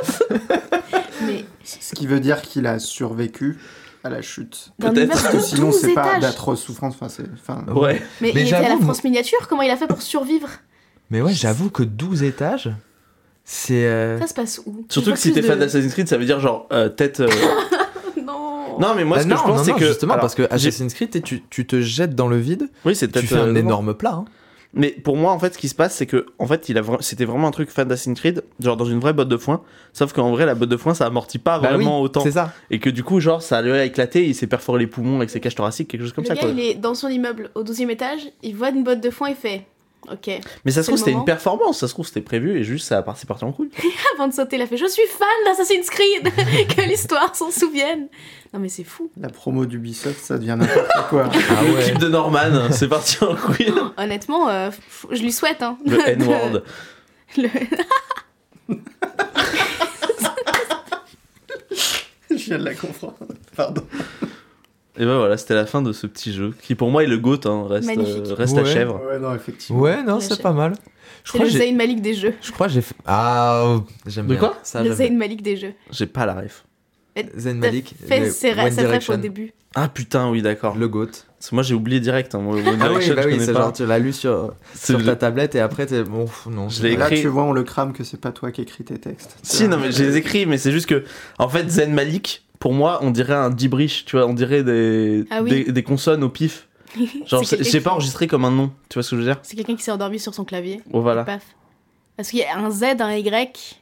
[SPEAKER 8] Mais
[SPEAKER 9] Ce qui veut dire qu'il a survécu à la chute.
[SPEAKER 8] d'un
[SPEAKER 6] Peut-être.
[SPEAKER 8] immeuble
[SPEAKER 9] Parce que
[SPEAKER 8] de
[SPEAKER 9] sinon,
[SPEAKER 8] 12
[SPEAKER 9] c'est pas
[SPEAKER 8] étages.
[SPEAKER 9] d'atroce souffrance. Enfin, c'est. Enfin,
[SPEAKER 6] Ouais.
[SPEAKER 8] Mais,
[SPEAKER 7] Mais
[SPEAKER 8] il était à la
[SPEAKER 7] j'avoue,
[SPEAKER 8] France miniature, comment il a fait pour survivre
[SPEAKER 7] Mais ouais, j'avoue que 12 étages, c'est. euh,
[SPEAKER 8] Ça se passe où
[SPEAKER 6] Surtout que si t'es fan d'Assassin's Creed, ça veut dire genre euh, tête. euh,
[SPEAKER 8] d'Assassin's Non
[SPEAKER 6] Non, mais moi,
[SPEAKER 7] bah
[SPEAKER 6] ce
[SPEAKER 7] non,
[SPEAKER 6] que je pense,
[SPEAKER 7] non,
[SPEAKER 6] c'est
[SPEAKER 7] non,
[SPEAKER 6] que.
[SPEAKER 7] justement
[SPEAKER 6] alors,
[SPEAKER 7] parce que
[SPEAKER 6] j'ai-
[SPEAKER 7] Assassin's Creed, t'es- tu, tu te jettes dans le vide,
[SPEAKER 6] Oui, c'est peut-être.
[SPEAKER 7] tu fais
[SPEAKER 6] euh,
[SPEAKER 7] un
[SPEAKER 6] non.
[SPEAKER 7] énorme plat. hein.
[SPEAKER 6] Mais pour moi, en fait, ce qui se passe, c'est que, en fait, il a vra- c'était vraiment un truc fan d'Assassin's Creed, genre dans une vraie botte de foin. Sauf qu'en vrai, la botte de foin, ça amortit pas
[SPEAKER 7] Bah oui,
[SPEAKER 6] vraiment autant.
[SPEAKER 7] C'est ça.
[SPEAKER 6] Et que du coup, genre, ça lui a éclaté, il s'est perforé les poumons avec ses caches thoraciques, quelque chose comme
[SPEAKER 8] le
[SPEAKER 6] ça,
[SPEAKER 8] gars,
[SPEAKER 6] quoi.
[SPEAKER 8] il est dans son immeuble au 12 e étage, il voit une botte de foin et fait Ok.
[SPEAKER 6] Mais ça se
[SPEAKER 8] C'est
[SPEAKER 6] trouve,
[SPEAKER 8] le
[SPEAKER 6] c'était une
[SPEAKER 8] moment.
[SPEAKER 6] performance, ça se trouve, c'était prévu, et juste, ça a parti parti en couille.
[SPEAKER 8] Avant de sauter, il a fait Je suis fan d'Assassin's Creed Que l'histoire s'en souvienne Non, mais c'est fou.
[SPEAKER 9] la promo d'Ubisoft, ça devient n'importe quoi.
[SPEAKER 7] Ah
[SPEAKER 6] le
[SPEAKER 7] ouais.
[SPEAKER 6] clip de Norman, c'est parti en couille.
[SPEAKER 8] Honnêtement, euh, f- je lui souhaite. Hein,
[SPEAKER 6] Le
[SPEAKER 8] de-
[SPEAKER 6] N-word.
[SPEAKER 8] le-
[SPEAKER 9] je viens de la comprendre. Pardon.
[SPEAKER 6] Et ben voilà, c'était la fin de ce petit jeu, qui pour moi est le GOAT, hein, reste,
[SPEAKER 8] Magnifique.
[SPEAKER 6] euh, reste la
[SPEAKER 7] Ouais.
[SPEAKER 6] chèvre.
[SPEAKER 9] Ouais, non, effectivement.
[SPEAKER 7] Ouais, non,
[SPEAKER 8] La
[SPEAKER 7] c'est
[SPEAKER 8] chaîne.
[SPEAKER 7] pas mal. Je
[SPEAKER 8] C'est
[SPEAKER 7] crois
[SPEAKER 8] le
[SPEAKER 7] que j'ai-
[SPEAKER 8] Zayn Malik des jeux.
[SPEAKER 7] je crois que j'ai fait. Ah, euh, j'aime
[SPEAKER 6] De
[SPEAKER 7] bien.
[SPEAKER 6] quoi
[SPEAKER 7] ça,
[SPEAKER 8] le
[SPEAKER 7] j'aime bien.
[SPEAKER 8] Zayn Malik des jeux.
[SPEAKER 6] J'ai pas la ref.
[SPEAKER 7] Zayn
[SPEAKER 8] T'as
[SPEAKER 7] Malik.
[SPEAKER 8] Fait
[SPEAKER 7] le
[SPEAKER 8] ses ra-
[SPEAKER 7] One
[SPEAKER 8] cette ref au
[SPEAKER 7] Direction,
[SPEAKER 8] début.
[SPEAKER 6] Ah putain, oui, d'accord.
[SPEAKER 7] Le GOAT.
[SPEAKER 6] Parce que moi, j'ai oublié direct. hein, moi, One
[SPEAKER 7] Ah oui,
[SPEAKER 6] Direction,
[SPEAKER 7] bah
[SPEAKER 6] je
[SPEAKER 7] oui,
[SPEAKER 6] connais
[SPEAKER 7] c'est
[SPEAKER 6] pas.
[SPEAKER 7] genre tu l'as lu sur,
[SPEAKER 6] C'est
[SPEAKER 7] sur
[SPEAKER 6] le-
[SPEAKER 7] ta tablette et après t'es bon, pff, non.
[SPEAKER 6] Je
[SPEAKER 7] c'est
[SPEAKER 6] l'ai
[SPEAKER 7] pas-
[SPEAKER 9] Là,
[SPEAKER 6] écrit-
[SPEAKER 9] tu vois, on le crame que c'est pas toi qui écris tes textes.
[SPEAKER 6] Si, non, mais je les écris, mais c'est juste que, en fait, Zen Malik, pour moi, on dirait un gibrish, tu vois, on dirait des,
[SPEAKER 8] Ah oui.
[SPEAKER 6] des, des consonnes au pif. Genre,
[SPEAKER 8] C'est
[SPEAKER 6] c'est-
[SPEAKER 8] quelqu'un
[SPEAKER 6] j'ai
[SPEAKER 8] qui-
[SPEAKER 6] pas enregistré comme un nom, tu vois ce que je veux dire
[SPEAKER 8] C'est quelqu'un qui s'est endormi sur son clavier.
[SPEAKER 6] Bon,
[SPEAKER 7] Ah.
[SPEAKER 6] voilà.
[SPEAKER 8] Paf. Parce qu'il y a un Z, un Y,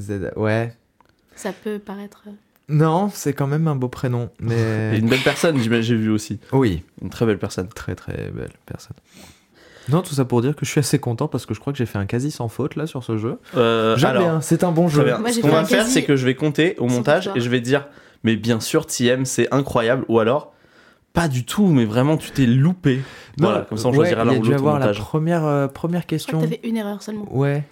[SPEAKER 7] Z- Ouais.
[SPEAKER 8] ça peut paraître. euh,
[SPEAKER 7] Non, c'est quand même un beau prénom,
[SPEAKER 6] Et
[SPEAKER 7] mais
[SPEAKER 6] une belle personne, j'imagine, j'ai vu aussi.
[SPEAKER 7] oui,
[SPEAKER 6] Une très belle personne.
[SPEAKER 7] très très belle personne. Non, tout ça pour dire que je suis assez content parce que je crois que j'ai fait un quasi sans faute là sur ce jeu.
[SPEAKER 6] Euh,
[SPEAKER 7] J'aime
[SPEAKER 6] alors,
[SPEAKER 7] bien, c'est un bon
[SPEAKER 6] très
[SPEAKER 7] jeu.
[SPEAKER 6] bien.
[SPEAKER 8] Moi,
[SPEAKER 6] ce
[SPEAKER 8] j'ai
[SPEAKER 6] qu'on
[SPEAKER 8] fait
[SPEAKER 6] va
[SPEAKER 8] un
[SPEAKER 6] faire,
[SPEAKER 8] quasi
[SPEAKER 6] c'est que je vais compter au
[SPEAKER 8] sans
[SPEAKER 6] montage
[SPEAKER 8] histoire.
[SPEAKER 6] et je vais dire, mais bien sûr, TM, c'est incroyable, ou alors, pas du tout, mais vraiment, tu t'es loupé.
[SPEAKER 7] Non,
[SPEAKER 6] voilà, comme ça, on
[SPEAKER 7] Bah, ouais,
[SPEAKER 6] choisira l'un
[SPEAKER 7] Il y
[SPEAKER 6] ou
[SPEAKER 7] a dû
[SPEAKER 6] l'autre au
[SPEAKER 7] avoir la
[SPEAKER 6] montage.
[SPEAKER 7] première euh, première
[SPEAKER 8] Je crois
[SPEAKER 7] question.
[SPEAKER 8] que t'avais une erreur seulement.
[SPEAKER 7] Ouais.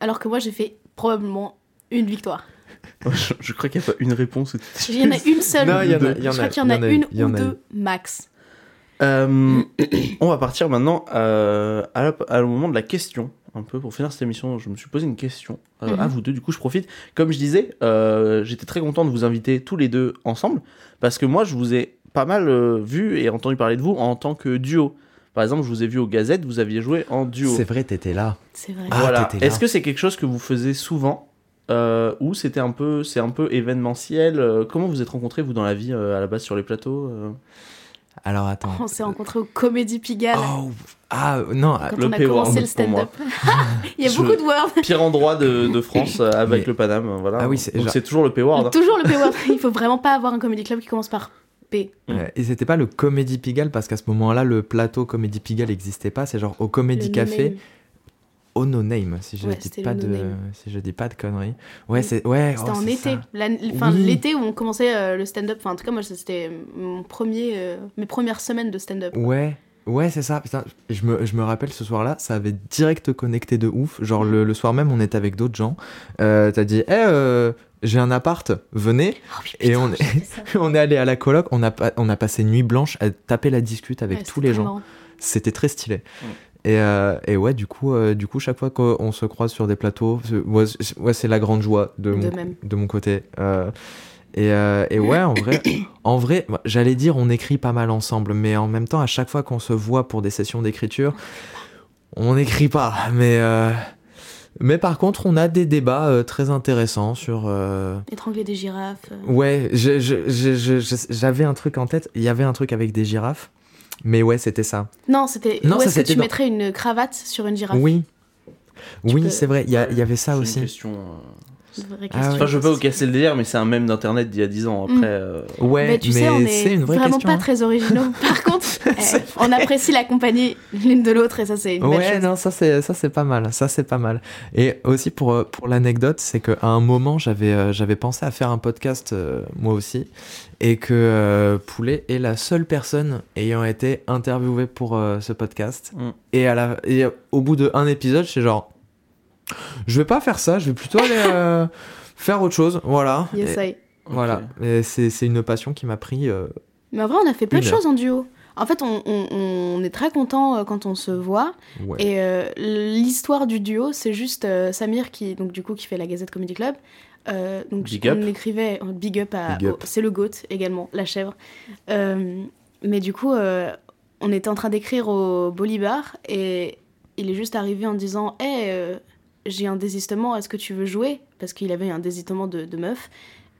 [SPEAKER 8] Alors que moi, j'ai fait probablement une victoire.
[SPEAKER 6] je, je crois qu'il n'y a pas une réponse.
[SPEAKER 8] Il y en a une seule.
[SPEAKER 7] Non, il y en a-
[SPEAKER 8] Deux.
[SPEAKER 7] il y en
[SPEAKER 8] Je
[SPEAKER 7] a-
[SPEAKER 8] crois qu'il y en a
[SPEAKER 7] il y en a
[SPEAKER 8] une
[SPEAKER 7] eu, il y
[SPEAKER 8] ou
[SPEAKER 7] en a eu.
[SPEAKER 8] deux max.
[SPEAKER 6] Euh, on va partir maintenant euh, à la- à- au moment de la question, un peu pour finir cette émission. Je me suis posé une question euh, à
[SPEAKER 8] Mhm.
[SPEAKER 6] vous deux. Du coup, je profite. Comme je disais, euh, j'étais très content de vous inviter tous les deux ensemble parce que moi, je vous ai pas mal euh, vu et entendu parler de vous en tant que duo. Par exemple, je vous ai vu au Gazette, vous aviez joué en duo.
[SPEAKER 7] C'est vrai, t'étais là.
[SPEAKER 8] C'est vrai.
[SPEAKER 7] Ah,
[SPEAKER 6] voilà.
[SPEAKER 7] t'étais là.
[SPEAKER 6] Est-ce que c'est quelque chose que vous faisiez souvent euh, ou c'était un peu, c'est un peu événementiel euh, Comment vous êtes rencontrés vous dans la vie euh, à la base sur les plateaux euh
[SPEAKER 7] Alors attends.
[SPEAKER 8] On s'est rencontrés au Comédie Pigalle
[SPEAKER 7] Oh, ah non, ah,
[SPEAKER 8] quand
[SPEAKER 6] le
[SPEAKER 8] on a
[SPEAKER 6] P-word
[SPEAKER 8] commencé le
[SPEAKER 6] pour moi.
[SPEAKER 8] stand-up. il y a
[SPEAKER 6] Je-
[SPEAKER 8] beaucoup de words.
[SPEAKER 6] pire endroit de, de France euh, avec
[SPEAKER 7] Mais-
[SPEAKER 6] le Paname. Voilà.
[SPEAKER 7] Ah oui, c'est-
[SPEAKER 6] Donc
[SPEAKER 7] genre-
[SPEAKER 6] c'est toujours le hein. Payward.
[SPEAKER 8] Toujours le P-word. Il faut vraiment pas avoir un comédie club qui commence par P.
[SPEAKER 7] Ouais, euh, Et c'était pas le Comédie Pigalle, parce qu'à ce moment-là, le plateau Comédie Pigalle n'existait pas. C'est genre au Comédie
[SPEAKER 8] Le
[SPEAKER 7] Café,
[SPEAKER 8] no-name.
[SPEAKER 7] au No Name, si je,
[SPEAKER 8] Ouais,
[SPEAKER 7] dis,
[SPEAKER 8] c'était
[SPEAKER 7] pas
[SPEAKER 8] le
[SPEAKER 7] de,
[SPEAKER 8] No Name.
[SPEAKER 7] si je dis pas de conneries. Ouais,
[SPEAKER 8] Oui.
[SPEAKER 7] c'est ouais,
[SPEAKER 8] C'était
[SPEAKER 7] oh,
[SPEAKER 8] en
[SPEAKER 7] c'est
[SPEAKER 8] été,
[SPEAKER 7] ça.
[SPEAKER 8] La- enfin,
[SPEAKER 7] Oui.
[SPEAKER 8] l'été où on commençait euh, le stand-up. Enfin, en tout cas, moi, ça, c'était mon premier, euh, mes premières semaines de stand-up.
[SPEAKER 7] Ouais, ouais, c'est ça. Putain, je me, je me rappelle ce soir-là, ça avait direct connecté de ouf. Genre le, le soir même, on était avec d'autres gens. Euh, T'as dit, eh, euh, j'ai un appart, venez.
[SPEAKER 8] Oh, oui,
[SPEAKER 7] Et on
[SPEAKER 8] j'ai fait ça.
[SPEAKER 7] on est allé à la coloc, on a, pa- on a passé nuit blanche à taper la discute avec
[SPEAKER 8] Ouais,
[SPEAKER 7] tous
[SPEAKER 8] c'était
[SPEAKER 7] les
[SPEAKER 8] très
[SPEAKER 7] gens.
[SPEAKER 8] marrant.
[SPEAKER 7] C'était très stylé. Et, euh, et ouais, du coup, euh, du coup, chaque fois qu'on se croise sur des plateaux, c'est- ouais, c'est ouais, c'est la grande joie de,
[SPEAKER 8] De
[SPEAKER 7] mon,
[SPEAKER 8] même.
[SPEAKER 7] de mon côté. Euh, et, euh, et ouais, en vrai, en vrai, bah, j'allais dire on écrit pas mal ensemble, mais en même temps, à chaque fois qu'on se voit pour des sessions d'écriture, on n'écrit pas. Mais, euh, mais par contre, on a des débats euh, très intéressants sur. euh,
[SPEAKER 8] Étrangler des girafes. euh.
[SPEAKER 7] Ouais, je- je- je- je- je- j'avais un truc en tête. Il y avait un truc avec des girafes. Mais ouais, c'était ça.
[SPEAKER 8] Non, c'était.
[SPEAKER 7] Non,
[SPEAKER 8] où
[SPEAKER 7] ça,
[SPEAKER 8] est-ce que
[SPEAKER 7] c'était
[SPEAKER 8] tu
[SPEAKER 7] dans-
[SPEAKER 8] mettrais une cravate sur une girafe
[SPEAKER 7] Oui.
[SPEAKER 8] Tu
[SPEAKER 7] oui,
[SPEAKER 8] peux-
[SPEAKER 7] c'est vrai. Il y, a- il y avait ça
[SPEAKER 6] J'ai
[SPEAKER 7] aussi.
[SPEAKER 6] Une question. euh,
[SPEAKER 8] C'est une vraie
[SPEAKER 7] Ah
[SPEAKER 8] question.
[SPEAKER 7] ouais.
[SPEAKER 6] Enfin, je veux pas vous casser le délire, mais c'est un mème d'internet d'il y a 10 ans. Après,
[SPEAKER 8] Mm.
[SPEAKER 6] euh,
[SPEAKER 7] Ouais,
[SPEAKER 8] Mais tu
[SPEAKER 7] mais
[SPEAKER 8] sais, on
[SPEAKER 7] c'est
[SPEAKER 8] est
[SPEAKER 7] une vraie
[SPEAKER 8] vraiment
[SPEAKER 7] question.
[SPEAKER 8] pas
[SPEAKER 7] hein.
[SPEAKER 8] très originaux. Par contre, eh,
[SPEAKER 7] C'est
[SPEAKER 8] on apprécie la compagnie l'une de l'autre et ça, c'est une belle
[SPEAKER 7] Ouais,
[SPEAKER 8] chose.
[SPEAKER 7] non, ça c'est ça c'est pas mal, ça c'est pas mal. Et aussi pour euh, pour l'anecdote, c'est que à un moment j'avais euh, j'avais pensé à faire un podcast euh, moi aussi et que euh, Poulet est la seule personne ayant été interviewée pour euh, ce podcast.
[SPEAKER 6] Mm.
[SPEAKER 7] Et à la et au bout de un épisode, c'est genre je vais pas faire ça, je vais plutôt aller euh, faire autre chose, voilà.
[SPEAKER 8] Yes,
[SPEAKER 7] Et-
[SPEAKER 8] I.
[SPEAKER 7] Voilà, Et c'est c'est une passion qui m'a pris euh,
[SPEAKER 8] Mais en vrai, on a fait peu de
[SPEAKER 7] Une
[SPEAKER 8] choses en duo. En fait, on, on- on est très content euh, quand on se voit.
[SPEAKER 7] ouais.
[SPEAKER 8] Et euh, l'histoire du duo, c'est juste euh, Samir qui, donc du coup, qui fait la Gazette Comedy Club. Euh, donc
[SPEAKER 6] Big
[SPEAKER 8] on
[SPEAKER 6] up.
[SPEAKER 8] écrivait euh, Big Up à.
[SPEAKER 7] Big up.
[SPEAKER 8] au- c'est le goat également, la chèvre. Euh, mais du coup, euh, on était en train d'écrire au Bolivar et il est juste arrivé en disant Hé, j'ai un désistement, est-ce que tu veux jouer Parce qu'il avait un désistement de, de meuf.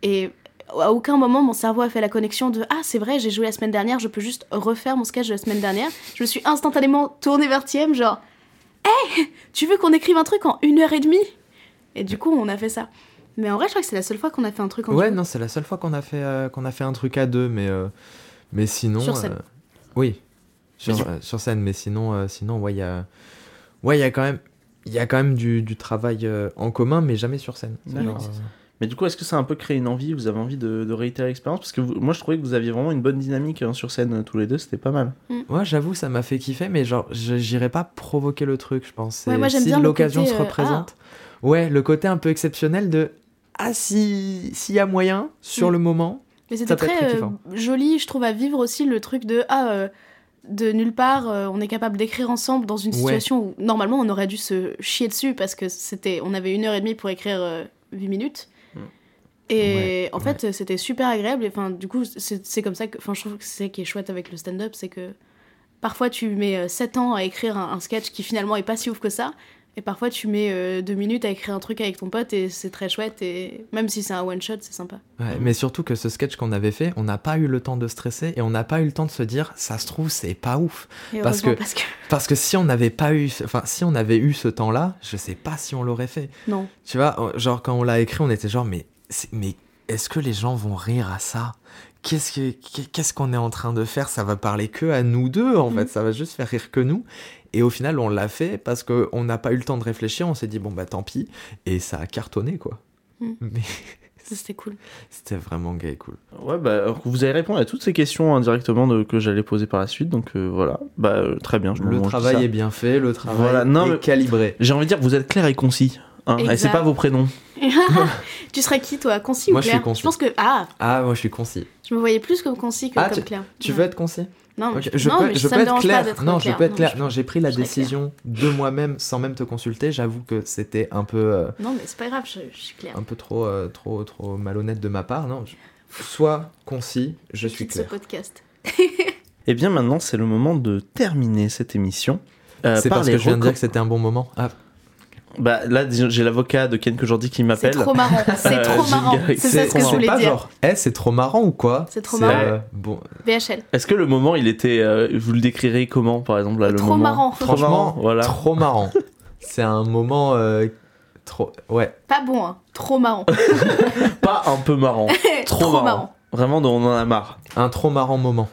[SPEAKER 8] Et à aucun moment, mon cerveau a fait la connexion de Ah, c'est vrai, j'ai joué la semaine dernière, je peux juste refaire mon sketch de la semaine dernière. Je me suis instantanément tournée vers Thiem, genre Hé, tu veux qu'on écrive un truc en une heure et demie Et du coup, on a fait ça. Mais en vrai, je crois que c'est la seule fois qu'on a fait un truc en
[SPEAKER 7] Ouais,
[SPEAKER 8] duo.
[SPEAKER 7] non, c'est la seule fois qu'on a fait euh, qu'on a fait un truc à deux, mais euh, mais sinon.
[SPEAKER 8] Sur scène.
[SPEAKER 7] euh, oui, sur,
[SPEAKER 6] Mais du-
[SPEAKER 7] euh, sur scène, mais sinon, euh, sinon, ouais, il y a, ouais, il y a quand même, il y a quand même du, du travail euh, en commun, mais jamais sur scène. C'est
[SPEAKER 6] Ouais,
[SPEAKER 7] genre,
[SPEAKER 6] c'est
[SPEAKER 7] euh,
[SPEAKER 6] Mais du coup, est-ce que ça a un peu créé une envie Vous avez envie de, de réitérer l'expérience Parce que vous- moi, je trouvais que vous aviez vraiment une bonne dynamique hein, sur scène euh, tous les deux, c'était pas mal.
[SPEAKER 7] Ouais, j'avoue, ça m'a fait kiffer, mais genre, je- j'irais pas provoquer le truc, je pense.
[SPEAKER 8] Ouais,
[SPEAKER 7] C'est-
[SPEAKER 8] moi, j'aime
[SPEAKER 7] si
[SPEAKER 8] bien le
[SPEAKER 7] l'occasion
[SPEAKER 8] côté,
[SPEAKER 7] se
[SPEAKER 8] euh,
[SPEAKER 7] représente. Ouais, le côté un peu exceptionnel de ah si s'il y a moyen sur
[SPEAKER 8] Mm.
[SPEAKER 7] le moment.
[SPEAKER 8] Mais c'était
[SPEAKER 7] Ça peut être
[SPEAKER 8] très
[SPEAKER 7] très
[SPEAKER 8] euh,
[SPEAKER 7] kiffant.
[SPEAKER 8] joli, je trouve, à vivre aussi le truc de ah, euh, de nulle part, euh, on est capable d'écrire ensemble dans une
[SPEAKER 7] Ouais.
[SPEAKER 8] situation où normalement on aurait dû se chier dessus parce que c'était, on avait une heure et demie pour écrire euh, huit minutes.
[SPEAKER 6] Mm.
[SPEAKER 8] Et
[SPEAKER 7] Ouais,
[SPEAKER 8] en fait, c'était super agréable. Et enfin, du coup, c'est c'est comme ça que, enfin, je trouve que c'est ça qui est chouette avec le stand-up, c'est que parfois tu mets 7 ans à écrire un, un sketch qui finalement est pas si ouf que ça. Et parfois, tu mets 2 minutes à écrire un truc avec ton pote et c'est très chouette. Et même si c'est un one-shot, c'est sympa.
[SPEAKER 7] Ouais, mais surtout que ce sketch qu'on avait fait, on n'a pas eu le temps de stresser et on n'a pas eu le temps de se dire ça se trouve c'est pas ouf.
[SPEAKER 8] Et
[SPEAKER 7] Parce
[SPEAKER 8] heureusement,
[SPEAKER 7] que-
[SPEAKER 8] parce que...
[SPEAKER 7] Parce que si on n'avait pas eu, ce- enfin si on avait eu ce temps-là, je sais pas si on l'aurait fait.
[SPEAKER 8] Non.
[SPEAKER 7] Tu vois, euh, genre quand on l'a écrit, on était genre mais c'est- mais est-ce que les gens vont rire à ça Qu'est-ce que qu'est- qu'est-ce qu'on est en train de faire Ça va parler que à nous deux en
[SPEAKER 8] Mhm.
[SPEAKER 7] fait, ça va juste faire rire que nous. Et au final, on l'a fait parce que on n'a pas eu le temps de réfléchir. On s'est dit bon bah tant pis et ça a cartonné quoi.
[SPEAKER 8] Mhm.
[SPEAKER 7] Mais
[SPEAKER 8] Ça, C'était cool.
[SPEAKER 7] c'était vraiment gay et cool.
[SPEAKER 6] Ouais, bah, alors que vous avez répondu à toutes ces questions indirectement de- que j'allais poser par la suite, donc euh, voilà. Bah, euh, très bien, je me
[SPEAKER 7] Le
[SPEAKER 6] mange
[SPEAKER 7] travail
[SPEAKER 6] ça.
[SPEAKER 7] est bien fait, le travail
[SPEAKER 6] Voilà, non,
[SPEAKER 7] est
[SPEAKER 6] mais-
[SPEAKER 7] calibré.
[SPEAKER 6] J'ai envie de dire que vous êtes clair et concis. Hein, et c'est
[SPEAKER 8] Exact.
[SPEAKER 6] pas vos prénoms.
[SPEAKER 8] tu serais qui, toi Concis
[SPEAKER 7] Moi,
[SPEAKER 8] ou
[SPEAKER 7] je suis
[SPEAKER 8] clair
[SPEAKER 7] concis.
[SPEAKER 8] pense que. Ah,
[SPEAKER 7] Ah, moi je suis concis.
[SPEAKER 8] je me voyais plus comme concis que
[SPEAKER 7] Ah,
[SPEAKER 8] comme clair.
[SPEAKER 7] Tu
[SPEAKER 8] Ouais.
[SPEAKER 7] veux être concis
[SPEAKER 8] Non, mais
[SPEAKER 7] Ok,
[SPEAKER 8] je, non, mais ça me dérange pas d'être
[SPEAKER 7] Non,
[SPEAKER 8] clair.
[SPEAKER 7] je peux être clair.
[SPEAKER 8] je-
[SPEAKER 7] Non, j'ai pris la
[SPEAKER 8] je serai
[SPEAKER 7] décision de moi-même sans même te consulter. J'avoue que c'était un peu, euh,
[SPEAKER 8] Non, mais c'est pas grave, je, je suis claire.
[SPEAKER 7] un peu trop, euh, trop, trop malhonnête de ma part. Non, je- sois concis, je suis
[SPEAKER 8] Quitte ce
[SPEAKER 7] clair.
[SPEAKER 8] podcast.
[SPEAKER 6] Et Eh bien maintenant, c'est le moment de terminer cette émission. euh,
[SPEAKER 7] C'est
[SPEAKER 6] par
[SPEAKER 7] parce
[SPEAKER 6] les
[SPEAKER 7] que je viens de
[SPEAKER 6] reco-
[SPEAKER 7] dire que c'était un bon moment. Ah,
[SPEAKER 6] Bah, là, disons, j'ai l'avocat de Ken Kojandi qui
[SPEAKER 8] C'est
[SPEAKER 6] m'appelle.
[SPEAKER 8] trop marrant. C'est
[SPEAKER 6] Euh,
[SPEAKER 8] trop
[SPEAKER 6] j'ai
[SPEAKER 8] marrant.
[SPEAKER 6] garé-
[SPEAKER 8] C'est ça ce
[SPEAKER 6] trop
[SPEAKER 8] que je
[SPEAKER 6] marrant.
[SPEAKER 8] voulais
[SPEAKER 7] pas
[SPEAKER 8] dire.
[SPEAKER 7] genre, eh, c'est trop marrant ou quoi
[SPEAKER 8] C'est trop marrant.
[SPEAKER 7] euh, bon,
[SPEAKER 8] VHL.
[SPEAKER 6] Est-ce que le moment, il était. euh, vous le décrirez comment, par exemple, là, le
[SPEAKER 8] Trop
[SPEAKER 6] moment
[SPEAKER 8] marrant.
[SPEAKER 6] Trop
[SPEAKER 7] franchement,
[SPEAKER 6] marrant, voilà.
[SPEAKER 7] oh, trop marrant. c'est un moment euh, trop. Ouais.
[SPEAKER 8] Pas bon, hein. Trop marrant.
[SPEAKER 6] Pas un peu marrant. Trop, marrant. Vraiment, on en a marre.
[SPEAKER 7] Un trop marrant moment.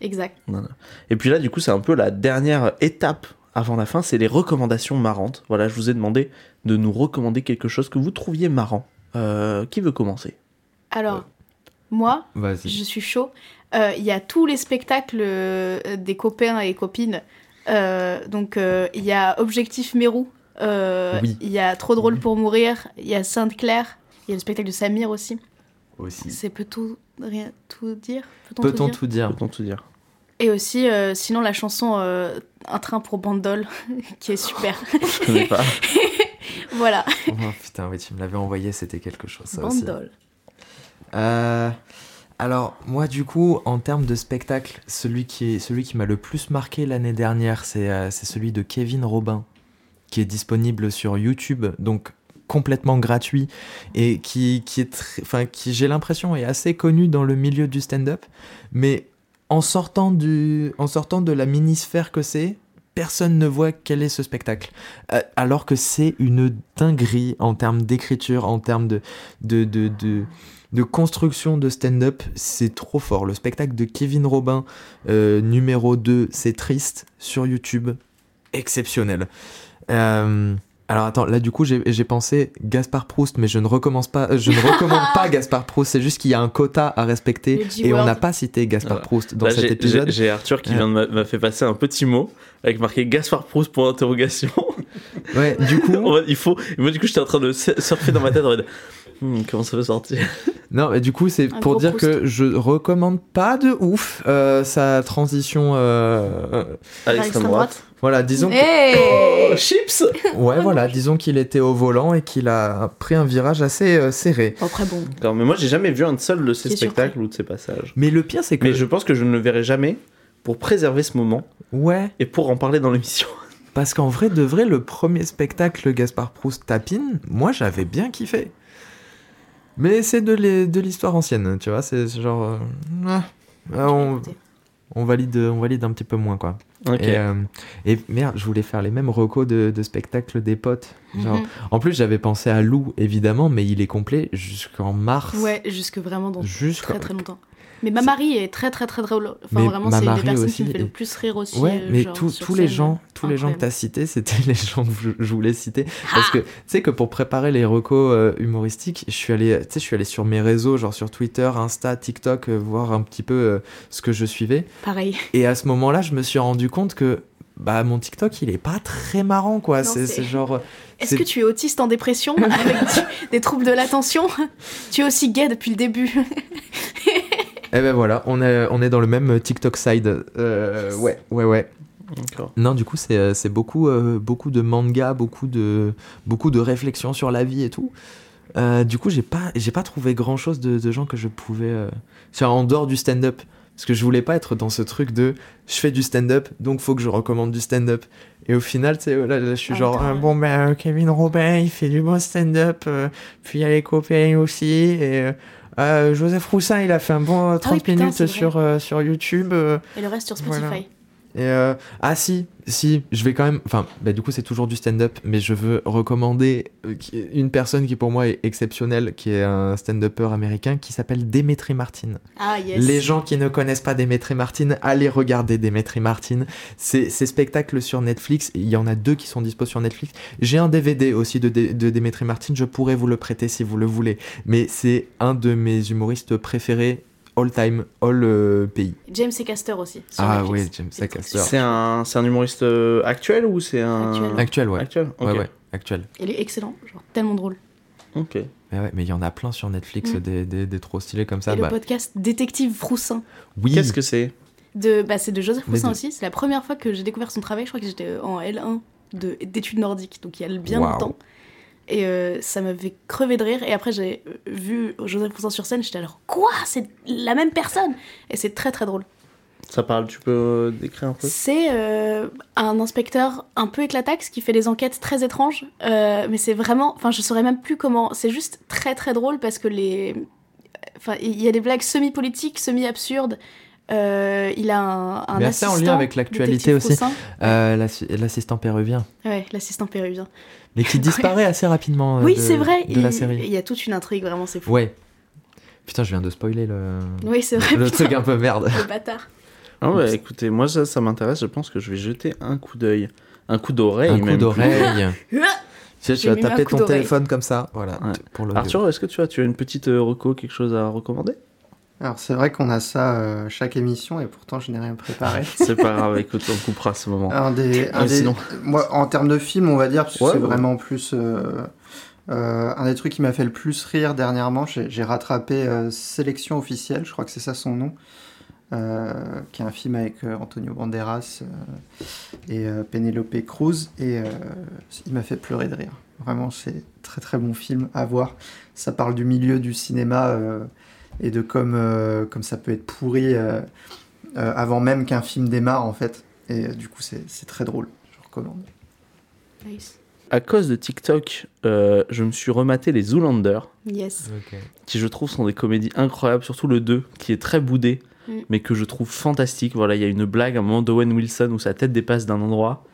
[SPEAKER 8] Exact.
[SPEAKER 6] Et puis là, du coup, c'est un peu la dernière étape avant la fin, c'est les recommandations marrantes. Voilà, je vous ai demandé de nous recommander quelque chose que vous trouviez marrant. Euh, qui veut commencer
[SPEAKER 8] Alors, moi,
[SPEAKER 7] Vas-y.
[SPEAKER 8] je suis chaud. Euh, Il y a tous les spectacles euh, des copains et copines. Euh, donc, euh, il y a Objectif Mérou. Euh, Il
[SPEAKER 7] Oui. Mmh.
[SPEAKER 8] y a Trop drôle pour mourir. Il y a Sainte-Claire. Il y a le spectacle de Samir aussi.
[SPEAKER 7] Mmh. Aussi.
[SPEAKER 8] C'est peut-on rien tout dire Peut-on
[SPEAKER 7] Peut-on
[SPEAKER 8] dire
[SPEAKER 7] tout dire
[SPEAKER 6] Peut-on tout dire
[SPEAKER 8] Et aussi, euh, sinon, la chanson euh, Un train pour Bandol, qui est super.
[SPEAKER 6] Je connais pas.
[SPEAKER 8] voilà.
[SPEAKER 7] Oh, putain, oui, tu me l'avais envoyé, c'était quelque chose. Ça aussi.
[SPEAKER 8] Bandol.
[SPEAKER 7] Euh, alors, moi, du coup, en termes de spectacle, celui qui, est- celui qui m'a le plus marqué l'année dernière, c'est euh, c'est celui de Kevin Robin, qui est disponible sur YouTube, donc complètement gratuit, et qui, qui est très- enfin, qui, j'ai l'impression, est assez connu dans le milieu du stand-up, mais en sortant, du, en sortant de la mini-sphère que c'est, personne ne voit quel est ce spectacle. Euh, alors que c'est une dinguerie en termes d'écriture, en termes de- de, de, de, de construction de stand-up, c'est trop fort. Le spectacle de Kevin Robin, euh, numéro 2, c'est triste, sur YouTube, exceptionnel. Euh, alors attends, là du coup j'ai j'ai pensé Gaspard Proust, mais je ne recommence pas, euh, je ne recommande pas Gaspard Proust. C'est juste qu'il y a un quota à respecter
[SPEAKER 8] Le G-word.
[SPEAKER 7] et on n'a pas cité Gaspard
[SPEAKER 6] Voilà.
[SPEAKER 7] Proust dans
[SPEAKER 6] Là,
[SPEAKER 7] cet
[SPEAKER 6] Bah, j'ai-
[SPEAKER 7] épisode.
[SPEAKER 6] j'ai- J'ai Arthur qui
[SPEAKER 7] Ouais.
[SPEAKER 6] vient de m'a- m'a fait passer un petit mot avec marqué Gaspard Proust pour interrogation.
[SPEAKER 7] Ouais, du coup,
[SPEAKER 6] En mode, Il faut. et Moi, du coup, j'étais en train de se- surfer dans ma tête en mode. Hmm, comment ça peut sortir
[SPEAKER 7] Non, mais du coup, c'est
[SPEAKER 8] Un
[SPEAKER 7] pour
[SPEAKER 8] gros
[SPEAKER 7] dire
[SPEAKER 8] Proust.
[SPEAKER 7] que je recommande pas de ouf euh, sa transition. euh, euh,
[SPEAKER 6] À
[SPEAKER 8] Vers
[SPEAKER 6] l'extrême droite.
[SPEAKER 7] voilà, disons. que-
[SPEAKER 6] Oh,
[SPEAKER 8] Hey
[SPEAKER 6] chips
[SPEAKER 7] Ouais, voilà, disons qu'il était au volant et qu'il a pris un virage assez euh, serré.
[SPEAKER 8] Après, bon.
[SPEAKER 6] D'accord, mais moi, j'ai jamais vu un seul de ces
[SPEAKER 8] Qui est
[SPEAKER 6] spectacles ou de ces passages.
[SPEAKER 7] Mais le pire, c'est que.
[SPEAKER 6] Mais je pense que je ne le verrai jamais pour préserver ce moment
[SPEAKER 7] Ouais,
[SPEAKER 6] et pour en parler dans l'émission.
[SPEAKER 7] parce qu'en vrai, de vrai, le premier spectacle Gaspard Proust Tapine, moi, j'avais bien kiffé. Mais c'est de l'hi- de l'histoire ancienne, tu vois, c'est c'est genre. euh, ah, ah, on, on valide, on valide un petit peu moins, quoi.
[SPEAKER 6] Ok.
[SPEAKER 7] Et, euh, et merde, je voulais faire les mêmes recos de, de spectacles des potes. Genre,
[SPEAKER 8] Mhm.
[SPEAKER 7] En plus, j'avais pensé à Lou, évidemment, mais il est complet jusqu'en mars.
[SPEAKER 8] Ouais, jusque vraiment dans
[SPEAKER 7] Jusqu'en-
[SPEAKER 8] très très longtemps. Mais ma Marie est très très très drôle. Enfin
[SPEAKER 7] Mais
[SPEAKER 8] vraiment,
[SPEAKER 7] Ma
[SPEAKER 8] c'est une des
[SPEAKER 7] Marie
[SPEAKER 8] personnes
[SPEAKER 7] aussi
[SPEAKER 8] qui me fait
[SPEAKER 7] est-
[SPEAKER 8] le plus rire aussi.
[SPEAKER 7] Ouais,
[SPEAKER 8] euh,
[SPEAKER 7] mais
[SPEAKER 8] genre,
[SPEAKER 7] tous-
[SPEAKER 8] sur
[SPEAKER 7] tous les
[SPEAKER 8] scène.
[SPEAKER 7] gens, tous les gens que
[SPEAKER 8] Incroyable. Ah
[SPEAKER 7] t'as cités, c'était les gens que je, je voulais citer parce que tu sais que pour préparer les recos euh, humoristiques, je suis allé, tu sais, je suis allé sur mes réseaux, genre sur Twitter, Insta, TikTok, euh, voir un petit peu euh, ce que je suivais.
[SPEAKER 8] Pareil.
[SPEAKER 7] Et à ce moment-là, je me suis rendu compte que bah mon TikTok, il est pas très marrant quoi.
[SPEAKER 8] Non,
[SPEAKER 7] C'est
[SPEAKER 8] c'est-
[SPEAKER 7] c'est genre,
[SPEAKER 8] Est-ce
[SPEAKER 7] C'est-
[SPEAKER 8] que tu es autiste en dépression avec du- des troubles de l'attention Tu es aussi gay depuis le début.
[SPEAKER 7] eh ben voilà, on est on est dans le même TikTok side. Euh, ouais, ouais, ouais.
[SPEAKER 6] D'accord.
[SPEAKER 7] Non, du coup, c'est euh, c'est beaucoup, euh, beaucoup de mangas, beaucoup de, beaucoup de réflexions sur la vie et tout. Euh, du coup, j'ai pas, j'ai pas trouvé grand chose de, de gens que je pouvais. euh, faire en dehors du stand-up. Parce que je voulais pas être dans ce truc de je fais du stand-up, donc faut que je recommande du stand-up. Et au final, tu sais, là, là, je suis
[SPEAKER 8] Ah,
[SPEAKER 7] genre,
[SPEAKER 8] putain,
[SPEAKER 7] ah,
[SPEAKER 8] ouais.
[SPEAKER 7] bon, ben euh, Kevin Robin, il fait du bon stand-up, euh, puis il y a les copains aussi, et euh, euh, Joseph Roussin, il a fait un bon euh, 30
[SPEAKER 8] Ah putain, c'est
[SPEAKER 7] minutes
[SPEAKER 8] vrai.
[SPEAKER 7] sur, euh, sur YouTube. euh,
[SPEAKER 8] Et le reste sur Spotify.
[SPEAKER 7] Voilà. et euh, ah si, si, je vais quand même. Enfin, bah, du coup, c'est toujours du stand-up, mais je veux recommander euh, qui- une personne qui pour moi est exceptionnelle, qui est un stand-upper américain, qui s'appelle Demetri Martin.
[SPEAKER 8] Ah yes.
[SPEAKER 7] Les gens qui ne connaissent pas Demetri Martin, allez regarder Demetri Martin. C'est ces spectacles sur Netflix. Il y en a deux qui sont dispo sur Netflix. J'ai un DVD aussi de, Dé- de Demetri Martin. Je pourrais vous le prêter si vous le voulez. Mais c'est un de mes humoristes préférés all time, all euh, pays.
[SPEAKER 8] James et Caster aussi. sur
[SPEAKER 7] ah
[SPEAKER 8] Netflix.
[SPEAKER 7] oui, James
[SPEAKER 8] C'est trop
[SPEAKER 7] Acaster.
[SPEAKER 6] C'est un, c'est un humoriste euh, actuel ou c'est un.
[SPEAKER 8] Actuel.
[SPEAKER 7] Actuel, ouais.
[SPEAKER 6] Actuel Ok.
[SPEAKER 7] Ouais, ouais, actuel.
[SPEAKER 8] Il est excellent, genre tellement drôle.
[SPEAKER 6] Ok.
[SPEAKER 7] Mais ouais, mais il y en a plein sur Netflix,
[SPEAKER 8] Mm.
[SPEAKER 7] des, des, des trop stylés comme ça.
[SPEAKER 8] et
[SPEAKER 7] bah,
[SPEAKER 8] le podcast Détective Roussin
[SPEAKER 7] oui,
[SPEAKER 6] Qu'est-ce que c'est
[SPEAKER 8] de bah c'est de Joseph
[SPEAKER 7] Les
[SPEAKER 8] Roussin
[SPEAKER 7] deux.
[SPEAKER 8] aussi. C'est la première fois que j'ai découvert son travail. Je crois que j'étais euh, en L1 de- d'études nordiques, donc il y a bien
[SPEAKER 7] Waouh.
[SPEAKER 8] longtemps. Et euh, ça m'avait crevé de rire. Et après j'ai euh, vu Joseph Roussin sur scène. J'étais alors quoi C'est la même personne Et c'est très très drôle.
[SPEAKER 6] Ça parle, tu peux euh, décrire un peu
[SPEAKER 8] C'est euh, un inspecteur un peu éclataxe qui fait des enquêtes très étranges, euh, mais c'est vraiment, enfin je saurais même plus comment. C'est juste très très drôle parce que les, enfin il y a des blagues semi-politiques, semi-absurdes. Euh, il a un, un
[SPEAKER 7] Mais assez en lien
[SPEAKER 8] assistant,
[SPEAKER 7] avec l'actualité
[SPEAKER 8] détective
[SPEAKER 7] aussi.
[SPEAKER 8] Roussin.
[SPEAKER 7] Euh, l'assi- l'assistant péruvien,
[SPEAKER 8] Ouais, l'assistant péruvien.
[SPEAKER 7] mais qui disparaît assez rapidement euh,
[SPEAKER 8] oui,
[SPEAKER 7] de,
[SPEAKER 8] c'est vrai.
[SPEAKER 7] de la
[SPEAKER 8] il-
[SPEAKER 7] série.
[SPEAKER 8] Il y a toute une intrigue vraiment, c'est fou.
[SPEAKER 7] Ouais. Putain, je viens de spoiler le,
[SPEAKER 8] Oui, c'est vrai,
[SPEAKER 7] le
[SPEAKER 8] putain,
[SPEAKER 7] truc hein. un peu merde.
[SPEAKER 8] le bâtard.
[SPEAKER 6] Ah ouais, écoutez, moi ça, ça m'intéresse, je pense que je vais jeter un coup d'œil. Un coup d'oreille
[SPEAKER 7] Un
[SPEAKER 6] même.
[SPEAKER 7] coup d'oreille.
[SPEAKER 10] Ah
[SPEAKER 7] Tu sais,
[SPEAKER 10] J'ai
[SPEAKER 7] tu vas
[SPEAKER 10] mis un
[SPEAKER 7] taper
[SPEAKER 10] coup
[SPEAKER 7] ton
[SPEAKER 10] d'oreille.
[SPEAKER 7] téléphone comme ça. Voilà,
[SPEAKER 6] Ouais.
[SPEAKER 7] t- pour le
[SPEAKER 6] Arthur, est-ce que tu as, tu as une petite euh, reco, quelque chose à recommander
[SPEAKER 9] Alors c'est vrai qu'on a ça euh, chaque émission et pourtant je n'ai rien préparé.
[SPEAKER 6] C'est pas grave, écoute, on coupera ce moment.
[SPEAKER 9] Un des, un
[SPEAKER 6] Mais
[SPEAKER 9] des-
[SPEAKER 6] sinon-
[SPEAKER 9] moi, en termes de film, on va dire, parce que
[SPEAKER 6] Ouais,
[SPEAKER 9] c'est
[SPEAKER 6] ouais.
[SPEAKER 9] vraiment plus. euh, euh, un des trucs qui m'a fait le plus rire dernièrement, j'ai j'ai rattrapé euh, Sélection officielle, je crois que c'est ça son nom, euh, qui est un film avec euh, Antonio Banderas euh, et euh, Penelope Cruz, et euh, il m'a fait pleurer de rire. Vraiment, c'est très très bon film à voir. Ça parle du milieu du cinéma euh, et de comme, euh, comme ça peut être pourri euh, euh, avant même qu'un film démarre en fait. Et euh, du coup, c'est c'est très drôle. Je recommande.
[SPEAKER 8] Nice.
[SPEAKER 6] À cause de TikTok, euh, je me suis rematé les Zoolander,
[SPEAKER 8] Yes.
[SPEAKER 6] qui je trouve sont des comédies incroyables, surtout le 2, qui est très boudé,
[SPEAKER 8] Mm.
[SPEAKER 6] mais que je trouve fantastique. Voilà, il y a une blague à un moment d'Owen Wilson où sa tête dépasse d'un endroit.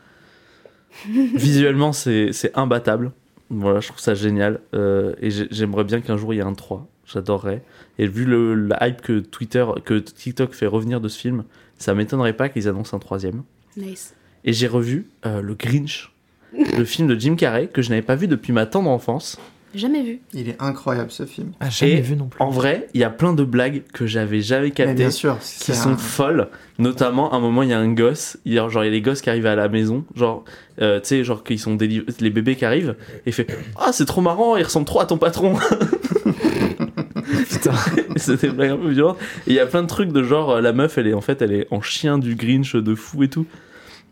[SPEAKER 6] Visuellement, c'est c'est imbattable. Voilà, je trouve ça génial. euh, et j'ai- j'aimerais bien qu'un jour il y ait un 3. J'adorerais. Et vu le, la hype que Twitter, que TikTok fait revenir de ce film, ça m'étonnerait pas qu'ils annoncent un troisième.
[SPEAKER 8] Nice.
[SPEAKER 6] Et j'ai revu euh, Le Grinch, le film de Jim Carrey que je n'avais pas vu depuis ma tendre enfance.
[SPEAKER 8] Jamais vu.
[SPEAKER 9] Il est incroyable ce film.
[SPEAKER 7] Ah, jamais
[SPEAKER 6] Et
[SPEAKER 7] vu non plus.
[SPEAKER 6] En vrai, il y a plein de blagues que j'avais jamais
[SPEAKER 9] Mais
[SPEAKER 6] captées
[SPEAKER 9] bien sûr,
[SPEAKER 6] qui
[SPEAKER 9] c'est
[SPEAKER 6] sont
[SPEAKER 9] un-
[SPEAKER 6] folles. Notamment, à un moment, il y a un gosse, il y a, genre, il y a les gosses qui arrivent à la maison, genre, euh, tu sais, genre, qu'ils sont déliv- les bébés qui arrivent, et il fait Ah, c'est trop marrant, il ressemble trop à ton patron. Putain, c'était vraiment un peu violente. Et il y a plein de trucs de genre, euh, la meuf, elle est en fait, elle est en chien du Grinch de fou et tout.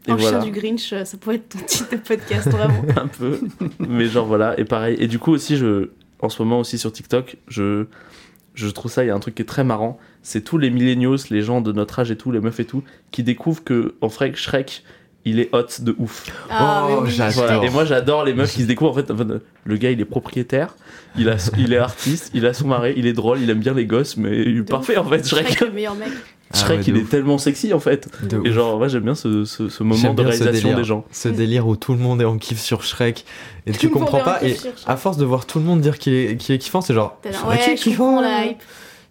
[SPEAKER 6] Et
[SPEAKER 8] En
[SPEAKER 6] voilà.
[SPEAKER 8] chien du Grinch, euh, ça pourrait être ton titre de podcast, vraiment.
[SPEAKER 6] un peu. Mais genre voilà, et pareil. Et du coup aussi, je, en ce moment aussi sur TikTok, je, je trouve ça, il y a un truc qui est très marrant. C'est tous les millennials, les gens de notre âge et tout, les meufs et tout, qui découvrent que en vrai, Shrek, il est hot de ouf.
[SPEAKER 8] Ah, mais
[SPEAKER 7] Oh,
[SPEAKER 8] oui.
[SPEAKER 7] j'adore.
[SPEAKER 6] Voilà. Et moi j'adore les meufs qui se découvrent en fait, en fait, le gars il est propriétaire, il, a, il est artiste, il a son mari, il est drôle, il aime bien les gosses, mais il est
[SPEAKER 8] De
[SPEAKER 6] parfait
[SPEAKER 8] ouf.
[SPEAKER 6] en fait Shrek.
[SPEAKER 8] Shrek, le meilleur mec.
[SPEAKER 7] Ah
[SPEAKER 6] Shrek
[SPEAKER 7] ouais, de
[SPEAKER 6] il
[SPEAKER 7] ouf.
[SPEAKER 6] est tellement sexy en fait.
[SPEAKER 7] De
[SPEAKER 6] Et
[SPEAKER 7] ouf.
[SPEAKER 6] genre ouais j'aime bien ce, ce- ce moment
[SPEAKER 7] J'aime
[SPEAKER 6] de
[SPEAKER 7] bien ce
[SPEAKER 6] réalisation
[SPEAKER 7] délire.
[SPEAKER 6] des gens.
[SPEAKER 7] ce délire où tout le monde est en kiff sur Shrek et
[SPEAKER 8] Tout
[SPEAKER 7] tu
[SPEAKER 8] le monde est
[SPEAKER 7] comprends
[SPEAKER 8] en
[SPEAKER 7] pas
[SPEAKER 8] kiff
[SPEAKER 7] et
[SPEAKER 8] sur Shrek.
[SPEAKER 7] à force de voir tout le monde dire qu'il est, qu'il est kiffant c'est genre
[SPEAKER 8] T'as
[SPEAKER 7] c'est
[SPEAKER 8] l'air,
[SPEAKER 7] vrai qu'il
[SPEAKER 8] Ouais,
[SPEAKER 7] est
[SPEAKER 8] je comprends
[SPEAKER 7] kiffant là.
[SPEAKER 8] la hype.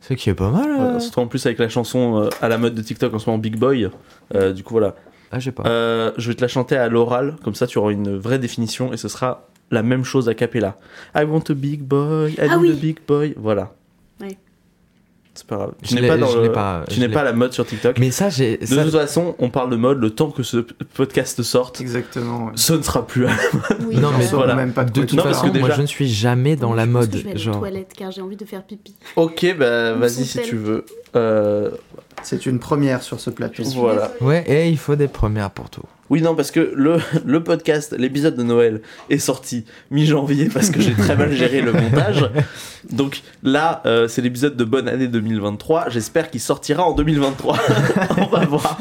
[SPEAKER 7] c'est qui est pas mal
[SPEAKER 8] Euh.
[SPEAKER 7] euh.
[SPEAKER 6] Voilà,
[SPEAKER 7] là.
[SPEAKER 6] surtout en plus avec la chanson euh, à la mode de TikTok en ce moment, Big Boy. Euh, du coup, voilà.
[SPEAKER 7] ah j'ai pas
[SPEAKER 6] Euh, je vais te la chanter à l'oral, comme ça tu auras une vraie définition et ce sera la même chose à cappella. I want a big boy, I
[SPEAKER 8] Ah
[SPEAKER 6] want
[SPEAKER 8] oui.
[SPEAKER 6] a big boy. Voilà.
[SPEAKER 8] Ouais.
[SPEAKER 6] C'est pas grave. Tu
[SPEAKER 7] Je
[SPEAKER 6] n'es
[SPEAKER 7] l'ai-
[SPEAKER 6] pas, dans
[SPEAKER 7] je
[SPEAKER 6] le-
[SPEAKER 7] l'ai pas,
[SPEAKER 6] tu
[SPEAKER 7] je
[SPEAKER 6] n'es
[SPEAKER 7] l'ai-
[SPEAKER 6] pas à la mode sur TikTok.
[SPEAKER 7] mais ça j'ai
[SPEAKER 6] de
[SPEAKER 7] ça-
[SPEAKER 6] toute façon, on parle de mode le temps que ce podcast sorte.
[SPEAKER 9] Exactement. ouais.
[SPEAKER 6] Ce ne sera plus.
[SPEAKER 8] Oui,
[SPEAKER 7] Non,
[SPEAKER 9] Ils
[SPEAKER 7] mais
[SPEAKER 9] savent
[SPEAKER 6] voilà.
[SPEAKER 9] même pas de
[SPEAKER 7] de
[SPEAKER 9] quoi
[SPEAKER 7] toute
[SPEAKER 9] tu
[SPEAKER 6] Non,
[SPEAKER 9] parles.
[SPEAKER 6] parce que
[SPEAKER 7] façon moi
[SPEAKER 6] déjà-
[SPEAKER 7] je ne suis jamais dans la
[SPEAKER 8] Je pense que je vais
[SPEAKER 7] mode
[SPEAKER 8] aller aux
[SPEAKER 7] genre
[SPEAKER 8] toilettes car j'ai envie de faire pipi.
[SPEAKER 6] ok, bah
[SPEAKER 8] vas-y,
[SPEAKER 6] vas-y
[SPEAKER 8] si
[SPEAKER 6] si
[SPEAKER 8] tu
[SPEAKER 6] tu veux. Euh,
[SPEAKER 9] C'est une première sur ce plateau.
[SPEAKER 6] voilà.
[SPEAKER 7] ouais et il faut des premières pour tout
[SPEAKER 6] Oui, non, parce que le, le podcast, l'épisode de Noël est sorti mi-janvier parce que j'ai très mal géré le montage. Donc là, euh, c'est l'épisode de bonne année 2023. J'espère qu'il sortira en 2023. On va voir.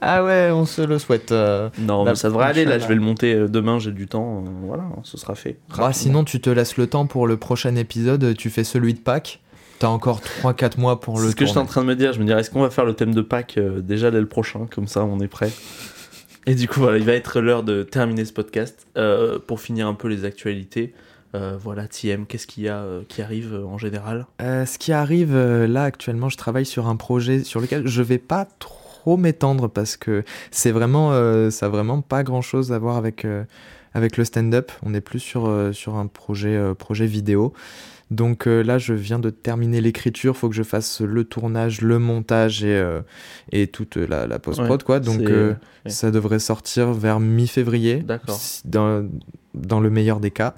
[SPEAKER 7] ah ouais on se le souhaite euh.
[SPEAKER 6] Non,
[SPEAKER 7] La
[SPEAKER 6] mais ça devrait aller. Là,
[SPEAKER 7] prochaine,
[SPEAKER 6] je vais le monter euh, demain. J'ai du temps. euh, Voilà, ce sera fait.
[SPEAKER 7] Ah, sinon tu te laisses le temps pour le prochain épisode tu fais celui de Pâques t'as encore 3-4 mois pour
[SPEAKER 6] C'est
[SPEAKER 7] le
[SPEAKER 6] ce que j'étais en
[SPEAKER 7] tourner.
[SPEAKER 6] train de me dire. Je me dirais, est-ce qu'on va faire le thème de Pâques euh, déjà dès le prochain Comme ça, on est prêt. Et du coup, voilà, il va être l'heure de terminer ce podcast. Euh, pour finir un peu les actualités, euh, voilà, TM, qu'est-ce qu'il y a euh, qui arrive euh, en général
[SPEAKER 7] Euh, ce qui arrive euh, là actuellement, je travaille sur un projet sur lequel je vais pas trop m'étendre parce que c'est vraiment, euh, ça a vraiment pas grand chose à voir avec, euh, avec le stand-up. On est plus sur, euh, sur un projet, euh, projet vidéo. Donc euh, là, je viens de terminer l'écriture. Faut que je fasse le tournage, le montage et, euh, et toute la, la post-prod,
[SPEAKER 6] Ouais,
[SPEAKER 7] quoi. Donc
[SPEAKER 6] c'est-
[SPEAKER 7] euh,
[SPEAKER 6] ouais.
[SPEAKER 7] ça devrait sortir vers mi-février.
[SPEAKER 6] D'accord.
[SPEAKER 7] si- Dans, dans le meilleur des cas.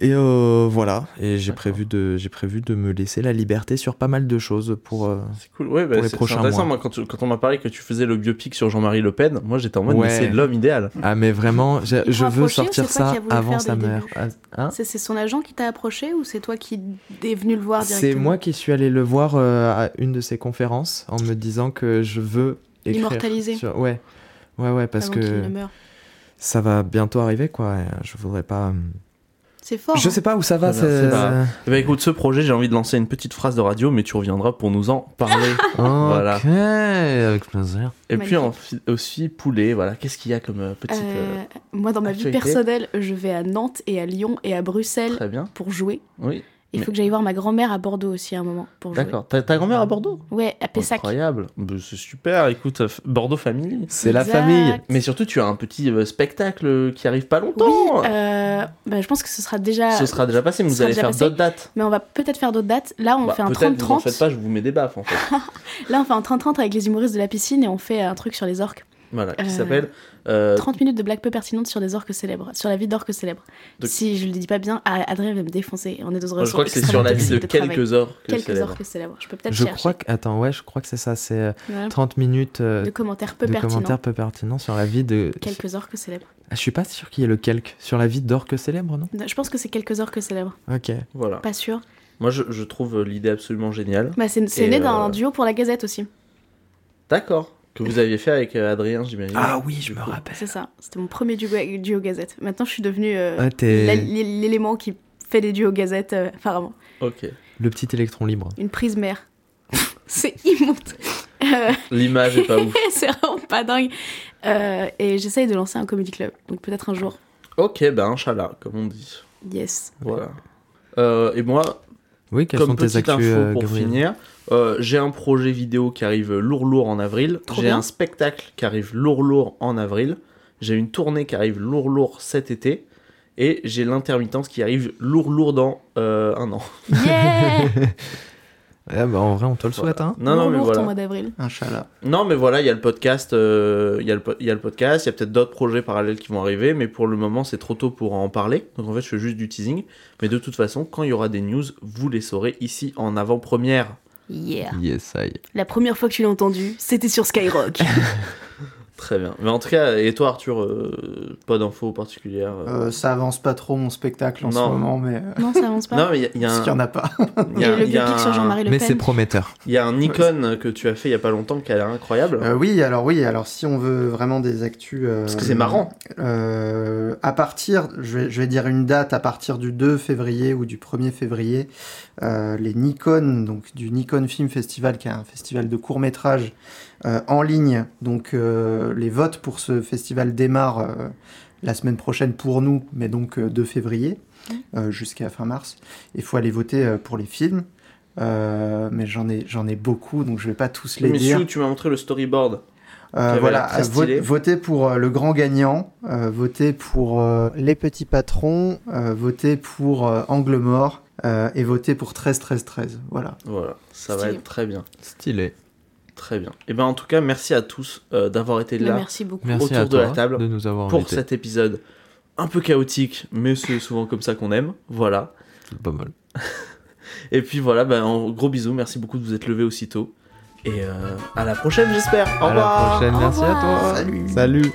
[SPEAKER 7] Et euh, voilà. Et j'ai
[SPEAKER 6] D'accord.
[SPEAKER 7] prévu de, j'ai prévu de me laisser la liberté sur pas mal de choses pour. euh,
[SPEAKER 6] C'est cool, ouais, bah,
[SPEAKER 7] Pour les
[SPEAKER 6] c'est c'est
[SPEAKER 7] prochains
[SPEAKER 6] intéressant.
[SPEAKER 7] mois.
[SPEAKER 6] Moi, quand, tu- quand on m'a parlé que tu faisais le biopic sur Jean-Marie Le Pen, moi j'étais en mode,
[SPEAKER 7] Ouais.
[SPEAKER 6] mais c'est l'homme idéal.
[SPEAKER 7] Ah mais vraiment, j'ai-
[SPEAKER 8] Ils
[SPEAKER 7] je
[SPEAKER 8] t'ont
[SPEAKER 7] veux
[SPEAKER 8] approché ou
[SPEAKER 7] sortir
[SPEAKER 8] c'est toi
[SPEAKER 7] ça
[SPEAKER 8] qui as voulu
[SPEAKER 7] avant
[SPEAKER 8] faire
[SPEAKER 7] sa
[SPEAKER 8] dès le
[SPEAKER 7] mère.
[SPEAKER 8] début
[SPEAKER 7] Ah, hein
[SPEAKER 8] C'est c'est son agent qui t'a approché ou c'est toi qui es venu le voir directement
[SPEAKER 7] c'est moi qui suis allé le voir euh, à une de ses conférences en me disant que je veux écrire.
[SPEAKER 8] Immortaliser.
[SPEAKER 7] sur- Ouais, ouais, ouais, parce
[SPEAKER 8] avant qu'il ne
[SPEAKER 7] que
[SPEAKER 8] meure.
[SPEAKER 7] ça va bientôt arriver quoi. et, euh, Je voudrais pas. euh,
[SPEAKER 8] C'est fort.
[SPEAKER 7] Je
[SPEAKER 8] hein.
[SPEAKER 7] sais pas où ça va.
[SPEAKER 6] Très bien,
[SPEAKER 7] c'est- euh,
[SPEAKER 6] c'est pas- Eh ben, écoute, ce projet, j'ai envie de lancer une petite phrase de radio, mais tu reviendras pour nous en parler. Voilà.
[SPEAKER 7] Ah, Ok, avec plaisir.
[SPEAKER 6] Et puis en fi- aussi, Poulet, voilà, qu'est-ce qu'il y a comme euh, petite. euh,
[SPEAKER 8] Euh, moi, dans ma vie
[SPEAKER 6] actualité.
[SPEAKER 8] personnelle, je vais à Nantes et à Lyon et à Bruxelles
[SPEAKER 6] Très bien,
[SPEAKER 8] pour jouer.
[SPEAKER 6] oui.
[SPEAKER 8] Il faut que j'aille voir ma grand-mère à Bordeaux aussi à un moment pour jouer.
[SPEAKER 6] D'accord. Ta ta grand-mère à Bordeaux
[SPEAKER 8] Ouais, à Pessac.
[SPEAKER 6] Incroyable. Bah, C'est super. Écoute, euh, Bordeaux famille.
[SPEAKER 7] C'est la
[SPEAKER 8] Exact.
[SPEAKER 7] famille.
[SPEAKER 6] Mais surtout, tu as un petit euh, spectacle qui arrive pas
[SPEAKER 8] Oui,
[SPEAKER 6] longtemps.
[SPEAKER 8] euh, bah, je pense que ce sera déjà.
[SPEAKER 6] Ce sera déjà passé, mais
[SPEAKER 8] ce
[SPEAKER 6] vous
[SPEAKER 8] sera
[SPEAKER 6] allez
[SPEAKER 8] déjà
[SPEAKER 6] faire
[SPEAKER 8] passé.
[SPEAKER 6] d'autres dates.
[SPEAKER 8] Mais on va peut-être faire d'autres dates. Là, on
[SPEAKER 6] Bah,
[SPEAKER 8] fait un
[SPEAKER 6] Peut-être vous en
[SPEAKER 8] 30-30.
[SPEAKER 6] faites pas, je vous mets des baffes en fait.
[SPEAKER 8] Là, on fait un 30-30 avec les humoristes de la piscine et on fait un truc sur les orques.
[SPEAKER 6] Voilà, qui
[SPEAKER 8] Euh,
[SPEAKER 6] s'appelle euh,
[SPEAKER 8] 30 minutes de blagues peu pertinentes sur les orques célèbres, sur la vie d'orques célèbres.
[SPEAKER 6] De-
[SPEAKER 8] Si je le dis pas bien, ah, Adrien va me défoncer. On est dans un
[SPEAKER 6] Je crois que c'est sur la vie de quelques orques.
[SPEAKER 8] quelques
[SPEAKER 6] célèbres.
[SPEAKER 8] orques célèbres. Je peux peut-être
[SPEAKER 7] Je
[SPEAKER 8] chercher.
[SPEAKER 7] crois que. Attends, ouais, je crois que c'est ça. C'est euh,
[SPEAKER 8] Voilà.
[SPEAKER 7] 30 minutes euh,
[SPEAKER 8] De commentaires peu
[SPEAKER 7] de
[SPEAKER 8] pertinents.
[SPEAKER 7] commentaires peu pertinents sur la vie de.
[SPEAKER 8] Quelques orques célèbres.
[SPEAKER 7] Ah, je suis pas sûr qu'il y ait le quelque. Sur la vie d'orque célèbre, non
[SPEAKER 8] Je pense que c'est quelques orques célèbres.
[SPEAKER 7] Ok.
[SPEAKER 6] Voilà.
[SPEAKER 8] Pas sûr.
[SPEAKER 6] Moi, je, je trouve euh, l'idée absolument géniale.
[SPEAKER 8] Bah, c'est c'est
[SPEAKER 6] Et,
[SPEAKER 8] né d'un
[SPEAKER 6] euh,
[SPEAKER 8] duo pour la Gazette aussi.
[SPEAKER 6] D'accord. Que vous aviez fait avec euh, Adrien, j'imagine.
[SPEAKER 7] Ah oui, je me rappelle.
[SPEAKER 8] C'est ça. C'était mon premier duo, duo Gazette. Maintenant, je suis devenue euh,
[SPEAKER 7] Ah,
[SPEAKER 8] la-
[SPEAKER 7] t'es
[SPEAKER 8] l'é- l'élément qui fait des duos Gazette, euh, apparemment.
[SPEAKER 6] Ok.
[SPEAKER 7] le petit électron libre.
[SPEAKER 8] Une prise mère. c'est immonde. Euh,
[SPEAKER 6] L'image est pas ouf.
[SPEAKER 8] c'est vraiment pas dingue. Euh, et j'essaye de lancer un comedy club. Donc peut-être un jour.
[SPEAKER 6] Ok, ben, inchallah, comme on dit.
[SPEAKER 8] Yes.
[SPEAKER 6] Voilà. Euh, et moi,
[SPEAKER 7] Oui, quelles
[SPEAKER 6] comme
[SPEAKER 7] sont tes
[SPEAKER 6] petite info
[SPEAKER 7] actus, euh,
[SPEAKER 6] pour
[SPEAKER 7] Gabriel
[SPEAKER 6] finir, euh, j'ai un projet vidéo qui arrive lourd lourd en avril.
[SPEAKER 8] Trop
[SPEAKER 6] J'ai
[SPEAKER 8] bien.
[SPEAKER 6] un spectacle qui arrive lourd lourd en avril. J'ai une tournée qui arrive lourd lourd cet été. Et j'ai l'intermittence qui arrive lourd lourd dans euh, un an.
[SPEAKER 8] Yeah
[SPEAKER 7] Ouais, bah, en vrai, on te le souhaite. Hein.
[SPEAKER 6] Non, non, mais
[SPEAKER 8] Bonjour, ton
[SPEAKER 6] voilà.
[SPEAKER 8] mois d'avril.
[SPEAKER 9] Inch'Allah.
[SPEAKER 6] Non, mais voilà, il y a le podcast, euh, il y, a le po- il y a le podcast, il y a peut-être d'autres projets parallèles qui vont arriver, mais pour le moment, c'est trop tôt pour en parler. Donc en fait, je fais juste du teasing. Mais de toute façon, quand il y aura des news, vous les saurez ici en avant-première.
[SPEAKER 8] Yeah.
[SPEAKER 7] Yes, aïe.
[SPEAKER 8] La première fois que tu l'as entendu, c'était sur Skyrock.
[SPEAKER 6] Très bien. Mais en tout cas, et toi, Arthur, euh, pas d'infos particulières euh,
[SPEAKER 9] Euh, ça avance pas trop mon spectacle en
[SPEAKER 6] Non.
[SPEAKER 9] ce moment, mais euh,
[SPEAKER 8] non, ça avance pas.
[SPEAKER 6] Non, mais il y a- il y, a
[SPEAKER 9] parce
[SPEAKER 6] un-
[SPEAKER 9] qu'il y en a pas.
[SPEAKER 6] il y a-
[SPEAKER 8] Et le
[SPEAKER 6] il y a
[SPEAKER 8] biopic sur
[SPEAKER 6] un-
[SPEAKER 8] Jean-Marie Le
[SPEAKER 7] Mais
[SPEAKER 8] Pen.
[SPEAKER 7] c'est prometteur.
[SPEAKER 6] il y a un icône que tu as fait il y a pas longtemps qui a l'air incroyable.
[SPEAKER 9] Euh, oui, alors oui, alors si on veut vraiment des actus. euh,
[SPEAKER 6] parce que c'est marrant.
[SPEAKER 9] Euh, à partir, je vais, je vais dire une date, à partir du 2 février ou du 1er février, euh, les Nikon, donc du Nikon Film Festival, qui est un festival de court métrage en ligne. Donc euh, les votes pour ce festival démarrent euh, la semaine prochaine pour nous, mais donc euh, 2 février euh, jusqu'à fin mars. Il faut aller voter euh, pour les films. Euh, mais j'en ai, j'en ai beaucoup, donc je vais pas tous les
[SPEAKER 6] Mais
[SPEAKER 9] dire.
[SPEAKER 6] Sue, tu m'as montré le storyboard.
[SPEAKER 9] Euh,
[SPEAKER 6] avait
[SPEAKER 9] voilà,
[SPEAKER 6] l'air très
[SPEAKER 9] euh, vote-
[SPEAKER 6] stylé.
[SPEAKER 9] votez pour euh, le grand gagnant, euh, votez pour euh, les petits patrons, euh, votez pour euh, Angle Mort euh, et votez pour 13 13 13. Voilà.
[SPEAKER 6] Voilà, ça va
[SPEAKER 8] Stylé.
[SPEAKER 6] être très bien.
[SPEAKER 7] Stylé.
[SPEAKER 6] Très bien. Et ben en tout cas, merci à tous euh, d'avoir été
[SPEAKER 8] Bah,
[SPEAKER 6] là.
[SPEAKER 8] merci beaucoup.
[SPEAKER 7] Merci
[SPEAKER 6] Autour
[SPEAKER 7] à
[SPEAKER 6] de la
[SPEAKER 7] toi
[SPEAKER 6] table
[SPEAKER 7] de nous avoir
[SPEAKER 6] pour
[SPEAKER 7] invités.
[SPEAKER 6] cet épisode un peu chaotique, mais c'est souvent comme ça qu'on aime. Voilà.
[SPEAKER 7] C'est Pas mal.
[SPEAKER 6] Et puis voilà, ben, en gros bisous, merci beaucoup de vous être levés aussitôt. Et euh, à la prochaine, j'espère. Au
[SPEAKER 7] À la
[SPEAKER 6] revoir.
[SPEAKER 7] prochaine. Merci à toi. Salut.